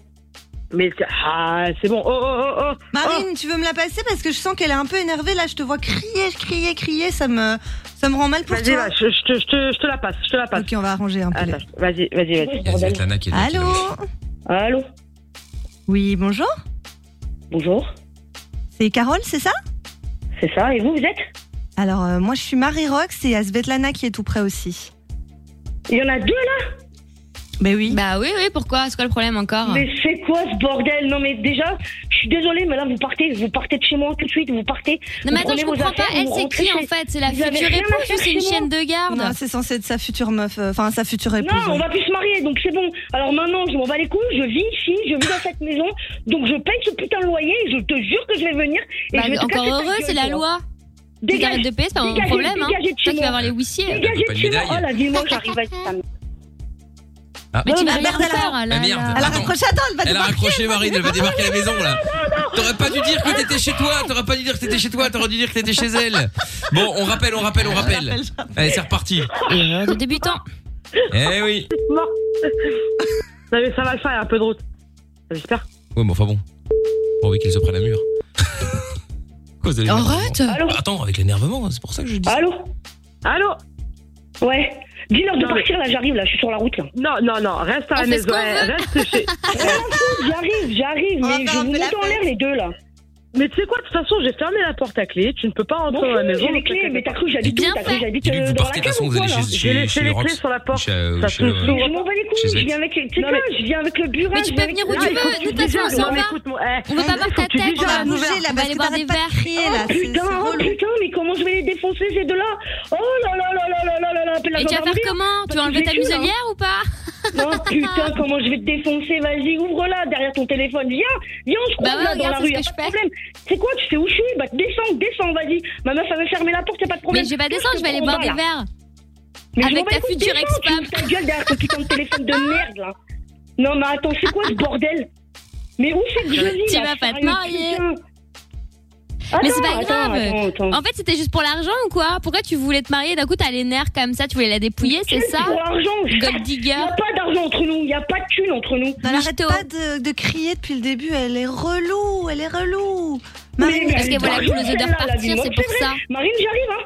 S9: Mais c'est- ah, c'est bon. Oh, oh, oh, oh.
S4: Marine, tu veux me la passer parce que je sens qu'elle est un peu énervée. Là, je te vois crier, crier, crier. Ça me, ça me rend
S16: Oh.
S4: mal pour
S9: Vas-y,
S4: toi.
S9: va, je, je te- je te- je te la passe, je te la passe.
S4: Ok, on va arranger un peu.
S9: Attends, vas-y, vas-y, vas-y.
S4: Il y a Svetlana qui est là, qui Allô
S16: Allô
S4: Oui, bonjour.
S16: Bonjour.
S4: C'est Carole, c'est ça
S16: C'est ça. Et vous, vous êtes
S4: Alors, euh, moi, je suis Marie Rox et il y a Svetlana qui est tout près aussi.
S16: Il y en a deux là
S4: Mais oui.
S3: Bah oui, oui, pourquoi C'est quoi le problème encore
S16: Mais c'est quoi ce bordel Non mais déjà, je suis désolée, mais là vous partez, vous partez de chez moi tout de suite, vous partez.
S3: Non, mais attends, je comprends pas. Elle, c'est qui en fait C'est la future épouse ou c'est une chienne de garde
S4: Non, c'est censé être sa future meuf, euh, enfin sa future épouse.
S16: Non, on va plus se marier, donc c'est bon. Alors maintenant, je m'en bats les couilles, je vis ici, je vis dans cette maison, donc je paye ce putain de loyer, et je te jure que je vais venir. Et
S3: Bah,
S16: je vais te
S3: encore
S16: casser ta
S3: heureux,
S16: gueule,
S3: c'est la
S16: toi.
S3: loi. Tu
S16: Dégage,
S3: t'arrêtes de payer, c'est pas un
S16: dégagez,
S3: problème, hein.
S16: dégagez de
S3: Toi,
S16: chez
S3: tu vas
S16: moi.
S3: voir les huissiers.
S16: Dégagez
S3: Elle a
S16: de
S3: pas
S16: chez
S3: de
S16: moi.
S3: médaille.
S16: Oh la dimanche, j'arrive à
S2: Ah.
S3: Mais tu vas
S16: Ah,
S3: rien
S16: merde, elle a-
S3: faire
S2: Ah,
S3: alors.
S2: merde.
S4: Elle a
S2: Attends.
S4: raccroché, attends, elle va
S2: Elle a
S4: débarquer,
S2: raccroché
S4: elle va
S2: Marine, elle va débarquer à la maison là. T'aurais pas dû dire que t'étais chez toi, t'aurais pas dû dire que t'étais chez toi, t'aurais dû dire que t'étais chez elle. Bon, on rappelle, on rappelle, on rappelle. Allez, c'est reparti.
S3: Erreur de Euh, débutant.
S2: Eh oui.
S9: Mort. Non, mais ça va le faire, un peu de route. J'espère.
S2: Ouais, mais enfin bon. Pourvu qu'il se prenne un mur. <laughs> Quoi, vous allez
S9: Arrête.
S2: l'énervement Bah,
S9: Allô
S2: Attends, avec l'énervement, c'est pour ça que je dis.
S16: Allô
S9: Allô
S16: Ouais. Dis-leur de
S9: Non, mais-
S16: partir là, j'arrive là, je suis sur la route là.
S9: Non, non, non, reste à la maison. eh, Reste
S16: <laughs>
S9: chez.
S16: J'arrive, j'arrive, mais je vous mets en l'air les deux là.
S9: Mais tu sais quoi, de toute façon, j'ai fermé la porte à clé, tu ne peux pas rentrer
S16: Bon,
S9: dans la maison.
S16: j'ai les clés, mais t'as cru que j'habite où T'as cru que j'habite
S2: Dis-lui que
S16: euh,
S2: vous
S16: dans la
S2: partez, de toute
S16: cave
S2: façon,
S16: ou
S2: vous
S16: quoi
S2: allez
S16: là
S2: chez
S9: J'ai
S2: chez
S9: les- j'ai
S2: chez
S9: les
S2: Rox.
S9: clés sur la porte.
S2: Chez, euh,
S9: Ça
S2: chez,
S9: se
S2: euh,
S9: trouve.
S16: Je m'en bats les couilles,
S2: Chez
S16: je viens avec. Tu sais
S9: Non,
S16: quoi,
S9: mais-
S16: je viens avec le bureau.
S3: Mais tu peux
S16: je viens
S3: venir où tu
S16: avec- Là,
S3: veux,
S16: écoute,
S3: nous, de
S16: tu
S3: toute
S16: dis-
S3: façon, on
S16: non,
S3: s'en
S16: mais
S3: va.
S16: écoute, moi, eh,
S3: On veut pas
S16: faut
S3: voir
S16: que
S3: ta
S16: tu
S3: tête
S16: bouges,
S3: là.
S16: là, nous,
S4: là, parce que
S3: aller boire
S4: t'arrêtes pas
S3: des
S4: de
S3: verres.
S4: crier, là.
S16: Oh putain, oh putain, mais comment je vais les défoncer ces deux-là Oh là là là là là là là là appelle
S3: Et
S16: la
S3: tu vas faire
S16: gendarmerie, hein.
S3: comment Tu
S16: parce
S3: vas
S16: que hein.
S3: enlever
S16: je
S3: ta
S16: les tue, là.
S3: muselière ou pas
S16: <laughs> Non, Oh, putain, comment je vais te défoncer Vas-y, ouvre-la derrière ton téléphone. Viens, viens, on se
S3: Bah
S16: croise
S3: ouais,
S16: là, dans
S3: regarde,
S16: la
S3: c'est ce
S16: rue, y a
S3: que
S16: pas de problème. C'est quoi Tu sais où je suis Bah descends, descends, vas-y. Ma meuf, elle veut fermer la porte, y a pas de problème.
S3: Mais je vais pas
S16: Tout,
S3: descendre, je vais aller
S16: prends
S3: boire des
S16: en bas, là.
S3: verres.
S16: Mais je
S3: Avec
S16: m'en bats
S3: ta
S16: les couilles,
S3: future
S16: descends, tu
S3: ex-femme.
S16: ouvres ta gueule derrière ton putain de téléphone
S3: <laughs>
S16: de merde, là. Non, mais attends, c'est quoi ce bordel Mais où c'est que je vis
S3: Tu
S16: là,
S3: vas pas te
S16: sérieux,
S3: marier.
S16: putain.
S3: mais c'est pas
S16: Attends,
S3: grave.
S16: attends, attends.
S3: En fait, c'était juste pour l'argent ou quoi Pourquoi tu voulais te marier D'un coup, t'as les nerfs comme ça, tu voulais la dépouiller, c'est
S16: Thune
S3: ça
S16: pour l'argent.
S3: Gold digger.
S16: Il a pas d'argent entre nous, il a pas de thune entre nous.
S4: Elle Bah, arrête pas de, de crier depuis le début. Elle est relou, elle est relou.
S16: Mais- mais
S3: Parce qu'elle voit la
S16: elle est
S3: couleuse
S16: dangereuse,
S3: de
S16: celle-là, la
S3: partir,
S16: vie.
S3: c'est
S16: Moi,
S3: pour
S16: vrai.
S3: ça.
S16: Marine, j'arrive, hein.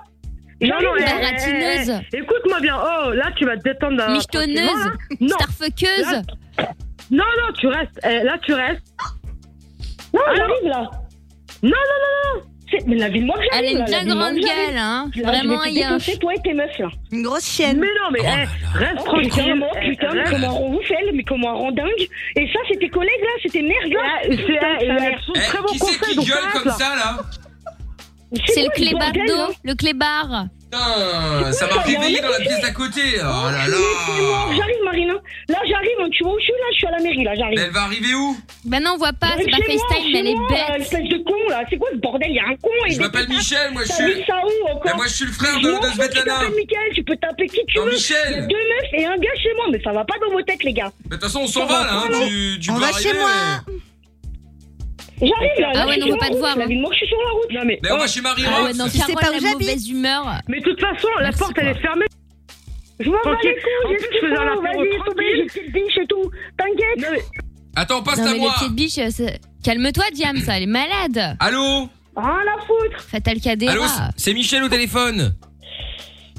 S9: Non, non,
S16: J'arrive,
S9: eh,
S16: la
S9: eh, eh, Écoute-moi bien. Oh, là, tu vas te détendre. là, tranquillement,
S3: Michetonneuse,
S9: là.
S3: starfuckeuse.
S9: Non, non, tu restes. Eh, Là, tu restes.
S16: Non, j'arrive, là.
S9: Non, non, non, non.
S16: C'est- Mais la ville moi que
S3: Elle a
S16: j'arrive,
S3: une
S16: là, la
S3: bien
S16: ville, moi,
S3: grande
S16: que j'arrive.
S3: gueule, hein.
S16: Là,
S3: Vraiment,
S16: je
S3: il
S16: vais
S3: y
S16: te
S3: a un.
S16: défoncer, toi et tes meufs, là.
S4: Une grosse chienne.
S9: Mais non, mais eh, reste
S16: Oh, putain,
S9: tranquille.
S16: moi,
S9: eh,
S16: putain, mais
S9: reste-
S16: comment on vous fait, mais comment on rend dingue. Et ça, c'est tes collègues, là, c'est tes merdes, là.
S9: Eh, c'est-
S16: Putain,
S9: eh,
S16: sa
S9: elles
S16: mère.
S9: sont très bons conseils, donc arrête, là.
S2: là
S3: C'est le
S16: quoi, ce bordel,
S3: clébardo,
S16: là
S3: le clébar.
S2: Putain, ça
S16: quoi,
S2: m'a
S16: ça, y a un
S2: réveillé
S16: mec
S2: dans la
S16: qui-
S2: pièce d'à côté. Oh là
S16: Mais c'est mort,
S2: là.
S16: J'arrive, Marine. hein. Là, j'arrive, hein. tu vois où je suis, là, je suis à la mairie, là,
S2: Mais
S16: j'arrive. Euh,
S2: elle va arriver où
S3: Bah non, on voit pas, c'est pas
S16: Chez moi,
S3: FaceTime,
S16: chez
S3: mais elle
S16: moi, là,
S3: est bête.
S16: Espèce de con là, c'est quoi ce bordel Y'a un con et
S2: Je
S16: des
S2: m'appelle
S16: pétards.
S2: Michel, moi je
S16: T'as
S2: suis.
S16: vu ça où encore
S2: Mais moi je suis le frère de,
S16: Je m'en
S2: de
S16: fous,
S2: Svetlana.
S16: Tu t'appelles Michael, tu peux taper qui tu
S2: Non,
S16: veux.
S2: Michel.
S16: Il y a deux meufs et un gars chez moi, mais ça va pas dans vos têtes, les gars.
S2: Mais de toute façon on s'en va là, hein. tu, tu
S4: On
S2: peux
S4: va
S2: arriver.
S4: chez moi.
S16: J'arrive là.
S3: Ah
S16: là,
S3: ouais,
S16: je
S3: non,
S16: suis
S3: on peut pas
S16: sur la
S3: te
S16: route,
S3: voir,
S16: là,
S3: hein.
S16: Moi, je suis sur la route.
S9: Non, mais.
S2: Mais
S9: oh.
S2: moi je suis hein. Marie
S3: Ah ouais,
S2: Rox.
S3: non,
S4: sais pas
S3: Carole,
S4: où
S3: la
S4: j'habite.
S3: mauvaise humeur.
S9: Mais de toute façon, la porte, elle est fermée.
S16: Je m'en bats
S9: Tranquille.
S16: les
S9: En
S16: couilles,
S9: plus,
S16: j'ai
S9: je
S16: ce qu'il
S9: faisais un
S16: faut,
S9: apéro
S16: vas-y,
S9: tranquille.
S16: t'obéis, j'ai une petite biche et tout. T'inquiète.
S9: Non, mais-
S2: Attends, passe
S3: Non,
S2: à
S3: mais le
S2: moi.
S3: pied de biche, euh, c'est- calme-toi, Diam, ça, elle est malade.
S2: Allô
S16: Rien Ah, la foutre.
S3: Fatal
S2: Allô,
S3: Cadera.
S2: c'est Michel au téléphone.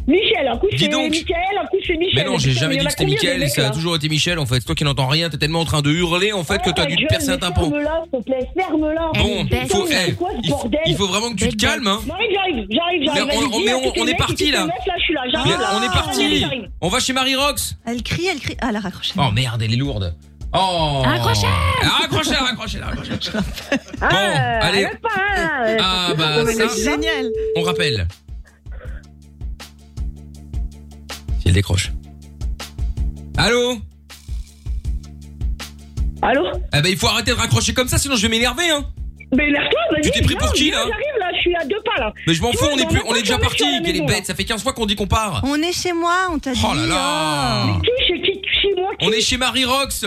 S16: Michel, un coup
S2: Dis
S16: c'est
S2: donc.
S16: Michael, un coup c'est Michel.
S2: Mais non, j'ai
S16: Putain,
S2: jamais
S16: il y
S2: dit que
S16: en a
S2: c'était
S16: combien, des
S2: Michel,
S16: mecs,
S2: ça a
S16: là
S2: toujours été Michel en fait. C'est toi qui n'entends rien, t'es tellement en train de hurler en fait que t'as
S16: Ah,
S2: dû
S16: gueule,
S2: te percer un
S16: mais
S2: tampon.
S16: Ferme-la, s'il te plaît, ferme-la.
S2: Bon,
S3: Elle est
S2: il faut,
S16: bête.
S2: eh,
S16: C'est quoi ce
S2: il, faut-
S16: bordel
S2: il faut vraiment que tu te calmes, hein.
S16: J'arrive, j'arrive, j'arrive, j'arrive.
S2: Mais on-
S16: Vas-y,
S2: on-
S16: dis
S2: mais
S16: à
S2: on-
S16: tous tes
S2: on est
S16: mecs,
S2: parti,
S16: tous tes
S2: là.
S16: meufs, Là, je suis là,
S2: Mais
S16: j'arrive. là.
S2: on est parti.
S16: J'arrive.
S2: On va chez Marie Rox.
S4: Elle crie, elle crie. Ah, elle a raccroché.
S2: Oh merde, elle est lourde. Oh.
S3: Raccrochez-la.
S2: Raccrochez-la, raccrochez-la, raccrochez-la.
S9: Ah,
S2: Bon,
S9: euh,
S2: allez.
S9: arrête pas, hein, euh,
S2: Ah bah
S4: Oh, mais
S2: ça,
S4: c'est génial.
S2: on rappelle. Si elle décroche. Allô
S16: Allô
S2: Eh ben il faut arrêter de raccrocher comme ça, sinon je vais m'énerver hein.
S16: Mais énerve-toi, vas-y.
S2: Tu t'es pris pour
S16: viens,
S2: qui,
S16: viens,
S2: là
S16: J'arrive, là, je suis à deux pas, là.
S2: Mais je m'en
S16: Tu
S2: fous,
S16: vois,
S2: on est
S16: on
S2: plus,
S16: a
S2: on est déjà
S16: pas
S2: parti.
S16: fermé sur la
S2: Elle est
S16: maison,
S2: bête, ça fait 15 fois qu'on dit qu'on part.
S4: On est chez moi, on t'a dit.
S2: Ah. Oh là là.
S16: Qui, chez qui, chez moi, qui
S2: On est chez Marie Rox.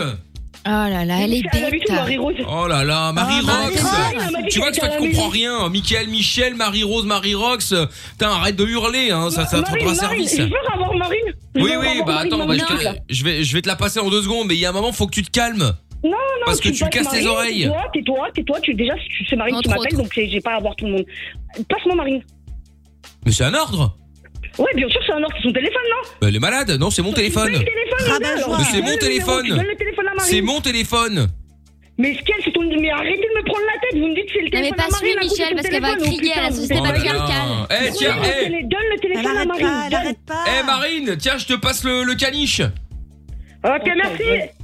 S20: Oh là là, elle est
S16: Elle a vu
S20: bête.
S16: tout, Marie-Rose.
S2: Oh là là, Marie-Rox
S16: Marie-Rox, Ah, elle m'a dit
S2: Tu vois que toi tu
S16: qu'elle était à la
S2: comprends
S16: musique.
S2: rien. Michael, Michel, Marie-Rose, Marie-Rox. Putain, arrête de hurler, hein, ça, ça te
S16: Marine,
S2: rendra
S16: Marine,
S2: service.
S16: je veux avoir Marine. Je
S2: Oui,
S16: veux
S2: oui,
S16: avoir
S2: bah
S16: Marine
S2: attends, bah, je,
S16: maintenant, là.
S2: te- je vais, je vais te la passer en deux secondes, mais il y a un moment, faut que tu te calmes.
S16: Non, non,
S2: Parce que tu
S16: passes
S2: casses tes
S16: Marine,
S2: oreilles.
S16: Tais-toi, tais-toi, tais-toi. Tu, déjà, tu- c'est Marine
S2: Entre
S16: qui m'appelle, donc j'ai j'ai pas à voir tout le monde. Passe-moi Marine.
S2: Mais c'est un ordre.
S16: Ouais, bien sûr, c'est un ordre, c'est son téléphone, non
S2: Bah, elle est malade. Non, c'est mon téléphone.
S16: Tu donnes le téléphone,
S2: Ah,
S16: Lina,
S2: bah,
S16: alors,
S2: mais c'est
S16: tu donnes
S2: mon
S16: le numéro,
S2: téléphone.
S16: tu donnes le téléphone à Marine.
S2: C'est mon téléphone.
S16: Mais ce qu'elle, c'est ton. Mais arrêtez de me prendre la tête, vous me dites que c'est le
S3: Non, mais
S16: téléphone à
S3: pas celui,
S16: Marine. à coup,
S3: Michel,
S16: c'est ton
S3: parce qu'elle va
S16: téléphone,
S3: crier à la
S16: putain,
S3: société
S16: vous êtes-
S3: patriarcale.
S2: Oh Eh, tiens,
S16: Donne le
S2: eh.
S16: télé- Donne le téléphone à Marine. donne.
S2: Eh Marine, tiens, je te passe le, le caniche.
S16: Ok, merci.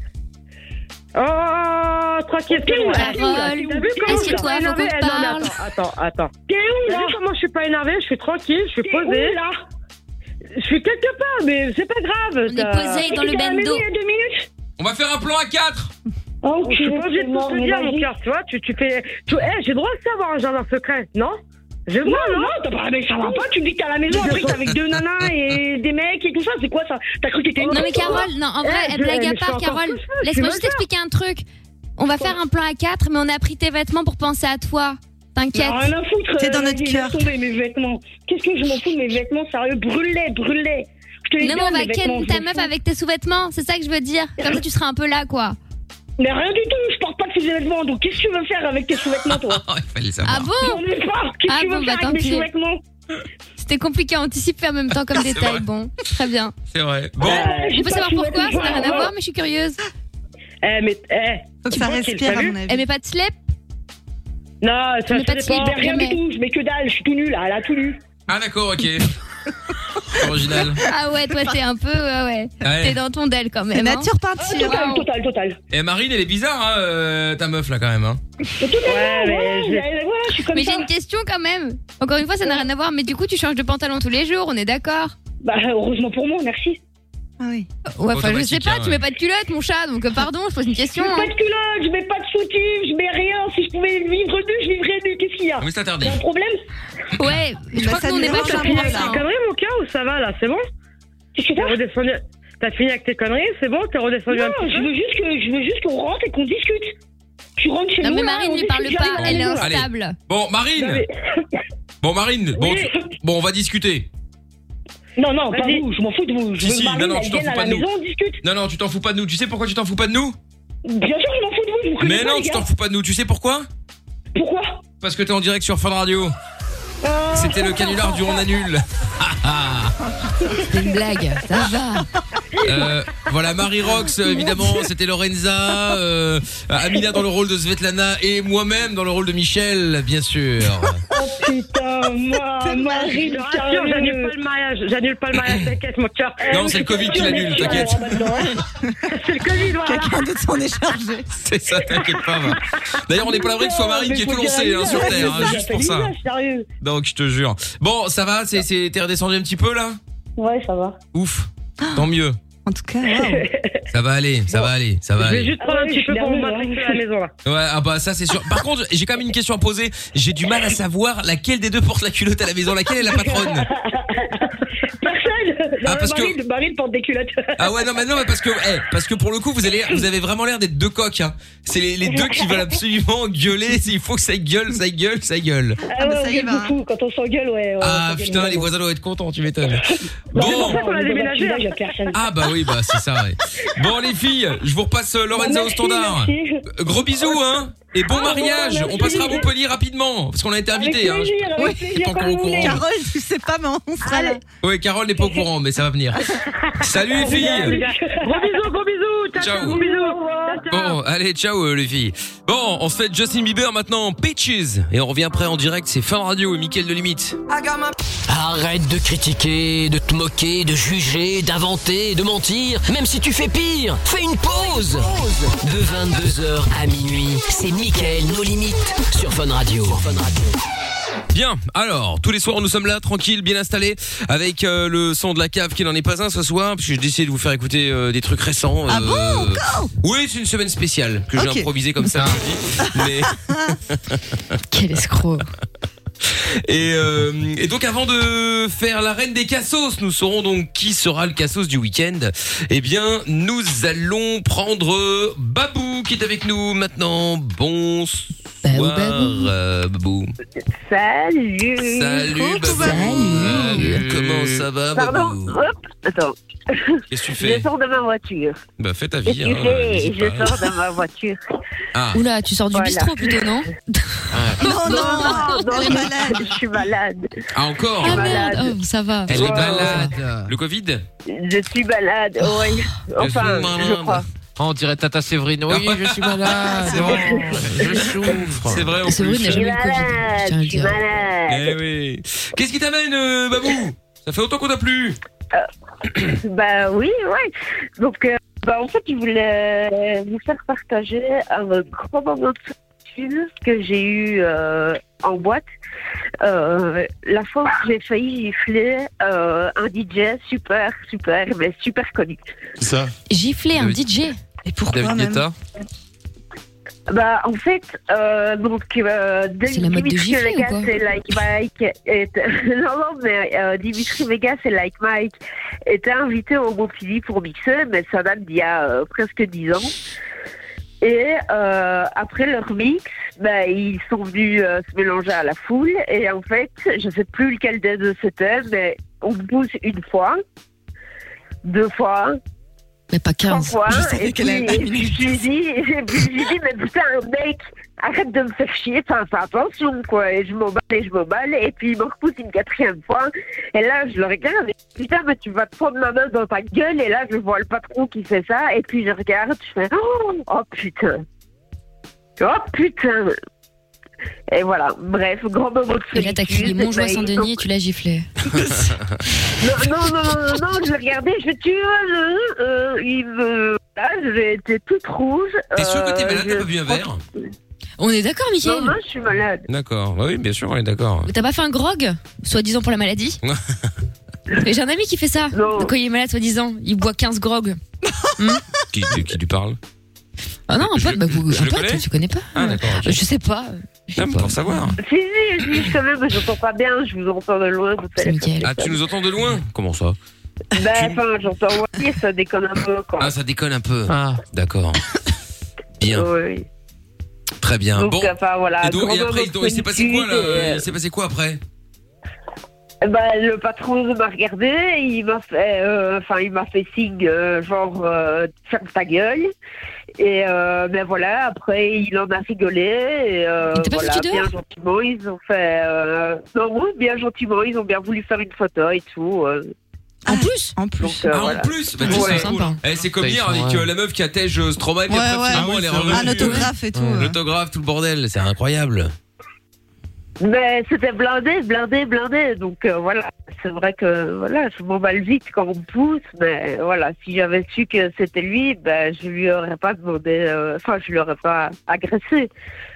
S16: Eh. Oh, tranquille, t'es où là
S3: Carole,
S16: T'as vu comment je suis
S3: assieds-toi,
S16: pas
S3: faut
S16: énervée
S3: qu'on te
S16: Eh, non, mais
S3: parle.
S11: Attends, attends.
S16: T'es où
S11: T'as
S16: là
S11: vu comment je suis pas énervée Je suis tranquille, je suis
S16: T'es
S11: posée.
S16: où, là
S11: je suis quelque part, mais c'est pas grave.
S16: On est
S11: t'as-
S4: Euh,
S16: posé dans le T'étais à la bendo. maison il y a deux minutes
S2: On va faire un plan à 4
S16: Oh,
S11: je suis pas obligée de tout
S16: mort,
S11: te
S16: mais
S11: dire,
S16: vas-y.
S11: mon cœur, tu vois. Tu, tu fais. Tu... eh, j'ai le droit de savoir un jardin secret, non J'ai le droit,
S16: non,
S11: non,
S16: non, t'as pas, mais ça va pas, tu me dis que t'es à la maison, après que t'es avec
S11: <laughs>
S16: deux nanas et des mecs et tout ça, c'est quoi ça T'as cru que t'étais une
S3: Non mais
S16: prostituée
S3: Carole, non, en
S16: Eh,
S3: vrai,
S16: je-
S3: blague
S16: mais
S3: à
S16: je suis
S3: part,
S16: encore
S3: Carole.
S16: toute seule, je suis
S3: Laisse-moi juste
S16: majeure.
S3: t'expliquer un truc. On va faire un plan à 4, mais on a pris tes vêtements pour penser à toi. T'inquiète.
S16: Non, rien à foutre. euh, laisse tomber mes vêtements. Qu'est-ce que je m'en fous de mes vêtements, sérieux Brûlez, brûlez. Je te les
S3: Non, mais on
S16: donne,
S3: va
S16: mes vêtements,
S3: ken ta
S16: je m'en
S3: meuf
S16: fous.
S3: avec tes sous-vêtements, c'est ça que je veux dire. Comme ça, tu seras un peu là, quoi.
S16: Mais rien du tout, je porte pas de ces vêtements, donc qu'est-ce que tu veux faire avec tes
S3: <laughs>
S16: sous-vêtements, toi
S3: Ah bon
S11: <laughs>
S16: J'en ai pas, qu'est-ce
S3: Ah
S16: que tu
S3: bon,
S16: veux
S3: bah
S16: faire
S3: tant
S16: avec mes
S3: pis.
S16: sous-vêtements
S3: C'était compliqué à anticiper en même temps
S11: <laughs>
S3: comme
S2: C'est
S3: détail.
S2: vrai.
S3: Bon, très bien.
S2: C'est vrai. Bon.
S3: On peut
S16: Euh, pas
S3: savoir
S16: si
S3: pourquoi,
S16: elle
S3: ça n'a rien à
S16: va.
S3: voir, mais je suis curieuse.
S11: Eh, mais. Eh.
S3: Faut que
S11: ça respire, à mon avis.
S3: Elle met pas de slip
S11: Non, ça,
S3: Mais
S11: ça
S3: pas de
S11: dépend.
S3: slip,
S11: Rien
S3: jamais.
S11: du tout.
S16: Je mets que dalle, je suis tout nu là, là, tout nu.
S2: Ah d'accord,
S16: <laughs>
S2: ok. Original.
S3: <laughs> Ah ouais, toi t'es un peu, ouais ouais.
S2: Ouais.
S3: T'es dans ton del quand même.
S2: C'est
S3: hein.
S2: nature
S16: peinture. Total, total, total.
S2: Eh Marine, elle est bizarre, hein, euh, ta meuf là quand même. Hein.
S16: Ouais, mais je-
S3: Mais j'ai une question quand même. Encore une fois, ça n'a rien à voir, mais du coup, tu changes de pantalon tous les jours, on est d'accord
S16: Bah, heureusement pour moi, merci.
S3: Ah oui. Ouais, enfin, je sais
S16: Automatique,
S3: pas,
S16: hein,
S3: tu
S16: ouais.
S3: mets pas de culotte, mon chat, donc euh, pardon, je pose une
S16: Je
S3: question.
S16: mets pas
S3: hein.
S16: de culotte, je mets pas de soutif, je mets rien. Si je pouvais vivre nu, je vivrais nu. Qu'est-ce qu'il y a
S2: Oui, c'est interdit.
S16: Y'a un problème
S3: Ouais, je crois que nous, on est pas sur le même, là, hein.
S11: T'as conneries, mon cœur, ou ça va, là C'est bon T'es redescendu. T'as fini avec tes conneries, c'est bon T'es redescendu
S16: Non,
S11: un petit
S16: je
S11: peu
S16: veux juste que je veux juste qu'on rentre et qu'on discute. Tu rentres chez
S3: Non,
S16: nous.
S3: mais
S16: là,
S3: Marine
S16: on
S3: lui
S16: discute,
S3: parle pas,
S16: j'arrive à la
S3: elle est
S16: maison.
S3: instable.
S2: Bon Marine. <laughs> Bon Marine, bon, tu- bon on va discuter.
S16: Non, non, pas
S2: Vas-y.
S16: vous, je m'en fous de vous. Je
S2: Si,
S16: veux
S2: si,
S16: Marine,
S2: non, non,
S16: elle
S2: tu t'en
S16: vienne
S2: fous
S16: à
S2: pas
S16: la
S2: de
S16: maison,
S2: nous.
S16: on discute.
S2: Non, non, tu t'en fous pas de nous. Tu sais pourquoi tu t'en fous pas de nous
S16: Bien sûr, je m'en fous de vous, je vous connais
S2: Mais
S16: pas,
S2: non,
S16: les
S2: tu
S16: gars.
S2: t'en fous pas de nous. Tu sais pourquoi
S16: Pourquoi Euh,
S2: Parce que t'es en direct sur Fun Radio. C'était le canular du on
S16: <laughs>
S2: annule. <laughs>
S3: C'est une blague, ça va.
S2: Euh, voilà Marie Rox euh, évidemment c'était Lorenza euh, Amina dans le rôle de Svetlana et moi-même dans le rôle de Michel bien sûr
S16: Oh
S2: <laughs>
S16: putain, moi, Marine,
S11: Je te rassure, j'annule pas le mariage, j'annule pas le mariage, t'inquiète, mon cœur.
S2: Non, c'est le Covid qui l'annule, t'inquiète.
S16: hein.
S4: <laughs>
S11: C'est le Covid, voilà.
S4: Quelqu'un d'autre s'en est chargé.
S2: <laughs> c'est ça t'inquiète pas
S3: <laughs>
S2: va. d'ailleurs on n'est pas l'abri que ce soit Marine qui est tout lancée hein, sur terre hein, juste pour ça
S16: Sérieux.
S2: donc je te jure bon ça va c'est c'est- t'es redescendu un petit peu là
S16: Ouais, ça va.
S2: ouf tant mieux
S4: En tout cas,
S16: <laughs>
S4: waouh.
S2: ça va aller ça va aller ça va
S11: Je vais
S2: aller
S11: juste prendre
S16: Ah
S11: un
S16: ouais,
S11: petit
S16: je
S11: peu
S16: suis
S11: pour
S16: nerveuse,
S11: m'attrister
S16: hein.
S11: à la maison, là.
S2: Ouais, ah bah ça c'est sûr. Par contre, j'ai quand même une question à poser. J'ai du mal à savoir laquelle des deux porte la culotte à la maison. Laquelle est la patronne
S16: <laughs> Personne.
S2: Ah,
S16: Non,
S2: parce que-
S16: Marine, Marine porte des culottes.
S2: Ah ouais non mais non mais parce que eh, parce que pour le coup vous allez vous avez vraiment l'air d'être deux coqs hein. C'est les, les deux qui veulent absolument gueuler, il faut que ça gueule, ça gueule, ça gueule.
S16: Ah ouais, on gueule beaucoup, quand on s'engueule, ouais. ouais,
S2: Ah
S16: on s'engueule
S2: putain, les
S16: beaucoup.
S2: voisins doivent être contents, tu m'étonnes.
S16: Non, Bah, <laughs> c'est pour
S2: Bon,
S16: ça qu'on a déménagé. hein.
S2: ah bah oui, bah c'est ça ouais. Bon les filles, je vous repasse euh, Lorenza au
S16: Merci,
S2: standard.
S16: merci.
S2: Euh, Gros bisous hein et bon
S16: Ah,
S2: mariage.
S16: bon, merci.
S2: On passera à Montpellier rapidement parce qu'on a été
S4: Avec
S2: invité hein.
S4: plaisir,
S2: Je-
S4: avec
S2: je suis
S4: plaisir,
S2: pas encore
S4: quand
S2: au
S4: vous voulez.
S2: courant.
S4: Carole, je sais pas, mais on sera là.
S2: Ouais, Carole n'est pas au courant mais ça va venir. Salut
S16: Ah,
S2: les filles.
S11: Gros bisous, gros bisous, ciao,
S2: Ciao.
S11: ciao, gros bisous.
S2: Bon, allez, ciao euh, les filles. Bon, on se fait Justin Bieber maintenant, Peaches. Et on revient après en direct, c'est Fin Radio et Mickaël de Limite.
S1: Arrête de critiquer, de te moquer, de juger, d'inventer, de mentir, même si tu fais pire. Fais une pause. De 22h à minuit, c'est Mickaël nos limites sur Fun Radio.
S2: Bien, alors, tous les soirs, nous sommes là, tranquilles, bien installés, avec euh, le son de la cave qui n'en est pas un ce soir, parce que j'ai décidé de vous faire écouter euh, des trucs récents. Ah bon Oui, c'est une semaine spéciale que
S1: Ok.
S2: <laughs> j'ai improvisée comme ça. je vous le dis. mais...
S3: Quel escroc.
S2: Et, euh, et donc avant de faire la reine des cassos, nous saurons donc qui sera le cassos du week-end. Eh bien, nous allons prendre euh, Babou qui est avec nous maintenant. Bonsoir euh, Babou.
S9: Salut
S2: Salut Babou. Salut. Comment ça va Babou
S9: Pardon Hop Attends.
S2: Qu'est-ce que tu
S9: Je
S2: fais
S9: sors de ma voiture.
S2: Bah fais ta
S9: Qu'est-ce
S2: vie.
S9: que tu
S2: hein,
S9: fais
S2: n'hésite
S9: Je
S2: pas.
S9: sors de ma voiture.
S2: Ah.
S3: Oula, tu sors du
S9: Voilà.
S3: bistrot plutôt, non
S2: Ah.
S9: Non, non,
S3: Non.
S9: non, je suis malade. Je suis malade.
S2: Ah, encore
S9: Je suis
S3: Ah merde,
S9: malade.
S3: oh, ça va.
S2: Elle est malade. Le Covid
S9: Je suis malade, oui. Enfin, je crois.
S11: Oh, on dirait Tata Séverine. Oui,
S2: Ah,
S3: Oh,
S11: je suis
S9: <laughs>
S11: malade.
S2: C'est vrai. C'est vrai, en plus.
S9: Je suis malade. Je suis malade.
S2: Eh oui. Qu'est-ce qui t'amène, euh, Babou Ça fait longtemps qu'on t'a plus.
S9: Euh, <coughs> Bah oui, ouais. Donc, euh, bah, en fait, je voulais euh, vous faire partager un grand moment de solitude que j'ai eu euh, en boîte. Euh, la fois où j'ai failli gifler euh, un DJ super, super, mais super connu.
S6: Ça.
S3: Gifler un
S6: David-
S3: DJ Et pourquoi
S6: David
S3: même
S6: Guetta
S9: Bah, en fait, euh, donc, euh,
S3: la mode de
S9: Dimitri
S3: gifler ou
S9: Vegas
S3: quoi
S9: et Like Mike. et- <laughs> non, non, mais euh, Dimitri Vegas et Like Mike étaient invités au Montpellier pour mixer, mais ça date d'il y a euh, presque 10 ans. Et euh, après leur mix, bah, ils sont venus euh, se mélanger à la foule. Et en fait, je ne sais plus lequel des deux c'était, mais on pousse une fois, deux fois,
S3: Mais pas 15.
S9: Quoi
S3: Je savais
S9: et
S3: qu'elle
S9: puis,
S3: avait
S9: et puis je lui dis, <laughs> et puis je lui dis, mais putain, mec, arrête de me faire chier, enfin, fais attention, quoi. Et je m'emballe et je m'emballe, et puis il me repousse une quatrième fois. Et là, je le regarde, et putain, mais tu vas te prendre ma main dans ta gueule, et là, je vois le patron qui fait ça, et puis je regarde, je fais, oh, oh, putain. Oh putain. Et voilà, bref, grand moment de
S3: Et là, t'as crié
S9: solitude.
S3: Montjoie
S9: Mais ils
S3: Saint-Denis et tu l'as giflé.
S9: non, non, non, non, non, non, je l'ai regardé, je fais, tu vois, euh, euh, il me... Là, j'ai été toute rouge.
S2: T'es sûr que
S9: euh,
S2: Ah, t'es malade,
S9: je-
S2: t'as pas bu un verre
S3: On est d'accord, Michel
S9: Non, non, je suis malade.
S2: D'accord. Bah oui, bien sûr, on est d'accord.
S3: T'as pas fait un grog Soi-disant pour
S2: <laughs>
S3: la maladie Et J'ai un ami qui fait ça. Quand il est malade, soi-disant, il boit
S2: <laughs>
S3: 15 grog.
S2: qui, qui- qui lui parle
S3: Ah non, un pote, bah, vous,
S2: je
S3: un
S2: le
S3: pote,
S2: connais
S3: tu connais pas
S2: Ah d'accord. ok.
S3: Euh, Je sais pas.
S2: Non, mais pour savoir.
S9: Si, si, si, je quand même, je vous entends pas bien, je vous entends de loin. Vous
S2: Ah, tu nous entends de loin Comment ça
S9: Ben, enfin, j'entends aussi, ça déconne un peu, quoi.
S2: Ah, ça décolle un peu. D'accord. Bien. Très bien.
S9: Donc,
S2: bon.
S9: enfin, voilà,
S2: et, donc, et
S9: grand
S2: après,
S9: moment
S2: donc, il s'est passé quoi là
S9: solitude,
S2: Il s'est passé quoi après
S9: Bah, le patron m'a regardé, et il m'a fait, euh, enfin, il m'a fait signe, euh, genre, euh, ferme ta gueule. Et euh, ben voilà, après, il en a rigolé. Et, euh,
S3: pas
S9: voilà,
S3: foutu dehors
S9: bien gentiment, ils ont fait. Euh, non, oui, bien gentiment, ils ont bien voulu faire une photo et tout. euh.
S3: En plus
S9: En plus.
S2: Ah, en plus Bah, tu sais, c'est cool. Eh, c'est comme
S11: Bah, ils
S2: hier
S11: sont,
S2: avec
S11: ouais.
S2: euh, la meuf qui attège euh, Stromae, puis
S11: Ouais,
S2: après,
S11: ouais. Ah
S2: finalement,
S11: oui,
S2: elle est
S11: c'est vrai.
S2: revenue.
S11: Ah, l'autographe
S21: et tout,
S2: Ouais.
S21: ouais.
S2: L'autographe, tout le bordel, c'est incroyable.
S9: Mais c'était blindé, blindé, blindé. Donc euh, voilà, c'est vrai que voilà, je m'emballe vite quand on me pousse. Mais voilà, si j'avais su que c'était lui, ben, je lui aurais pas demandé, euh, enfin, je l'aurais pas agressé.
S2: Mais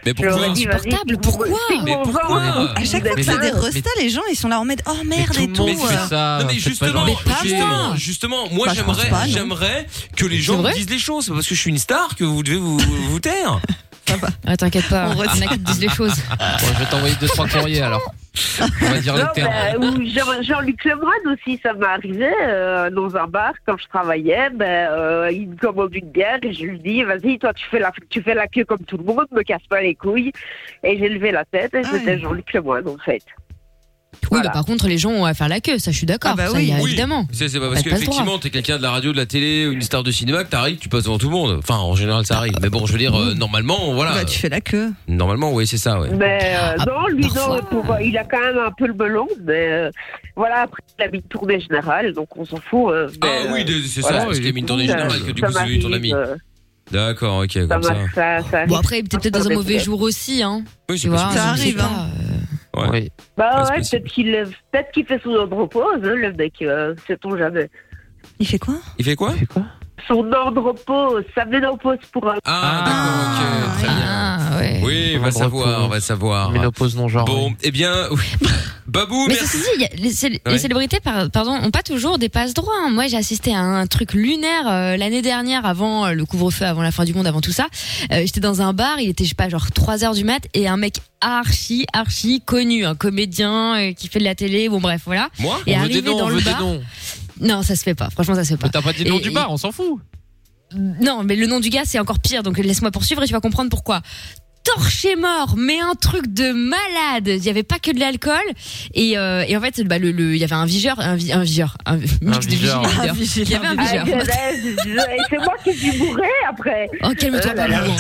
S9: Je
S2: pourquoi
S9: l'aurais dit, vas-y,
S21: Portable,
S9: si vous-
S21: pourquoi
S9: si vous
S2: Mais
S9: voulez,
S2: pourquoi
S9: hein,
S21: À chaque
S9: vous
S21: fois que
S9: êtes
S21: c'est des
S9: malade.
S21: restas, les gens ils sont là en mode oh merde et tout.
S2: Mais c'est
S21: euh.
S2: ça, non mais
S11: faites pas
S2: justement,
S11: genre. Mais pas
S2: justement,
S11: moi.
S2: justement, moi
S11: Bah, je pense
S2: j'aimerais,
S11: pas, non.
S2: j'aimerais que les
S11: C'est
S2: gens me
S11: vrai
S2: disent les choses. C'est pas parce que je suis une star que vous devez vous, vous taire.
S3: Ah, t'inquiète pas, on a qui te disent
S9: <laughs>
S3: les choses.
S11: <laughs> Bon, je vais t'envoyer deux trois courriers alors. On va dire
S9: Non,
S11: le terme.
S9: ben, ou Jean- Jean-Luc Lemoine aussi, ça m'est arrivé euh, dans un bar quand je travaillais. Ben, euh, il me commande une bière et je lui dis Vas-y, toi, tu fais, la, tu fais la queue comme tout le monde, me casse pas les couilles. Et j'ai levé la tête et
S11: Ah
S9: c'était Jean-Luc Lemoine en fait.
S3: Oui, bah, par contre, les gens ont à faire la queue, ça je suis d'accord.
S9: Ah bah
S3: ça,
S9: oui.
S3: il y a
S9: Oui.
S3: évidemment.
S2: C'est, c'est pas
S3: Bah,
S2: parce
S3: t'as le
S2: qu'effectivement
S3: droit.
S2: t'es quelqu'un de la radio, de la télé, une star de cinéma que t'arrives, tu passes devant tout le monde. Enfin, en général, ça arrive. Mais bon, je veux dire,
S11: Mmh.
S2: euh, normalement, voilà.
S21: Bah, tu fais la queue.
S2: Normalement, oui, c'est ça, ouais.
S9: Mais euh, non, lui, non, pour, euh, il a quand même un peu le melon, mais euh, voilà, après, il a mis une tournée générale, donc on s'en fout. euh,
S2: Ah
S9: mais,
S2: oui,
S9: euh,
S2: de- c'est
S9: voilà.
S2: ça, parce qu'il a mis une tournée
S9: Ça-
S2: générale que du
S9: ça
S2: coup c'est devenu ton
S9: m'arrive,
S2: ami.
S9: euh,
S2: D'accord, ok,
S9: ça
S2: comme ça.
S9: m'arrive, ça- ça arrive.
S3: Bon, après, il est peut-être dans un mauvais jour aussi, hein.
S2: Oui,
S3: tu vois,
S9: Ça
S3: je sais
S9: arrive,
S3: pas.
S9: hein.
S2: Ouais.
S9: Bah ouais, peut-être qu'il peut qu'il fait son andropause, hein, le mec, euh, sait-on jamais.
S21: Il fait quoi
S2: Il fait quoi
S9: Il fait quoi son ordre pause. Ça venait en pause pour un.
S2: Ah,
S21: Ah,
S3: Ah.
S5: Euh,
S2: Oui, on va savoir, on va savoir.
S5: Ménopause non genre.
S2: Bon, eh bien, <laughs> oui. Babou,
S3: Mais
S2: merci.
S3: ceci dit, il y a les, cél- les
S2: Ouais.
S3: célébrités, par- pardon, ont pas toujours des passe droits. hein. Moi, j'ai assisté à un truc lunaire euh, l'année dernière, avant euh, le couvre-feu, avant la fin du monde, avant tout ça. Euh, J'étais dans un bar, il était je sais pas genre 3 heures du mat, et un mec archi archi connu, un comédien euh, qui fait de la télé, bon bref, voilà.
S11: Moi
S3: Et
S11: On veut
S3: arrivé
S11: des noms,
S3: dans
S11: on
S3: le
S11: veut des
S3: bar-
S11: noms.
S3: Non, ça se fait pas. Franchement, ça se fait pas.
S11: T'as pas dit le nom
S3: Et-
S11: du bar, on s'en fout.
S3: non, mais le nom du gars, c'est encore pire. Donc laisse-moi poursuivre et tu vas comprendre pourquoi. Torché mort, mais un truc de malade. Il y avait pas que de l'alcool et, euh, et en fait, bah, le, le- il y avait un vigeur, un, vi- un vigeur, un mix de
S9: vigeur.
S3: vigile et
S9: Un
S3: de
S9: vigile,
S3: vigeur. Il y avait un
S9: Ah,
S3: vigeur.
S9: Thérèse, je- C'est moi qui suis bourré après.
S3: Oh, calme-toi,
S9: Euh, là, là.
S3: Babou.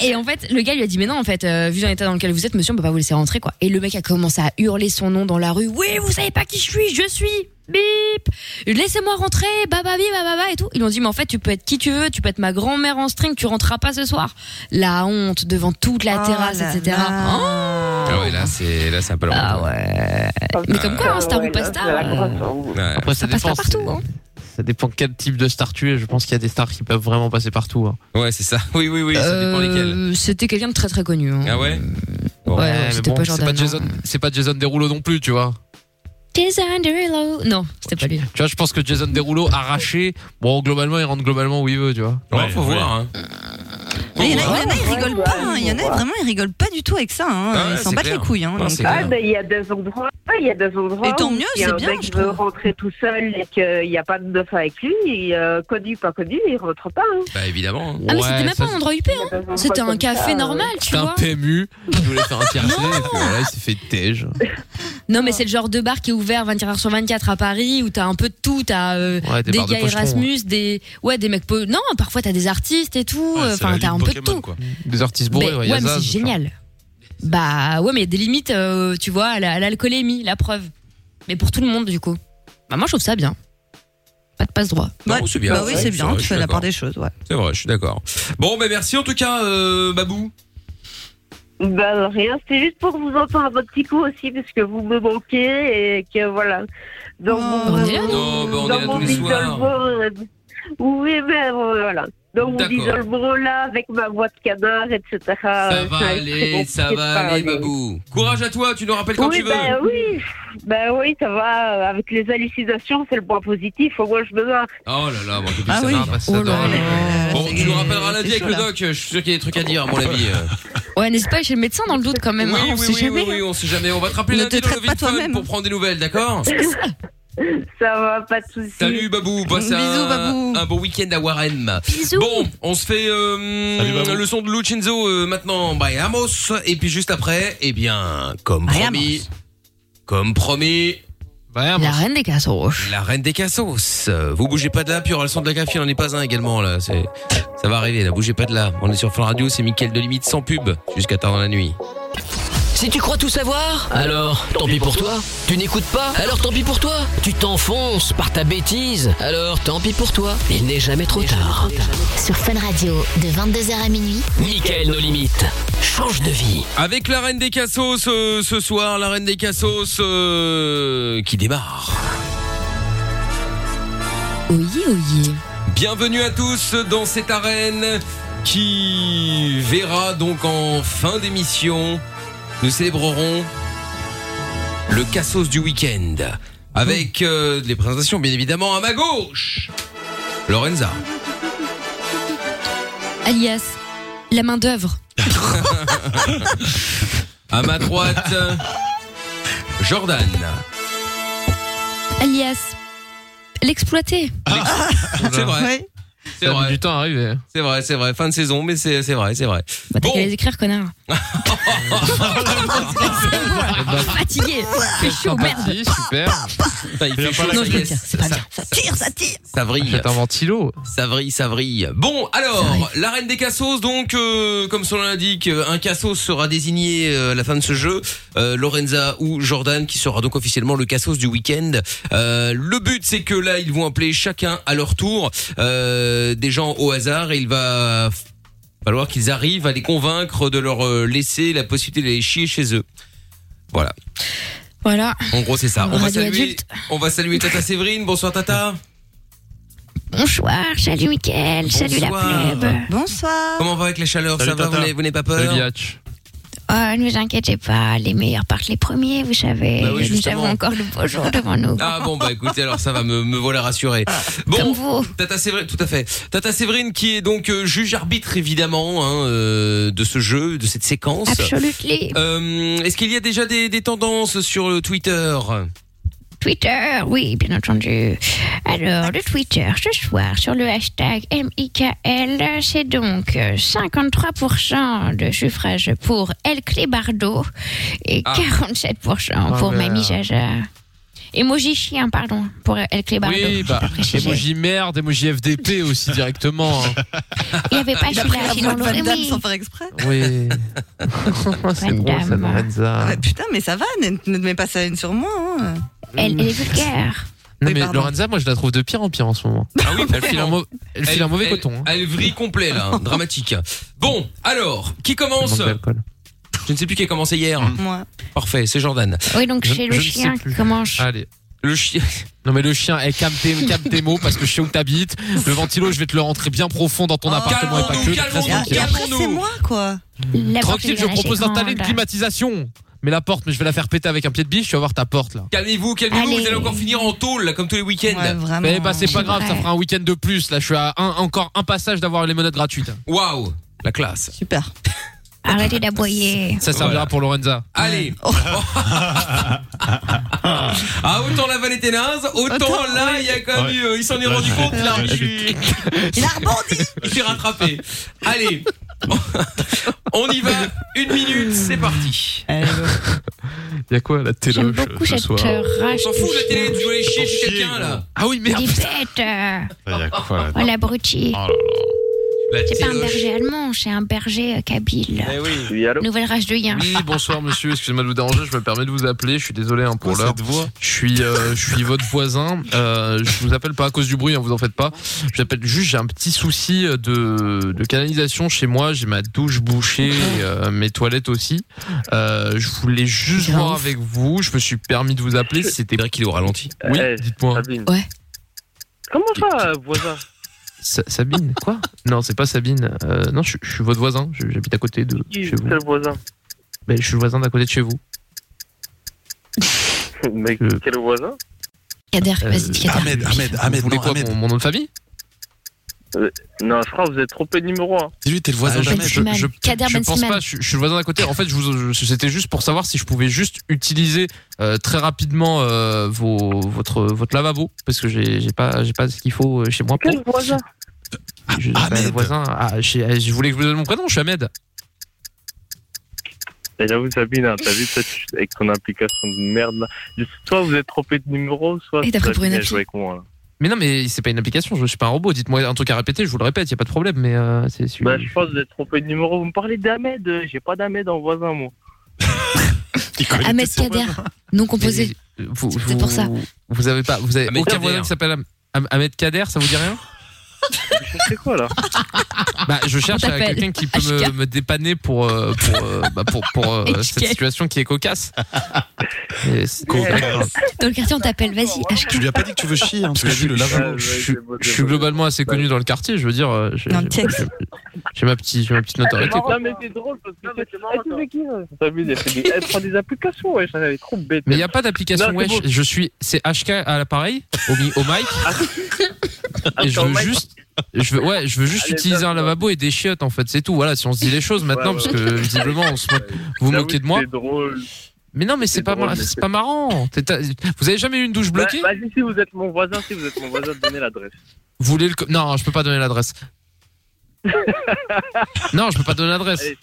S3: Et en fait, le gars lui a dit mais non en fait, euh, vu dans l'état dans lequel vous êtes, monsieur, on peut pas vous laisser rentrer quoi. Et le mec a commencé à hurler son nom dans la rue. Oui, vous savez pas qui je suis, je suis bip. Laissez-moi rentrer, bababi, bababa et tout. Ils lui ont dit mais en fait, tu peux être qui tu veux, tu peux être ma grand-mère en string, tu rentreras pas ce soir. La honte devant toute la terrasse, etc. Oh.
S2: Ah ouais, là, c'est là, c'est un peu Ah
S3: ouais. Mais comme quoi, hein, star ou pas star. euh,
S5: Après, ça, dépend.
S3: partout, hein.
S5: Ça dépend quel type de star tu es. Je pense qu'il y a des stars qui peuvent vraiment passer partout. hein.
S2: Ouais, c'est ça. Oui, oui, oui, ça dépend lesquels.
S3: Euh, C'était quelqu'un de très très connu. hein.
S2: Ah ouais
S3: Ouais, ouais, c'était pas
S5: c'est
S3: Jordan,
S5: pas
S3: hein. non.
S5: Jason, c'est pas Jason Derulo non plus, tu vois.
S3: Jason Derulo. Non, c'était pas lui.
S5: Tu vois, je pense que Jason Derulo arraché, bon, globalement, il rentre globalement où il veut, tu vois.
S2: Ouais, faut voir, hein.
S21: Mais Il y en a, il y en a, ils rigolent pas. hein. Il y en a vraiment, ils rigolent pas du tout avec ça. hein.
S2: Ah ouais,
S21: Ils s'en
S2: c'est
S21: battent les
S2: clair.
S21: couilles. hein,
S2: Non,
S21: donc,
S2: c'est
S21: euh,
S9: Ah, ben il y a des endroits. Il y a des endroits.
S21: Et tant
S9: où
S21: mieux,
S9: si
S21: c'est
S9: un
S21: bien,
S9: mec
S21: je
S9: veut
S21: trouve.
S9: rentrer tout seul et qu'il n'y a pas de meuf avec lui, et, euh, connu, pas connu, il rentre pas. hein.
S2: Bah évidemment. hein.
S3: Ah mais c'était même pas un endroit huppé, hein.
S9: endroits
S3: C'était
S9: comme
S3: un café
S9: ça,
S3: normal, tu
S5: C'était un
S3: vois.
S5: PMU, il voulait faire un tiercé, et puis voilà, il s'est fait tège.
S3: Non, mais c'est le genre de bar qui est ouvert 24 h sur 24 à Paris où t'as un peu de tout. T'as euh,
S5: Ouais, des
S3: des,
S5: bars de
S3: gars
S5: pocherons,
S3: Erasmus, des ouais des mecs. po- Non, parfois t'as des artistes et tout. Enfin, t'as un peu de tout.
S5: Des artistes
S3: Mais-
S5: bourrés,
S3: Ben, ouais,
S5: il y a
S3: mais
S5: Zaz,
S3: c'est génial. Bah ouais, mais il y a des limites, euh, tu vois, à la- à l'alcoolémie, la preuve. Mais pour tout le monde, du coup. Bah moi, je trouve ça bien. Pas de passe droit.
S2: Non, c'est bien.
S21: Bah oui, c'est bien.
S2: vrai,
S21: Tu
S2: je
S21: fais
S2: suis
S21: la part
S2: d'accord.
S21: des choses, ouais.
S2: C'est vrai, je suis d'accord. Bon, bah merci en tout cas, euh, Babou.
S9: Ben rien, c'était juste pour vous entendre votre petit coup aussi, parce que vous me manquez et que voilà. Dans
S21: Oh,
S9: mon, euh,
S2: On est là, non Non, ben, on est là tous les soirs.
S9: isolement, euh, oui, mais euh, voilà. Dans mon
S2: D'accord.
S9: isolement là, avec ma voix de canard, euh, etc.
S2: Ça va aller, ça va aller, bah, Babou. Courage à toi, tu nous rappelles quand
S9: oui,
S2: tu veux.
S9: ben oui, ben oui, ça va. euh, Avec les hallucinations, c'est le point positif. Au moins, je me bats.
S2: Oh là là, bon, tout
S9: Ah
S2: ça
S9: oui.
S2: va, bah, ça
S9: Oh là
S2: dort.
S9: là,
S2: Bon,
S9: c'est-
S2: tu nous rappelleras lundi
S9: c'est
S2: avec
S9: chaud,
S2: le
S9: là.
S2: doc, je suis sûr qu'il y a des trucs à dire, à mon avis. euh.
S3: Ouais, n'hésite pas à aller chez le médecin dans le doute quand même. hein,
S2: oui,
S3: on
S2: oui,
S3: sait
S2: oui,
S3: jamais.
S2: oui, oui, on sait jamais. On va te rappeler
S3: Ne
S2: lundi
S3: te
S2: dans le
S3: traite pas
S2: Vite Fun
S3: toi-même. hein.
S2: pour prendre des nouvelles,
S3: <laughs>
S2: d'accord
S9: Ça va, pas de soucis.
S2: Ah. Salut Babou, passe un,
S9: Bisous, Babou.
S2: un bon week-end à Warren.
S9: Bisous.
S2: Bon, on se fait euh, le son de Lucinzo euh, maintenant, by Amos, et puis juste après, eh bien, comme promis, comme promis,
S3: La reine des casseroles.
S2: la reine des cassos. Euh, Vous bougez pas de là, puis il y aura le son de la gaffe, il en est pas un également là. C'est, ça va arriver, là, bougez pas de là. On est sur Flan Radio, c'est Mickaël de Limite sans pub jusqu'à tard dans la nuit.
S1: Si tu crois tout savoir, alors tant pis pour toi. Tu n'écoutes pas, alors tant pis pour toi. Tu t'enfonces par ta bêtise, alors tant pis pour toi. Il n'est jamais trop tard.
S12: Sur Fun Radio, de 22h à minuit.
S1: Mickaël nos limites. Change de vie.
S2: Avec la reine des cassos euh, ce soir, la reine des cassos euh, qui démarre.
S3: Oyez, oyez.
S2: Bienvenue à tous dans cette arène qui verra donc en fin d'émission, nous célébrerons le Cassos du week-end avec euh, les présentations bien évidemment à ma gauche, Lorenza.
S3: Alias, la main
S2: <laughs>
S3: d'œuvre.
S2: à ma droite, Jordan.
S3: Alias, l'exploité.
S2: C'est vrai.
S3: Ouais.
S2: C'est vrai. du temps arrivé. C'est vrai, c'est vrai. Fin de saison, mais c'est c'est vrai, c'est vrai.
S3: Bah, t'as qu'à les écrire,
S2: <laughs>
S3: connard. <laughs>
S2: Eh
S3: Fatigué.
S2: ben,
S3: Je suis au merde.
S2: Super. Il fait chaud,
S3: Non,
S2: ça
S3: je
S2: y
S3: peux
S2: est,
S3: le dire, c'est pas bien. Ça tire, ça tire.
S2: Ça vrille. C'est un ventilo. Ça vrille, ça vrille. Bon, alors, la reine des cassos, donc, euh, comme son nom l'indique, euh, un cassos sera désigné euh, à la fin de ce jeu. Euh, Lorenza ou Jordan, qui sera donc officiellement le cassos du week-end. Euh, le but, c'est que là, ils vont appeler chacun à leur tour euh, des gens au hasard et il va f- falloir qu'ils arrivent à les convaincre de leur euh, laisser la possibilité d'aller chier chez eux. Voilà.
S3: Voilà.
S2: En gros, c'est ça. On va
S3: Radio
S2: saluer,
S3: adulte.
S2: on va saluer Tata Séverine. Bonsoir Tata.
S8: Bonsoir, salut Mickaël, salut la
S6: Bonsoir.
S8: plèbe.
S4: Bonsoir.
S6: Comment on va avec la chaleur Ça
S2: Salut,
S6: va Vous
S2: Tata.
S6: n'avez- Vous n'avez pas peur
S8: Oh, ne vous inquiétez pas, les meilleurs partent les premiers, vous savez.
S6: Bah oui,
S8: nous
S6: justement.
S8: avons encore le beau jour devant nous. Ah,
S6: Ah bon bah écoutez alors ça va me, me voilà rassuré. Bon Tata Séverine tout à fait. Tata Séverine qui est donc euh, juge arbitre évidemment hein, euh, de ce jeu de cette séquence.
S8: Absolutely.
S6: Euh, Est-ce qu'il y a déjà des, des tendances sur le Twitter
S8: Twitter, oui, bien entendu. Alors, le Twitter, ce soir, sur le hashtag MIKL, c'est donc euh, 53% de suffrage pour El Clébardo et
S6: Ah.
S8: 47% pour
S2: Ah,
S8: Mamie euh,
S2: merde.
S8: Jaja. Emoji chien, pardon, pour El Clébardo.
S2: Oui, bah, emoji merde, emoji FDP aussi directement.
S8: <laughs>
S2: hein.
S8: Ah, bah, Il n'y avait pas
S4: Il a pris
S8: celui-là,
S4: la
S8: sinon
S4: voix de Van
S8: l'aurait
S4: Damme
S8: mis.
S4: sans faire exprès.
S2: Oui. <laughs> C'est drôle, ça,
S6: Ah,
S2: Lorenza.
S4: Ouais, putain, mais ça va, ne, ne te mets pas ça une sur moi. hein.
S8: Elle, elle est vulgaire.
S2: Non,
S4: Oui,
S2: mais
S4: pardon.
S2: Lorenza, moi je la trouve de pire en pire en ce moment.
S6: Ah oui,
S2: Elle file un, mau- elle file un mauvais
S6: elle-
S2: coton. hein.
S6: Elle vrille complet là, hein, dramatique. Bon, alors, qui commence
S2: Elle manque d'alcool. Mm.
S6: Je ne sais plus qui a commencé hier.
S4: Moi.
S6: Parfait, c'est Jordan.
S8: Oui, donc
S6: Je-
S8: c'est le
S6: je ne
S8: chien
S6: sais plus.
S8: qui commence.
S2: Allez.
S6: Le chien.
S2: Non mais le chien, eh, calme, tes, calme tes mots parce que je sais où t'habites. Le ventilo, je vais te le rentrer bien profond dans
S6: Ah,
S2: ton appartement et pas que.
S4: Et après, c'est moi, quoi.
S2: Tranquille, je propose d'installer une climatisation. Mais la porte, mais je vais la faire péter avec un pied de biche. Tu vas voir ta porte là.
S6: Calmez-vous, calmez-vous, vous allez encore finir en tôle là, comme tous les week-ends.
S2: Mais bah c'est pas grave, ça fera un week-end de plus. Là, je suis à un, encore un passage d'avoir les menottes gratuites.
S6: Waouh, la classe.
S4: Super.
S8: Arrêtez d'aboyer.
S2: Ça servira
S6: Voilà.
S2: pour Lorenza.
S6: Allez. <laughs> ah autant la vanne était naze, autant,
S2: Autant,
S6: là
S2: oui.
S6: il y a quand même
S2: Ouais.
S6: eu, euh, il s'en est rendu compte là. <laughs> Il, a rebondi. Il s'est rattrapé. <laughs> Allez. On y va, une minute, c'est parti.
S2: Il y a quoi à la télé
S8: J'aime beaucoup cette euh, race.
S6: On s'en fout de la télé, tu dois aller chier chez
S2: chier,
S6: quelqu'un là.
S2: Ah oui,
S8: Des bêtes. euh,
S7: Il y a quoi là
S8: Oh l'abruti.
S6: La Eh
S8: C'est pas un
S6: téloche.
S8: berger allemand, c'est un berger euh, kabyle. Nouvelle race de yin.
S2: Oui, bonsoir monsieur, excusez-moi de vous déranger, je me permets de vous appeler, je suis désolé hein, pour l'heure. Je suis euh, je suis votre voisin. Euh, je vous appelle pas à cause du bruit, hein, vous en faites pas. Je vous appelle juste j'ai un petit souci euh, de, de canalisation chez moi, j'ai ma douche bouchée, euh, mes toilettes aussi. Euh, je voulais juste voir avec vous, je me suis permis de vous appeler,
S6: Euh,
S2: c'était vrai
S6: qu'il au ralenti. Euh,
S2: Oui, dites-moi.
S4: Ouais.
S14: Comment ça, voisin
S2: Sa- Sabine quoi Non, c'est pas Sabine. Euh, non, je, je suis votre voisin, Je- j'habite à côté de
S14: Qui
S2: chez vous.
S14: Quel voisin
S2: Ben, je suis le voisin d'à côté de chez vous.
S14: Mais
S2: Euh.
S14: quel voisin
S8: Kader, vas-y, Kader.
S7: Euh, Ahmed, Ahmed, Ahmed,
S2: Vous voulez
S7: non,
S2: quoi,
S7: Ahmed.
S2: mon, mon nom de famille
S14: Euh, Non, frère, vous êtes trompé de numéro 1.
S7: Dis-lui, t'es le voisin
S2: Ah, je-
S7: d'Ahmed.
S2: je- je-
S8: Kader
S2: je
S8: Ben
S2: pense
S8: Slimane.
S2: pas, je, je suis le voisin d'à côté. En fait, je vous- je- c'était juste pour savoir si je pouvais juste utiliser euh, très rapidement euh, vos, votre, votre lavabo, parce que j'ai j'ai pas, j'ai pas ce qu'il faut euh, chez moi. Pour.
S14: Quel voisin
S2: Je, bah, le voisin, ah, je, je voulais que je vous donne mon prénom, je suis Ahmed.
S14: Et j'avoue, Sabine, hein, t'as vu, toi, tu- avec ton application de merde là. Soit vous êtes trompé de numéro, soit
S2: Et t'as pris pour une
S14: bien
S2: appli.
S14: joué avec moi hein. là.
S2: Mais non, mais c'est pas une application, je, je suis pas un robot. Dites-moi un truc à répéter, je vous le répète, y a pas de problème, mais euh, c'est celui-
S14: Bah, je pense que vous êtes trompé de numéro. Vous me parlez d'Ahmed, euh, j'ai pas d'Ahmed en voisin, moi.
S3: Ahmed Kader, non composé.
S2: Vous,
S3: C'est pour ça.
S2: Vous avez pas, vous avez
S6: Ahmed
S2: aucun
S6: Kader.
S2: voisin qui s'appelle Am- Am- Ahmed Kader, ça vous dit rien
S14: C'est quoi là
S2: <laughs> Bah, je cherche
S14: On
S2: euh,
S14: t'appelle.
S2: quelqu'un qui peut me, me dépanner pour euh, pour euh, bah, pour, pour, euh,
S8: HK.
S2: cette situation qui est cocasse. Et c'est-
S8: Dans le quartier, on t'appelle, vas-y. HK.
S2: Tu lui as pas dit que tu veux chier, hein, parce que je,
S14: Ah,
S7: vu le
S2: je-
S7: lavabo.
S2: je- je- je suis globalement assez
S14: Bah,
S2: connu dans le quartier, je veux dire. euh, j'ai-
S14: Dans le
S2: J'ai
S14: texte.
S2: j'ai ma petite j'ai ma petite notoriété. quoi.
S14: Non, mais c'est drôle parce que c'est marrant. Sabine, elle, fait des... elle prend des applications, wesh, elle est trop bête.
S2: Mais il y a pas d'application
S14: Non, c'est
S2: wesh.
S14: bon.
S2: Je suis c'est HK à l'appareil au, mi- au mic. et je
S14: au
S2: veux
S14: Ah. mic.
S2: juste je veux ouais, je veux juste
S14: Allez,
S2: utiliser
S14: ça,
S2: un lavabo et des chiottes en fait, c'est tout. Voilà, si on se dit les choses maintenant
S14: Ouais,
S2: parce
S14: ouais,
S2: que
S14: ouais.
S2: visiblement on se mo- vous vous
S14: J'avoue
S2: moquez de
S14: que
S2: moi.
S14: C'est drôle.
S2: Mais non, mais c'est pas,
S14: drôle,
S2: mar-
S14: mais
S2: c'est
S14: c'est-
S2: pas marrant. T'es- t'as- Vous avez jamais eu une douche
S14: Bah,
S2: bloquée
S14: Vas-y, si vous êtes mon voisin, si vous êtes mon voisin, donnez l'adresse.
S2: Vous voulez le. co- Non, je peux pas donner
S14: <laughs>
S2: l'adresse. non, je peux pas donner l'adresse.
S14: Allez.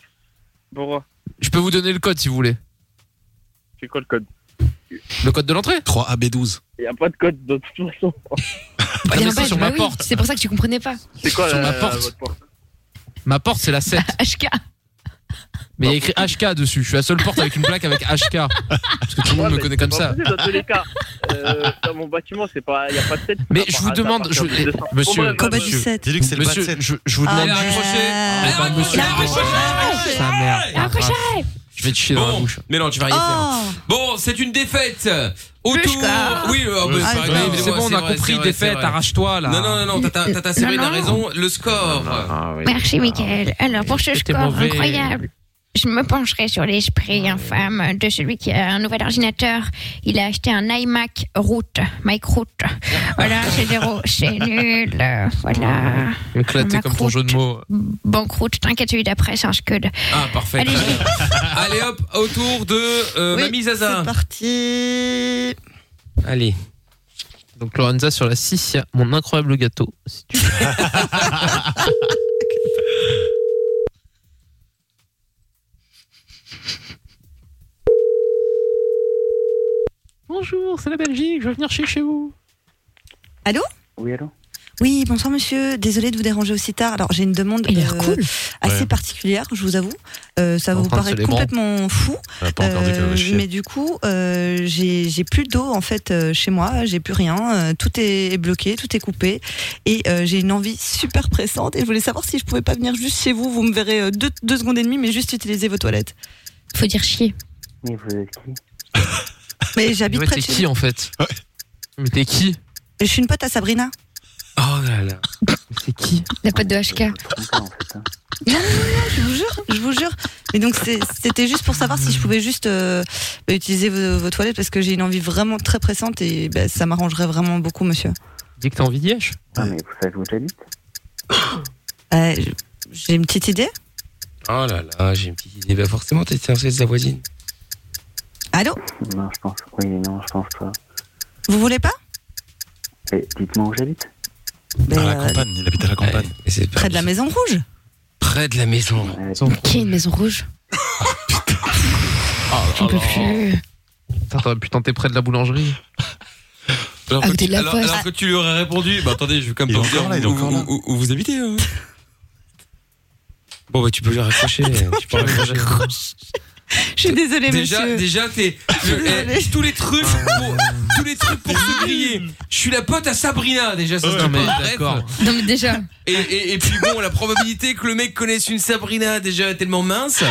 S14: Bon,
S2: Je peux vous donner le code si vous voulez.
S14: c'est quoi le code
S2: Le code de l'entrée 3AB12.
S14: Il n'y a pas de code de
S2: <laughs>
S14: toute façon.
S2: Ah, mais
S3: Bien
S2: c'est
S3: bête,
S2: sur
S3: bah
S2: ma
S3: oui,
S2: porte.
S3: C'est pour ça que tu comprenais pas.
S14: C'est quoi
S2: Sur
S14: la-
S2: ma
S14: la-
S2: porte.
S14: votre porte
S2: Ma porte, c'est la 7. <laughs>
S3: HK.
S2: Mais il y a écrit HK dessus. Je suis la seule porte avec une plaque avec
S14: <laughs>
S2: HK. Parce que tout le monde me connaît comme
S14: Pas
S2: ça.
S14: possible, Dans tous
S2: <laughs>
S14: les cas, euh, dans mon bâtiment, c'est pas, il y a pas de tête.
S2: Mais
S14: à
S2: je
S14: part-
S2: vous
S14: à
S2: demande,
S14: partir
S2: je, eh,
S14: de 200. Bon,
S2: monsieur,
S14: bah, bah, bah,
S2: monsieur,
S7: Dis-lui que c'est le
S2: monsieur,
S7: 27.
S2: je, je vous
S7: Ah,
S2: demande
S7: elle a
S2: juste-
S7: raccroché.
S2: Ah, bah, monsieur, sa mère. Je vais te chier dans la
S6: Bon,
S2: bouche.
S6: Mais non, tu vas rien
S2: Oh.
S6: faire. Bon, c'est une défaite.
S2: Autour. Oui, euh, ah, bah,
S9: Ah,
S2: c'est pas
S9: oui,
S2: grave,
S9: c'est
S2: évidemment,
S9: bon, on a
S2: vrai,
S9: compris,
S2: c'est vrai,
S9: défaite,
S2: c'est vrai.
S9: arrache-toi, là.
S2: Non, non, non, non, Tata, tata Séverine
S8: Non,
S2: a
S8: non.
S2: raison, le score.
S1: Ah,
S8: Merci, Michael. Alors, pour ce
S2: Ah. C'était
S8: score
S2: mauvais.
S8: incroyable, je me pencherai sur l'esprit infâme de celui qui a un nouvel ordinateur. Il a acheté un iMac Root, Mike Root. Voilà, c'est
S2: <laughs>
S8: zéro, c'est nul. Voilà.
S1: Éclaté comme ton jeu de mots.
S8: Banqueroute, t'inquiète, celui d'après, c'est un scud.
S2: Ah, parfait.
S8: Allez,
S2: Allez, hop, autour de euh, Mamie Zaza.
S4: parti.
S2: Allez.
S1: Donc Lorenza sur la 6, il y a mon incroyable gâteau. Si tu
S9: Bonjour, c'est la Belgique, je vais venir chez, chez vous.
S4: Allô
S9: Oui, allô
S4: Oui, bonsoir monsieur. Désolé de vous déranger aussi tard. Alors j'ai une demande euh, assez
S9: Ouais.
S4: particulière, je vous avoue. Euh, ça
S9: En
S4: va vous
S9: train de se
S4: paraître
S9: les branler.
S4: complètement fou.
S9: Elle a pas encore dit qu'elle allait chier.
S4: mais du coup, euh, j'ai j'ai plus d'eau en fait euh, chez moi. J'ai plus rien. Euh, tout est bloqué, tout est coupé. Et euh, j'ai une envie super pressante. Et je voulais savoir si je pouvais pas venir juste chez vous. Vous me verrez euh, deux, deux secondes et demie, mais juste utiliser vos toilettes.
S8: Faut dire chier.
S7: Mais vous êtes qui
S4: Mais j'habite
S1: Ouais,
S4: près
S1: t'es
S4: de chez
S1: qui en fait Mais t'es qui
S4: Je suis une pote à Sabrina.
S1: Oh là là. C'est qui
S8: La pote de HK.
S2: hein.
S4: Non, non, non, je vous jure, je vous jure. Mais donc c'est- c'était juste pour savoir si je pouvais juste euh, bah, utiliser vos, vos toilettes parce que j'ai une envie vraiment très pressante et bah, ça m'arrangerait vraiment beaucoup, monsieur.
S1: Dis que t'as envie d'y aller.
S7: Ah, mais vous savez où j'habite
S4: Euh, j'ai une petite idée.
S2: Oh là là, j'ai une petite idée. Bah forcément, t'es censé de sa voisine.
S4: Allô
S7: Ah. Non, je pense. Oui, non, je pense pas.
S4: Vous voulez pas
S7: Et dites-moi où j'habite.
S4: À la
S7: campagne, il habite à
S2: Eh,
S7: la campagne.
S4: Près de la Maison Rouge
S2: Près de la maison.
S6: Qui est une maison rouge
S2: Oh,
S1: Ah,
S6: J'en peux plus.
S1: Putain, t'aurais pu tenter près de la boulangerie.
S2: <laughs> Alors,
S6: À
S2: que
S6: côté
S2: tu,
S6: Ah, de la
S2: alors-
S6: poste.
S2: alors que tu lui aurais répondu, bah attendez, je vais quand même pas vous dire où, où- où- où vous habitez. hein. Bon, bah tu peux
S1: <laughs>
S2: lui raccrocher. tu peux raccrocher.
S4: Je suis désolée,
S2: déjà,
S4: monsieur.
S2: Déjà, t'es. le- eh, tous les
S1: <laughs>
S2: trucs pour, tous les trucs pour se griller. Je suis la pote à Sabrina, déjà, ça
S9: Ouais,
S2: se
S9: mais
S2: passe.
S9: d'accord.
S6: Non, mais déjà.
S2: Et, et- et puis bon, la probabilité que le mec connaisse une Sabrina déjà tellement mince.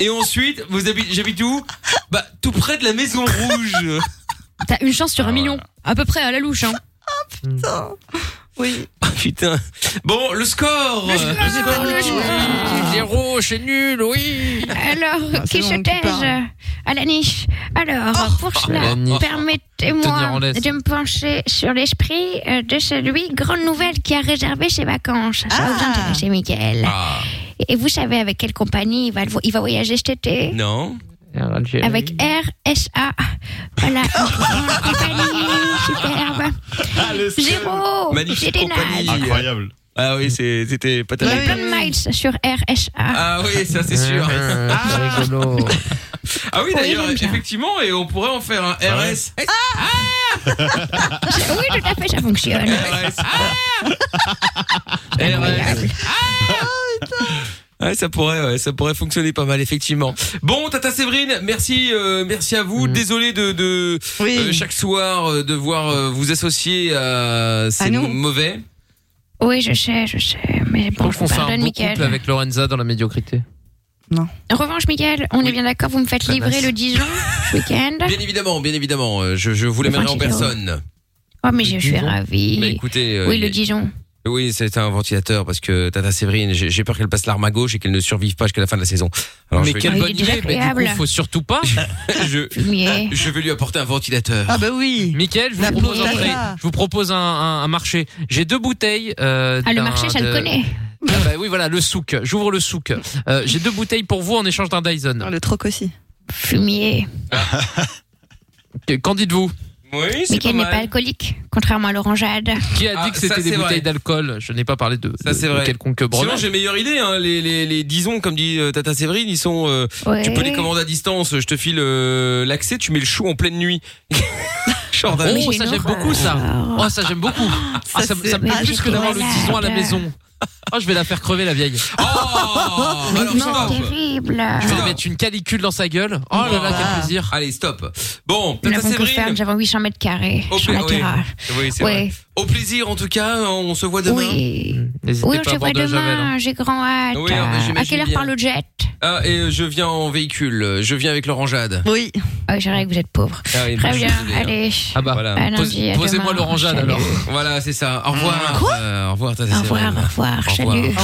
S2: Et ensuite, vous habitez, j'habite où Bah, tout près de la Maison Rouge.
S6: T'as une chance sur un million. À peu près à la louche, hein.
S4: Putain. Oui.
S2: Ah, putain. Bon, le score.
S9: Zéro, c'est nul, oui.
S8: Alors,
S9: Ah, c'est
S8: qui
S9: bon, Oh.
S8: se
S9: tu
S8: taise
S9: parles.
S8: euh, à la niche Alors, pour cela,
S9: la niche. Tenir en
S8: permettez-moi
S9: laisse.
S8: de me pencher sur l'esprit euh, de celui grande nouvelle qui a réservé ses vacances. Ça va vous
S9: Ah.
S8: intéresser, Michael.
S1: Ah,
S8: Et vous savez avec quelle compagnie il va, le vo- il va voyager cet été
S2: Non.
S8: Avec RSA.
S9: <laughs>
S8: Voilà, une grande compagnie superbe.
S9: Ah,
S6: Oh,
S8: Zéro,
S2: Magnifique
S8: c'était naze.
S2: compagnie. Incroyable. Ah oui, c'est- c'était pas
S8: Il y a
S2: terrible.
S8: plein de miles sur RSA.
S2: Ah oui, ça
S6: <laughs>
S2: c'est sûr. Ah, oui, d'ailleurs,
S8: j'aime bien.
S2: effectivement, et on pourrait en faire un Ah RS.
S8: oui, tout à fait, ça fonctionne.
S2: RS. Ah RS. Ah Ouais, ça pourrait, ouais, ça pourrait fonctionner pas mal, effectivement. Bon, Tata Séverine, merci, euh, merci à vous. Désolé de, de euh, chaque soir euh, devoir euh, vous associer à ces
S8: nous.
S2: mo- mauvais.
S8: Oui, je sais, je sais, mais bon,
S1: Je pense qu'on fait un
S8: pardonne,
S1: beau
S8: Michael.
S1: couple avec Lorenza dans la médiocrité.
S8: En revanche, Michael, on est bien d'accord, vous me faites
S1: La
S8: livrer
S1: masse.
S8: le Dijon ce week-end
S2: Bien évidemment, bien évidemment, euh, je, je vous les
S8: Le
S2: mènerai en
S8: ventilateur.
S2: personne.
S8: Oh, mais je suis ravie.
S2: Bah, écoutez, euh,
S8: oui, le
S2: il-
S8: Dijon.
S2: Oui, c'est un ventilateur parce que Tata Séverine, j'ai j'ai peur qu'elle passe l'arme à gauche et qu'elle ne survive pas jusqu'à la fin de la saison.
S9: Mais
S2: je vais-
S9: quelle
S8: bonne idée, mais du coup, faut
S2: surtout pas. <laughs> je, je vais lui apporter un ventilateur.
S4: bah oui.
S1: Mickaël, je vous
S9: La
S1: propose, un,
S9: pauvre.
S1: prêt. Ah je vous propose un, un- un marché. J'ai deux bouteilles. euh,
S9: Ah, le
S1: d'un-
S9: marché, ça le
S1: de-
S9: connaît.
S1: Ah bah oui, voilà, le souk. J'ouvre le souk. Euh, J'ai deux bouteilles pour vous en échange d'un Dyson.
S4: Ah, le troc aussi.
S8: Fumier.
S1: Qu'en dites-vous
S2: Oui,
S8: Michael n'est pas alcoolique, contrairement à l'orangeade.
S1: Qui a dit
S2: Ah,
S1: que
S2: ça,
S1: c'était des
S2: c'est vrai.
S1: bouteilles d'alcool Je n'ai pas parlé de,
S2: Ça,
S1: de-
S2: c'est
S1: de
S2: vrai.
S1: quelconque
S2: Sinon,
S1: breuvage.
S2: j'ai meilleure idée. Hein. Les, les, les disons, comme dit euh, Tata Séverine, ils sont. euh,
S8: Ouais.
S2: Tu peux les commander à distance. Je te file euh, l'accès. Tu mets le chou en pleine nuit. <laughs> Genre d'un-
S1: Oh, ça j'aime beaucoup ça. Oh, ça j'aime beaucoup. Ah, ça, ça me plaît plus que d'avoir le tison à la maison.
S22: Ah, je vais la faire crever la vieille. Oh
S2: Oh,
S8: Mais
S22: Alors,
S8: non,
S22: stop.
S8: terrible.
S22: Je vais lui mettre une canicule dans sa gueule. Oh là là, quel plaisir.
S2: Allez, stop. Bon,
S8: Nous
S2: Tata
S8: l'avons
S2: Séverine.
S8: couvert, nous avons 800 mètres carrés
S2: Au,
S8: sur la
S2: pla- oui.
S8: terrasse.
S2: Oui, c'est
S8: Ouais.
S2: vrai. Au plaisir, en tout cas, on se voit demain.
S8: Oui. Oui, on se voit
S1: hein.
S8: demain, j'ai grand hâte.
S2: Oui, ah, mais
S8: à
S2: j'imagine
S8: quelle heure
S2: bien.
S8: part le jet
S2: hein. Ah, et euh, je viens en véhicule. euh, Je viens avec Laurent Jade.
S8: Oui. Ah, oui, c'est vrai que vous êtes pauvre.
S2: Ah oui,
S8: Très
S2: je suis
S8: bien,
S2: désolé, hein.
S8: allez.
S2: Ah bah, voilà.
S8: À lundi, à demain. Salut.
S2: Voilà, c'est ça. Au revoir. Euh, au revoir, Tata
S8: Au revoir,
S2: Séverine.
S8: au revoir, salut.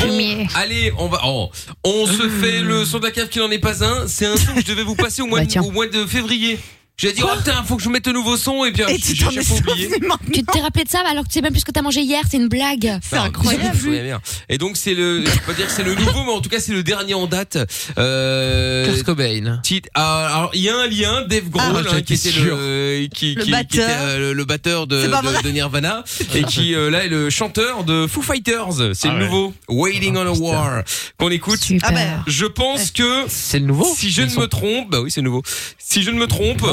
S8: Fumier. Mmh.
S2: Allez, on va. oh, on se fait le son de la cave qui n'en est pas un. C'est un son que je devais vous
S8: <laughs>
S2: passer au
S8: Bah,
S2: mois, de, au mois de février. J'ai dit, oh putain, faut que je mette le nouveau son. Et puis,
S3: Et
S2: j'ai
S3: tu t'en
S2: j'ai
S3: es
S2: pas oublié.
S3: Tu t'es rappelé de ça alors que tu sais même plus ce que t'as mangé hier, c'est une blague.
S2: Non, je me souviens bien. Et donc c'est le, je peux pas dire que c'est le nouveau, mais en tout cas c'est le dernier en date. Euh,
S22: Kurt Cobain.
S2: Petite- ah, alors il y a un lien, Dave Grohl
S22: Ah,
S2: hein,
S22: j'étais
S2: qui était
S22: sûr.
S2: le qui,
S22: Le
S2: qui- qui était,
S22: batteur.
S2: euh, le, le batteur de,
S22: C'est pas
S2: de-
S22: vrai.
S2: de Nirvana et qui euh, là est le chanteur de Foo Fighters. C'est
S22: Ah
S2: le
S22: ouais.
S2: nouveau Waiting on a War qu'on écoute.
S22: Ah,
S2: ben,
S22: Super. Ah bah.
S2: Je pense que
S22: c'est le nouveau.
S2: Si je ne me trompe, bah oui c'est le nouveau. Si je ne me trompe,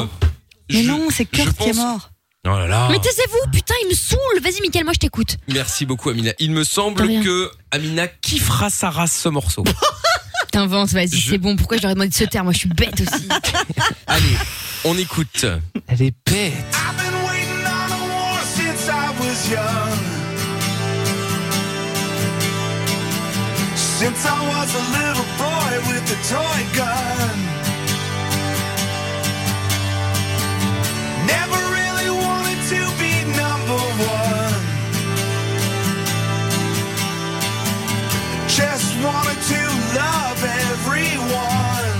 S21: Mais non, c'est Kurt qui est mort.
S2: oh là là.
S3: Mais taisez-vous, putain, il me saoule. Vas-y, Mickaël, moi je t'écoute.
S2: Merci beaucoup Amina. Il me semble que Amina kiffera sa race
S22: <laughs>
S2: ce morceau.
S3: <laughs> T'inventes, vas-y, c'est bon. Pourquoi je leur ai demandé de se taire Moi je suis bête <laughs> aussi.
S2: Allez, on écoute.
S22: Elle est bête.
S11: I've been waiting on a war since I was young. Since I was a little boy with a toy gun. Never really wanted to be number one. Just wanted to love everyone.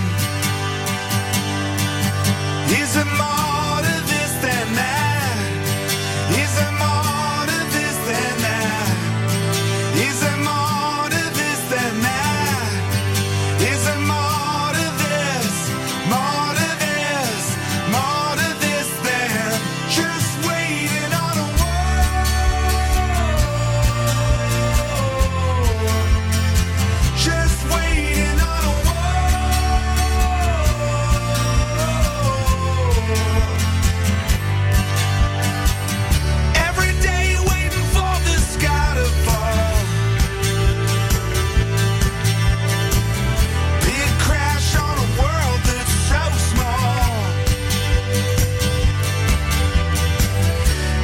S11: Is there more to this than that? Is there more to this than that? Is there more to this than that? Is there more to this? More to this? More to this than just waiting on a world? Just waiting on a Every day waiting for the sky to fall. Big crash on a world that's so small.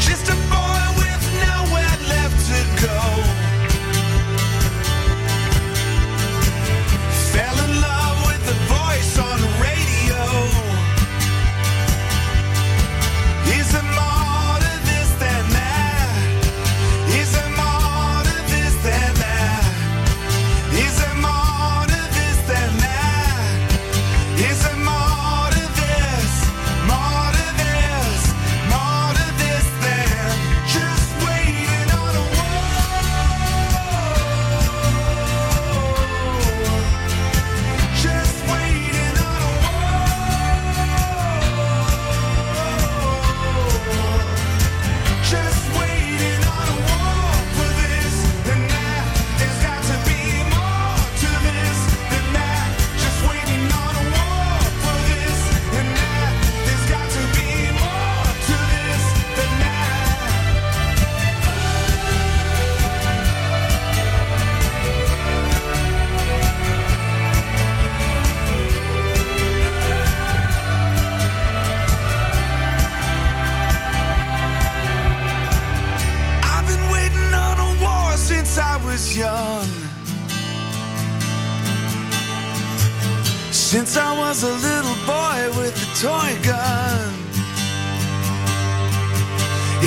S11: Just a boy with nowhere left to go. Fell in love with the voice on the radio. Is there more to this than that? Is there more to this than that? Is there more to this than that? Is there more to this? More to this? More to this than just waiting on a world? Just waiting on a Just waiting on a war for this and that. There's got to be more to this than that. Just waiting on a war for this and that. There's got to be more to this than that. I've been waiting on a war since I was young. Since I was a little boy with a toy gun.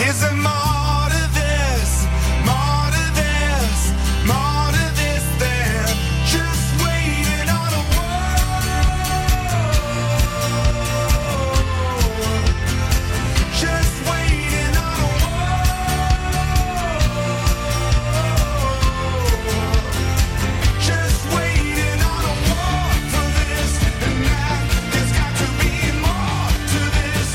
S11: Is there more to this? More to this? More to this than just waiting on a world? Just waiting on a Just waiting on a war for this and that. There's got to be more to this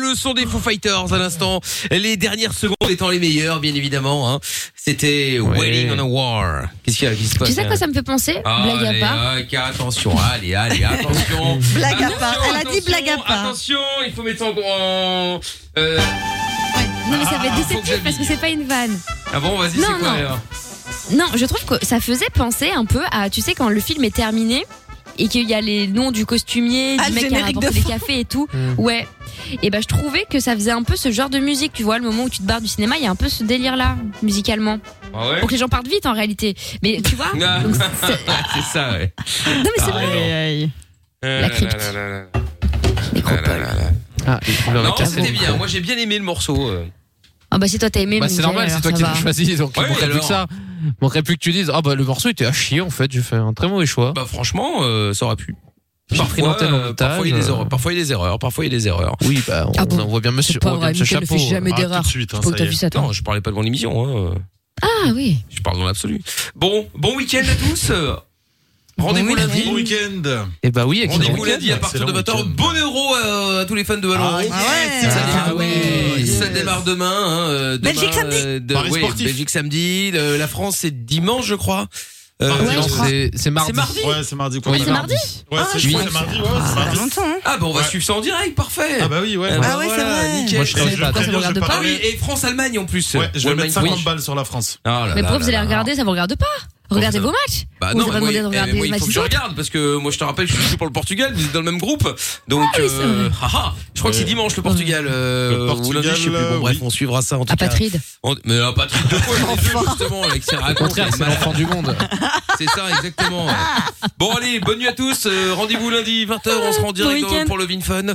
S2: le son des Foo Fighters à l'instant. Les dernières secondes étant les meilleures, bien évidemment. hein. C'était Waiting on a War. Qu'est-ce qu'il y a Qu'est-ce qui se passe
S3: Tu sais à quoi ça me fait penser Blague à
S2: Ah, Allez, hein.
S3: part.
S2: ok, attention, allez, allez, attention.
S21: Blague à
S2: Attention,
S21: part. Elle a dit blague à part.
S2: Attention, il faut mettre ça en. en- euh,
S3: Non, mais ça va
S2: Ah,
S3: être
S2: faut que
S3: déceptif parce que c'est pas une vanne.
S2: Ah bon, vas-y, c'est
S3: Non,
S2: quoi
S3: non.
S2: alors
S3: Non, je trouve que ça faisait penser un peu à, tu sais, quand le film est terminé et qu'il y a les noms du costumier,
S21: Ah,
S3: du
S21: le
S3: mec qui a
S21: générique
S3: rapporté
S21: de
S3: les
S21: fin.
S3: cafés et tout.
S2: Hmm.
S21: Mm.
S3: Ouais. Et bah, je trouvais que ça faisait un peu ce genre de musique, tu vois, le moment où tu te barres du cinéma, il y a un peu ce délire-là, musicalement.
S2: Ah ouais
S3: Pour que les gens partent vite en réalité. Mais tu
S2: <laughs>
S3: vois,
S2: Ah,
S3: donc
S2: C'est ça, ouais. Ah, Euh,
S3: Non, mais c'est vrai.
S2: La crypte.
S5: Ah,
S2: Non, c'était bien. Moi, j'ai bien aimé le morceau. euh.
S3: Ah bah si toi t'as aimé
S5: Bah,
S3: mais
S5: c'est normal, c'est toi qui l'as choisi, donc
S2: Ouais,
S5: il manquerait plus
S2: alors.
S5: que ça. Il manquerait plus que tu dises, ah bah le morceau était à chier en fait, j'ai fait un très mauvais choix.
S2: Bah franchement, euh, ça aurait pu.
S5: pris
S2: Parfois,
S5: l'antenne en
S2: euh, parfois, il y a des
S5: otage, euh.
S2: erreurs. Parfois, il y a des erreurs. Parfois, il y a des erreurs.
S5: Oui, bah, on,
S3: Ah bon
S5: on voit bien monsieur.
S3: C'est pas
S5: on voit bien monsieur
S3: vrai, Mickaël ne
S5: Chapeau.
S3: fait jamais
S5: Arrête tout de
S3: d'erreur.
S5: suite, hein,
S3: Je sais pas où
S5: ça
S3: t'as
S5: y est.
S3: vu ça, toi.
S2: Non, je parlais pas devant l'émission. hein.
S3: Ah oui.
S2: Je parle dans l'absolu. Bon, bon week-end à tous. Euh, Rendez-vous lundi.
S6: Bon week-end.
S5: Et bah oui,
S2: Rendez-vous lundi à partir de 20h. Bon euro à, à tous les fans de
S5: Ah
S2: ballon. rond. ça, démarre, ça démarre demain. hein, euh, demain,
S11: Belgique samedi.
S2: euh, de-
S5: Paris
S2: ouais,
S5: sportif.
S2: Belgique samedi. le- la France c'est dimanche je crois. Euh,
S5: Mardi, Ouais, non, je crois. c'est- c'est mardi.
S2: C'est mardi.
S6: Ouais, c'est mardi.
S2: quoi.
S6: Oui, c'est mardi. Ouais, c'est- je crois que c'est mardi, ouais, c'est mardi.
S2: Ah bah on va
S6: Ouais.
S2: suivre ça en direct, parfait.
S6: Ah bah oui, ouais.
S2: Eh ben
S6: Ah ouais, c'est
S2: voilà,
S6: vrai.
S2: nickel.
S6: Moi, je serais
S2: Et
S6: obligé de pas
S2: pourquoi ça
S6: dire,
S2: vous regarde
S6: je vais
S2: pas
S6: pas
S2: Ah oui, et France Allemagne en plus.
S6: Ouais, je vais
S2: Allemagne,
S6: mettre 50
S2: oui.
S6: balles sur la France.
S2: Oh là là
S3: Mais pourquoi vous
S2: là
S3: allez
S2: là.
S3: regarder, ça vous regarde pas Regardez vos matchs.
S2: Bah
S3: Vous
S2: non,
S3: avez pas
S2: mais moi,
S3: demandé de
S2: eh,
S3: regarder
S2: moi, il
S3: les
S2: faut
S3: matchs
S2: que
S3: des
S2: je
S3: autres.
S2: regarde parce que moi je te rappelle, je suis pour le Portugal, vous êtes dans le même groupe, donc
S3: Ah oui, c'est
S2: euh,
S3: vrai.
S2: haha, je crois que c'est dimanche le Portugal. euh, ou lundi, je sais plus. Bon, bref, on suivra ça en tout cas.
S3: Apatride.
S2: On- Mais ah, pas de truc de quoi, j'en ai deux, justement, avec ses racontes.
S5: contraire, c'est l'enfant du monde.
S2: <laughs> C'est ça, exactement. ouais. Bon, allez, bonne nuit à tous. euh, Rendez-vous lundi 20h, on se rend en direct
S1: week-end.
S2: pour le VinFun.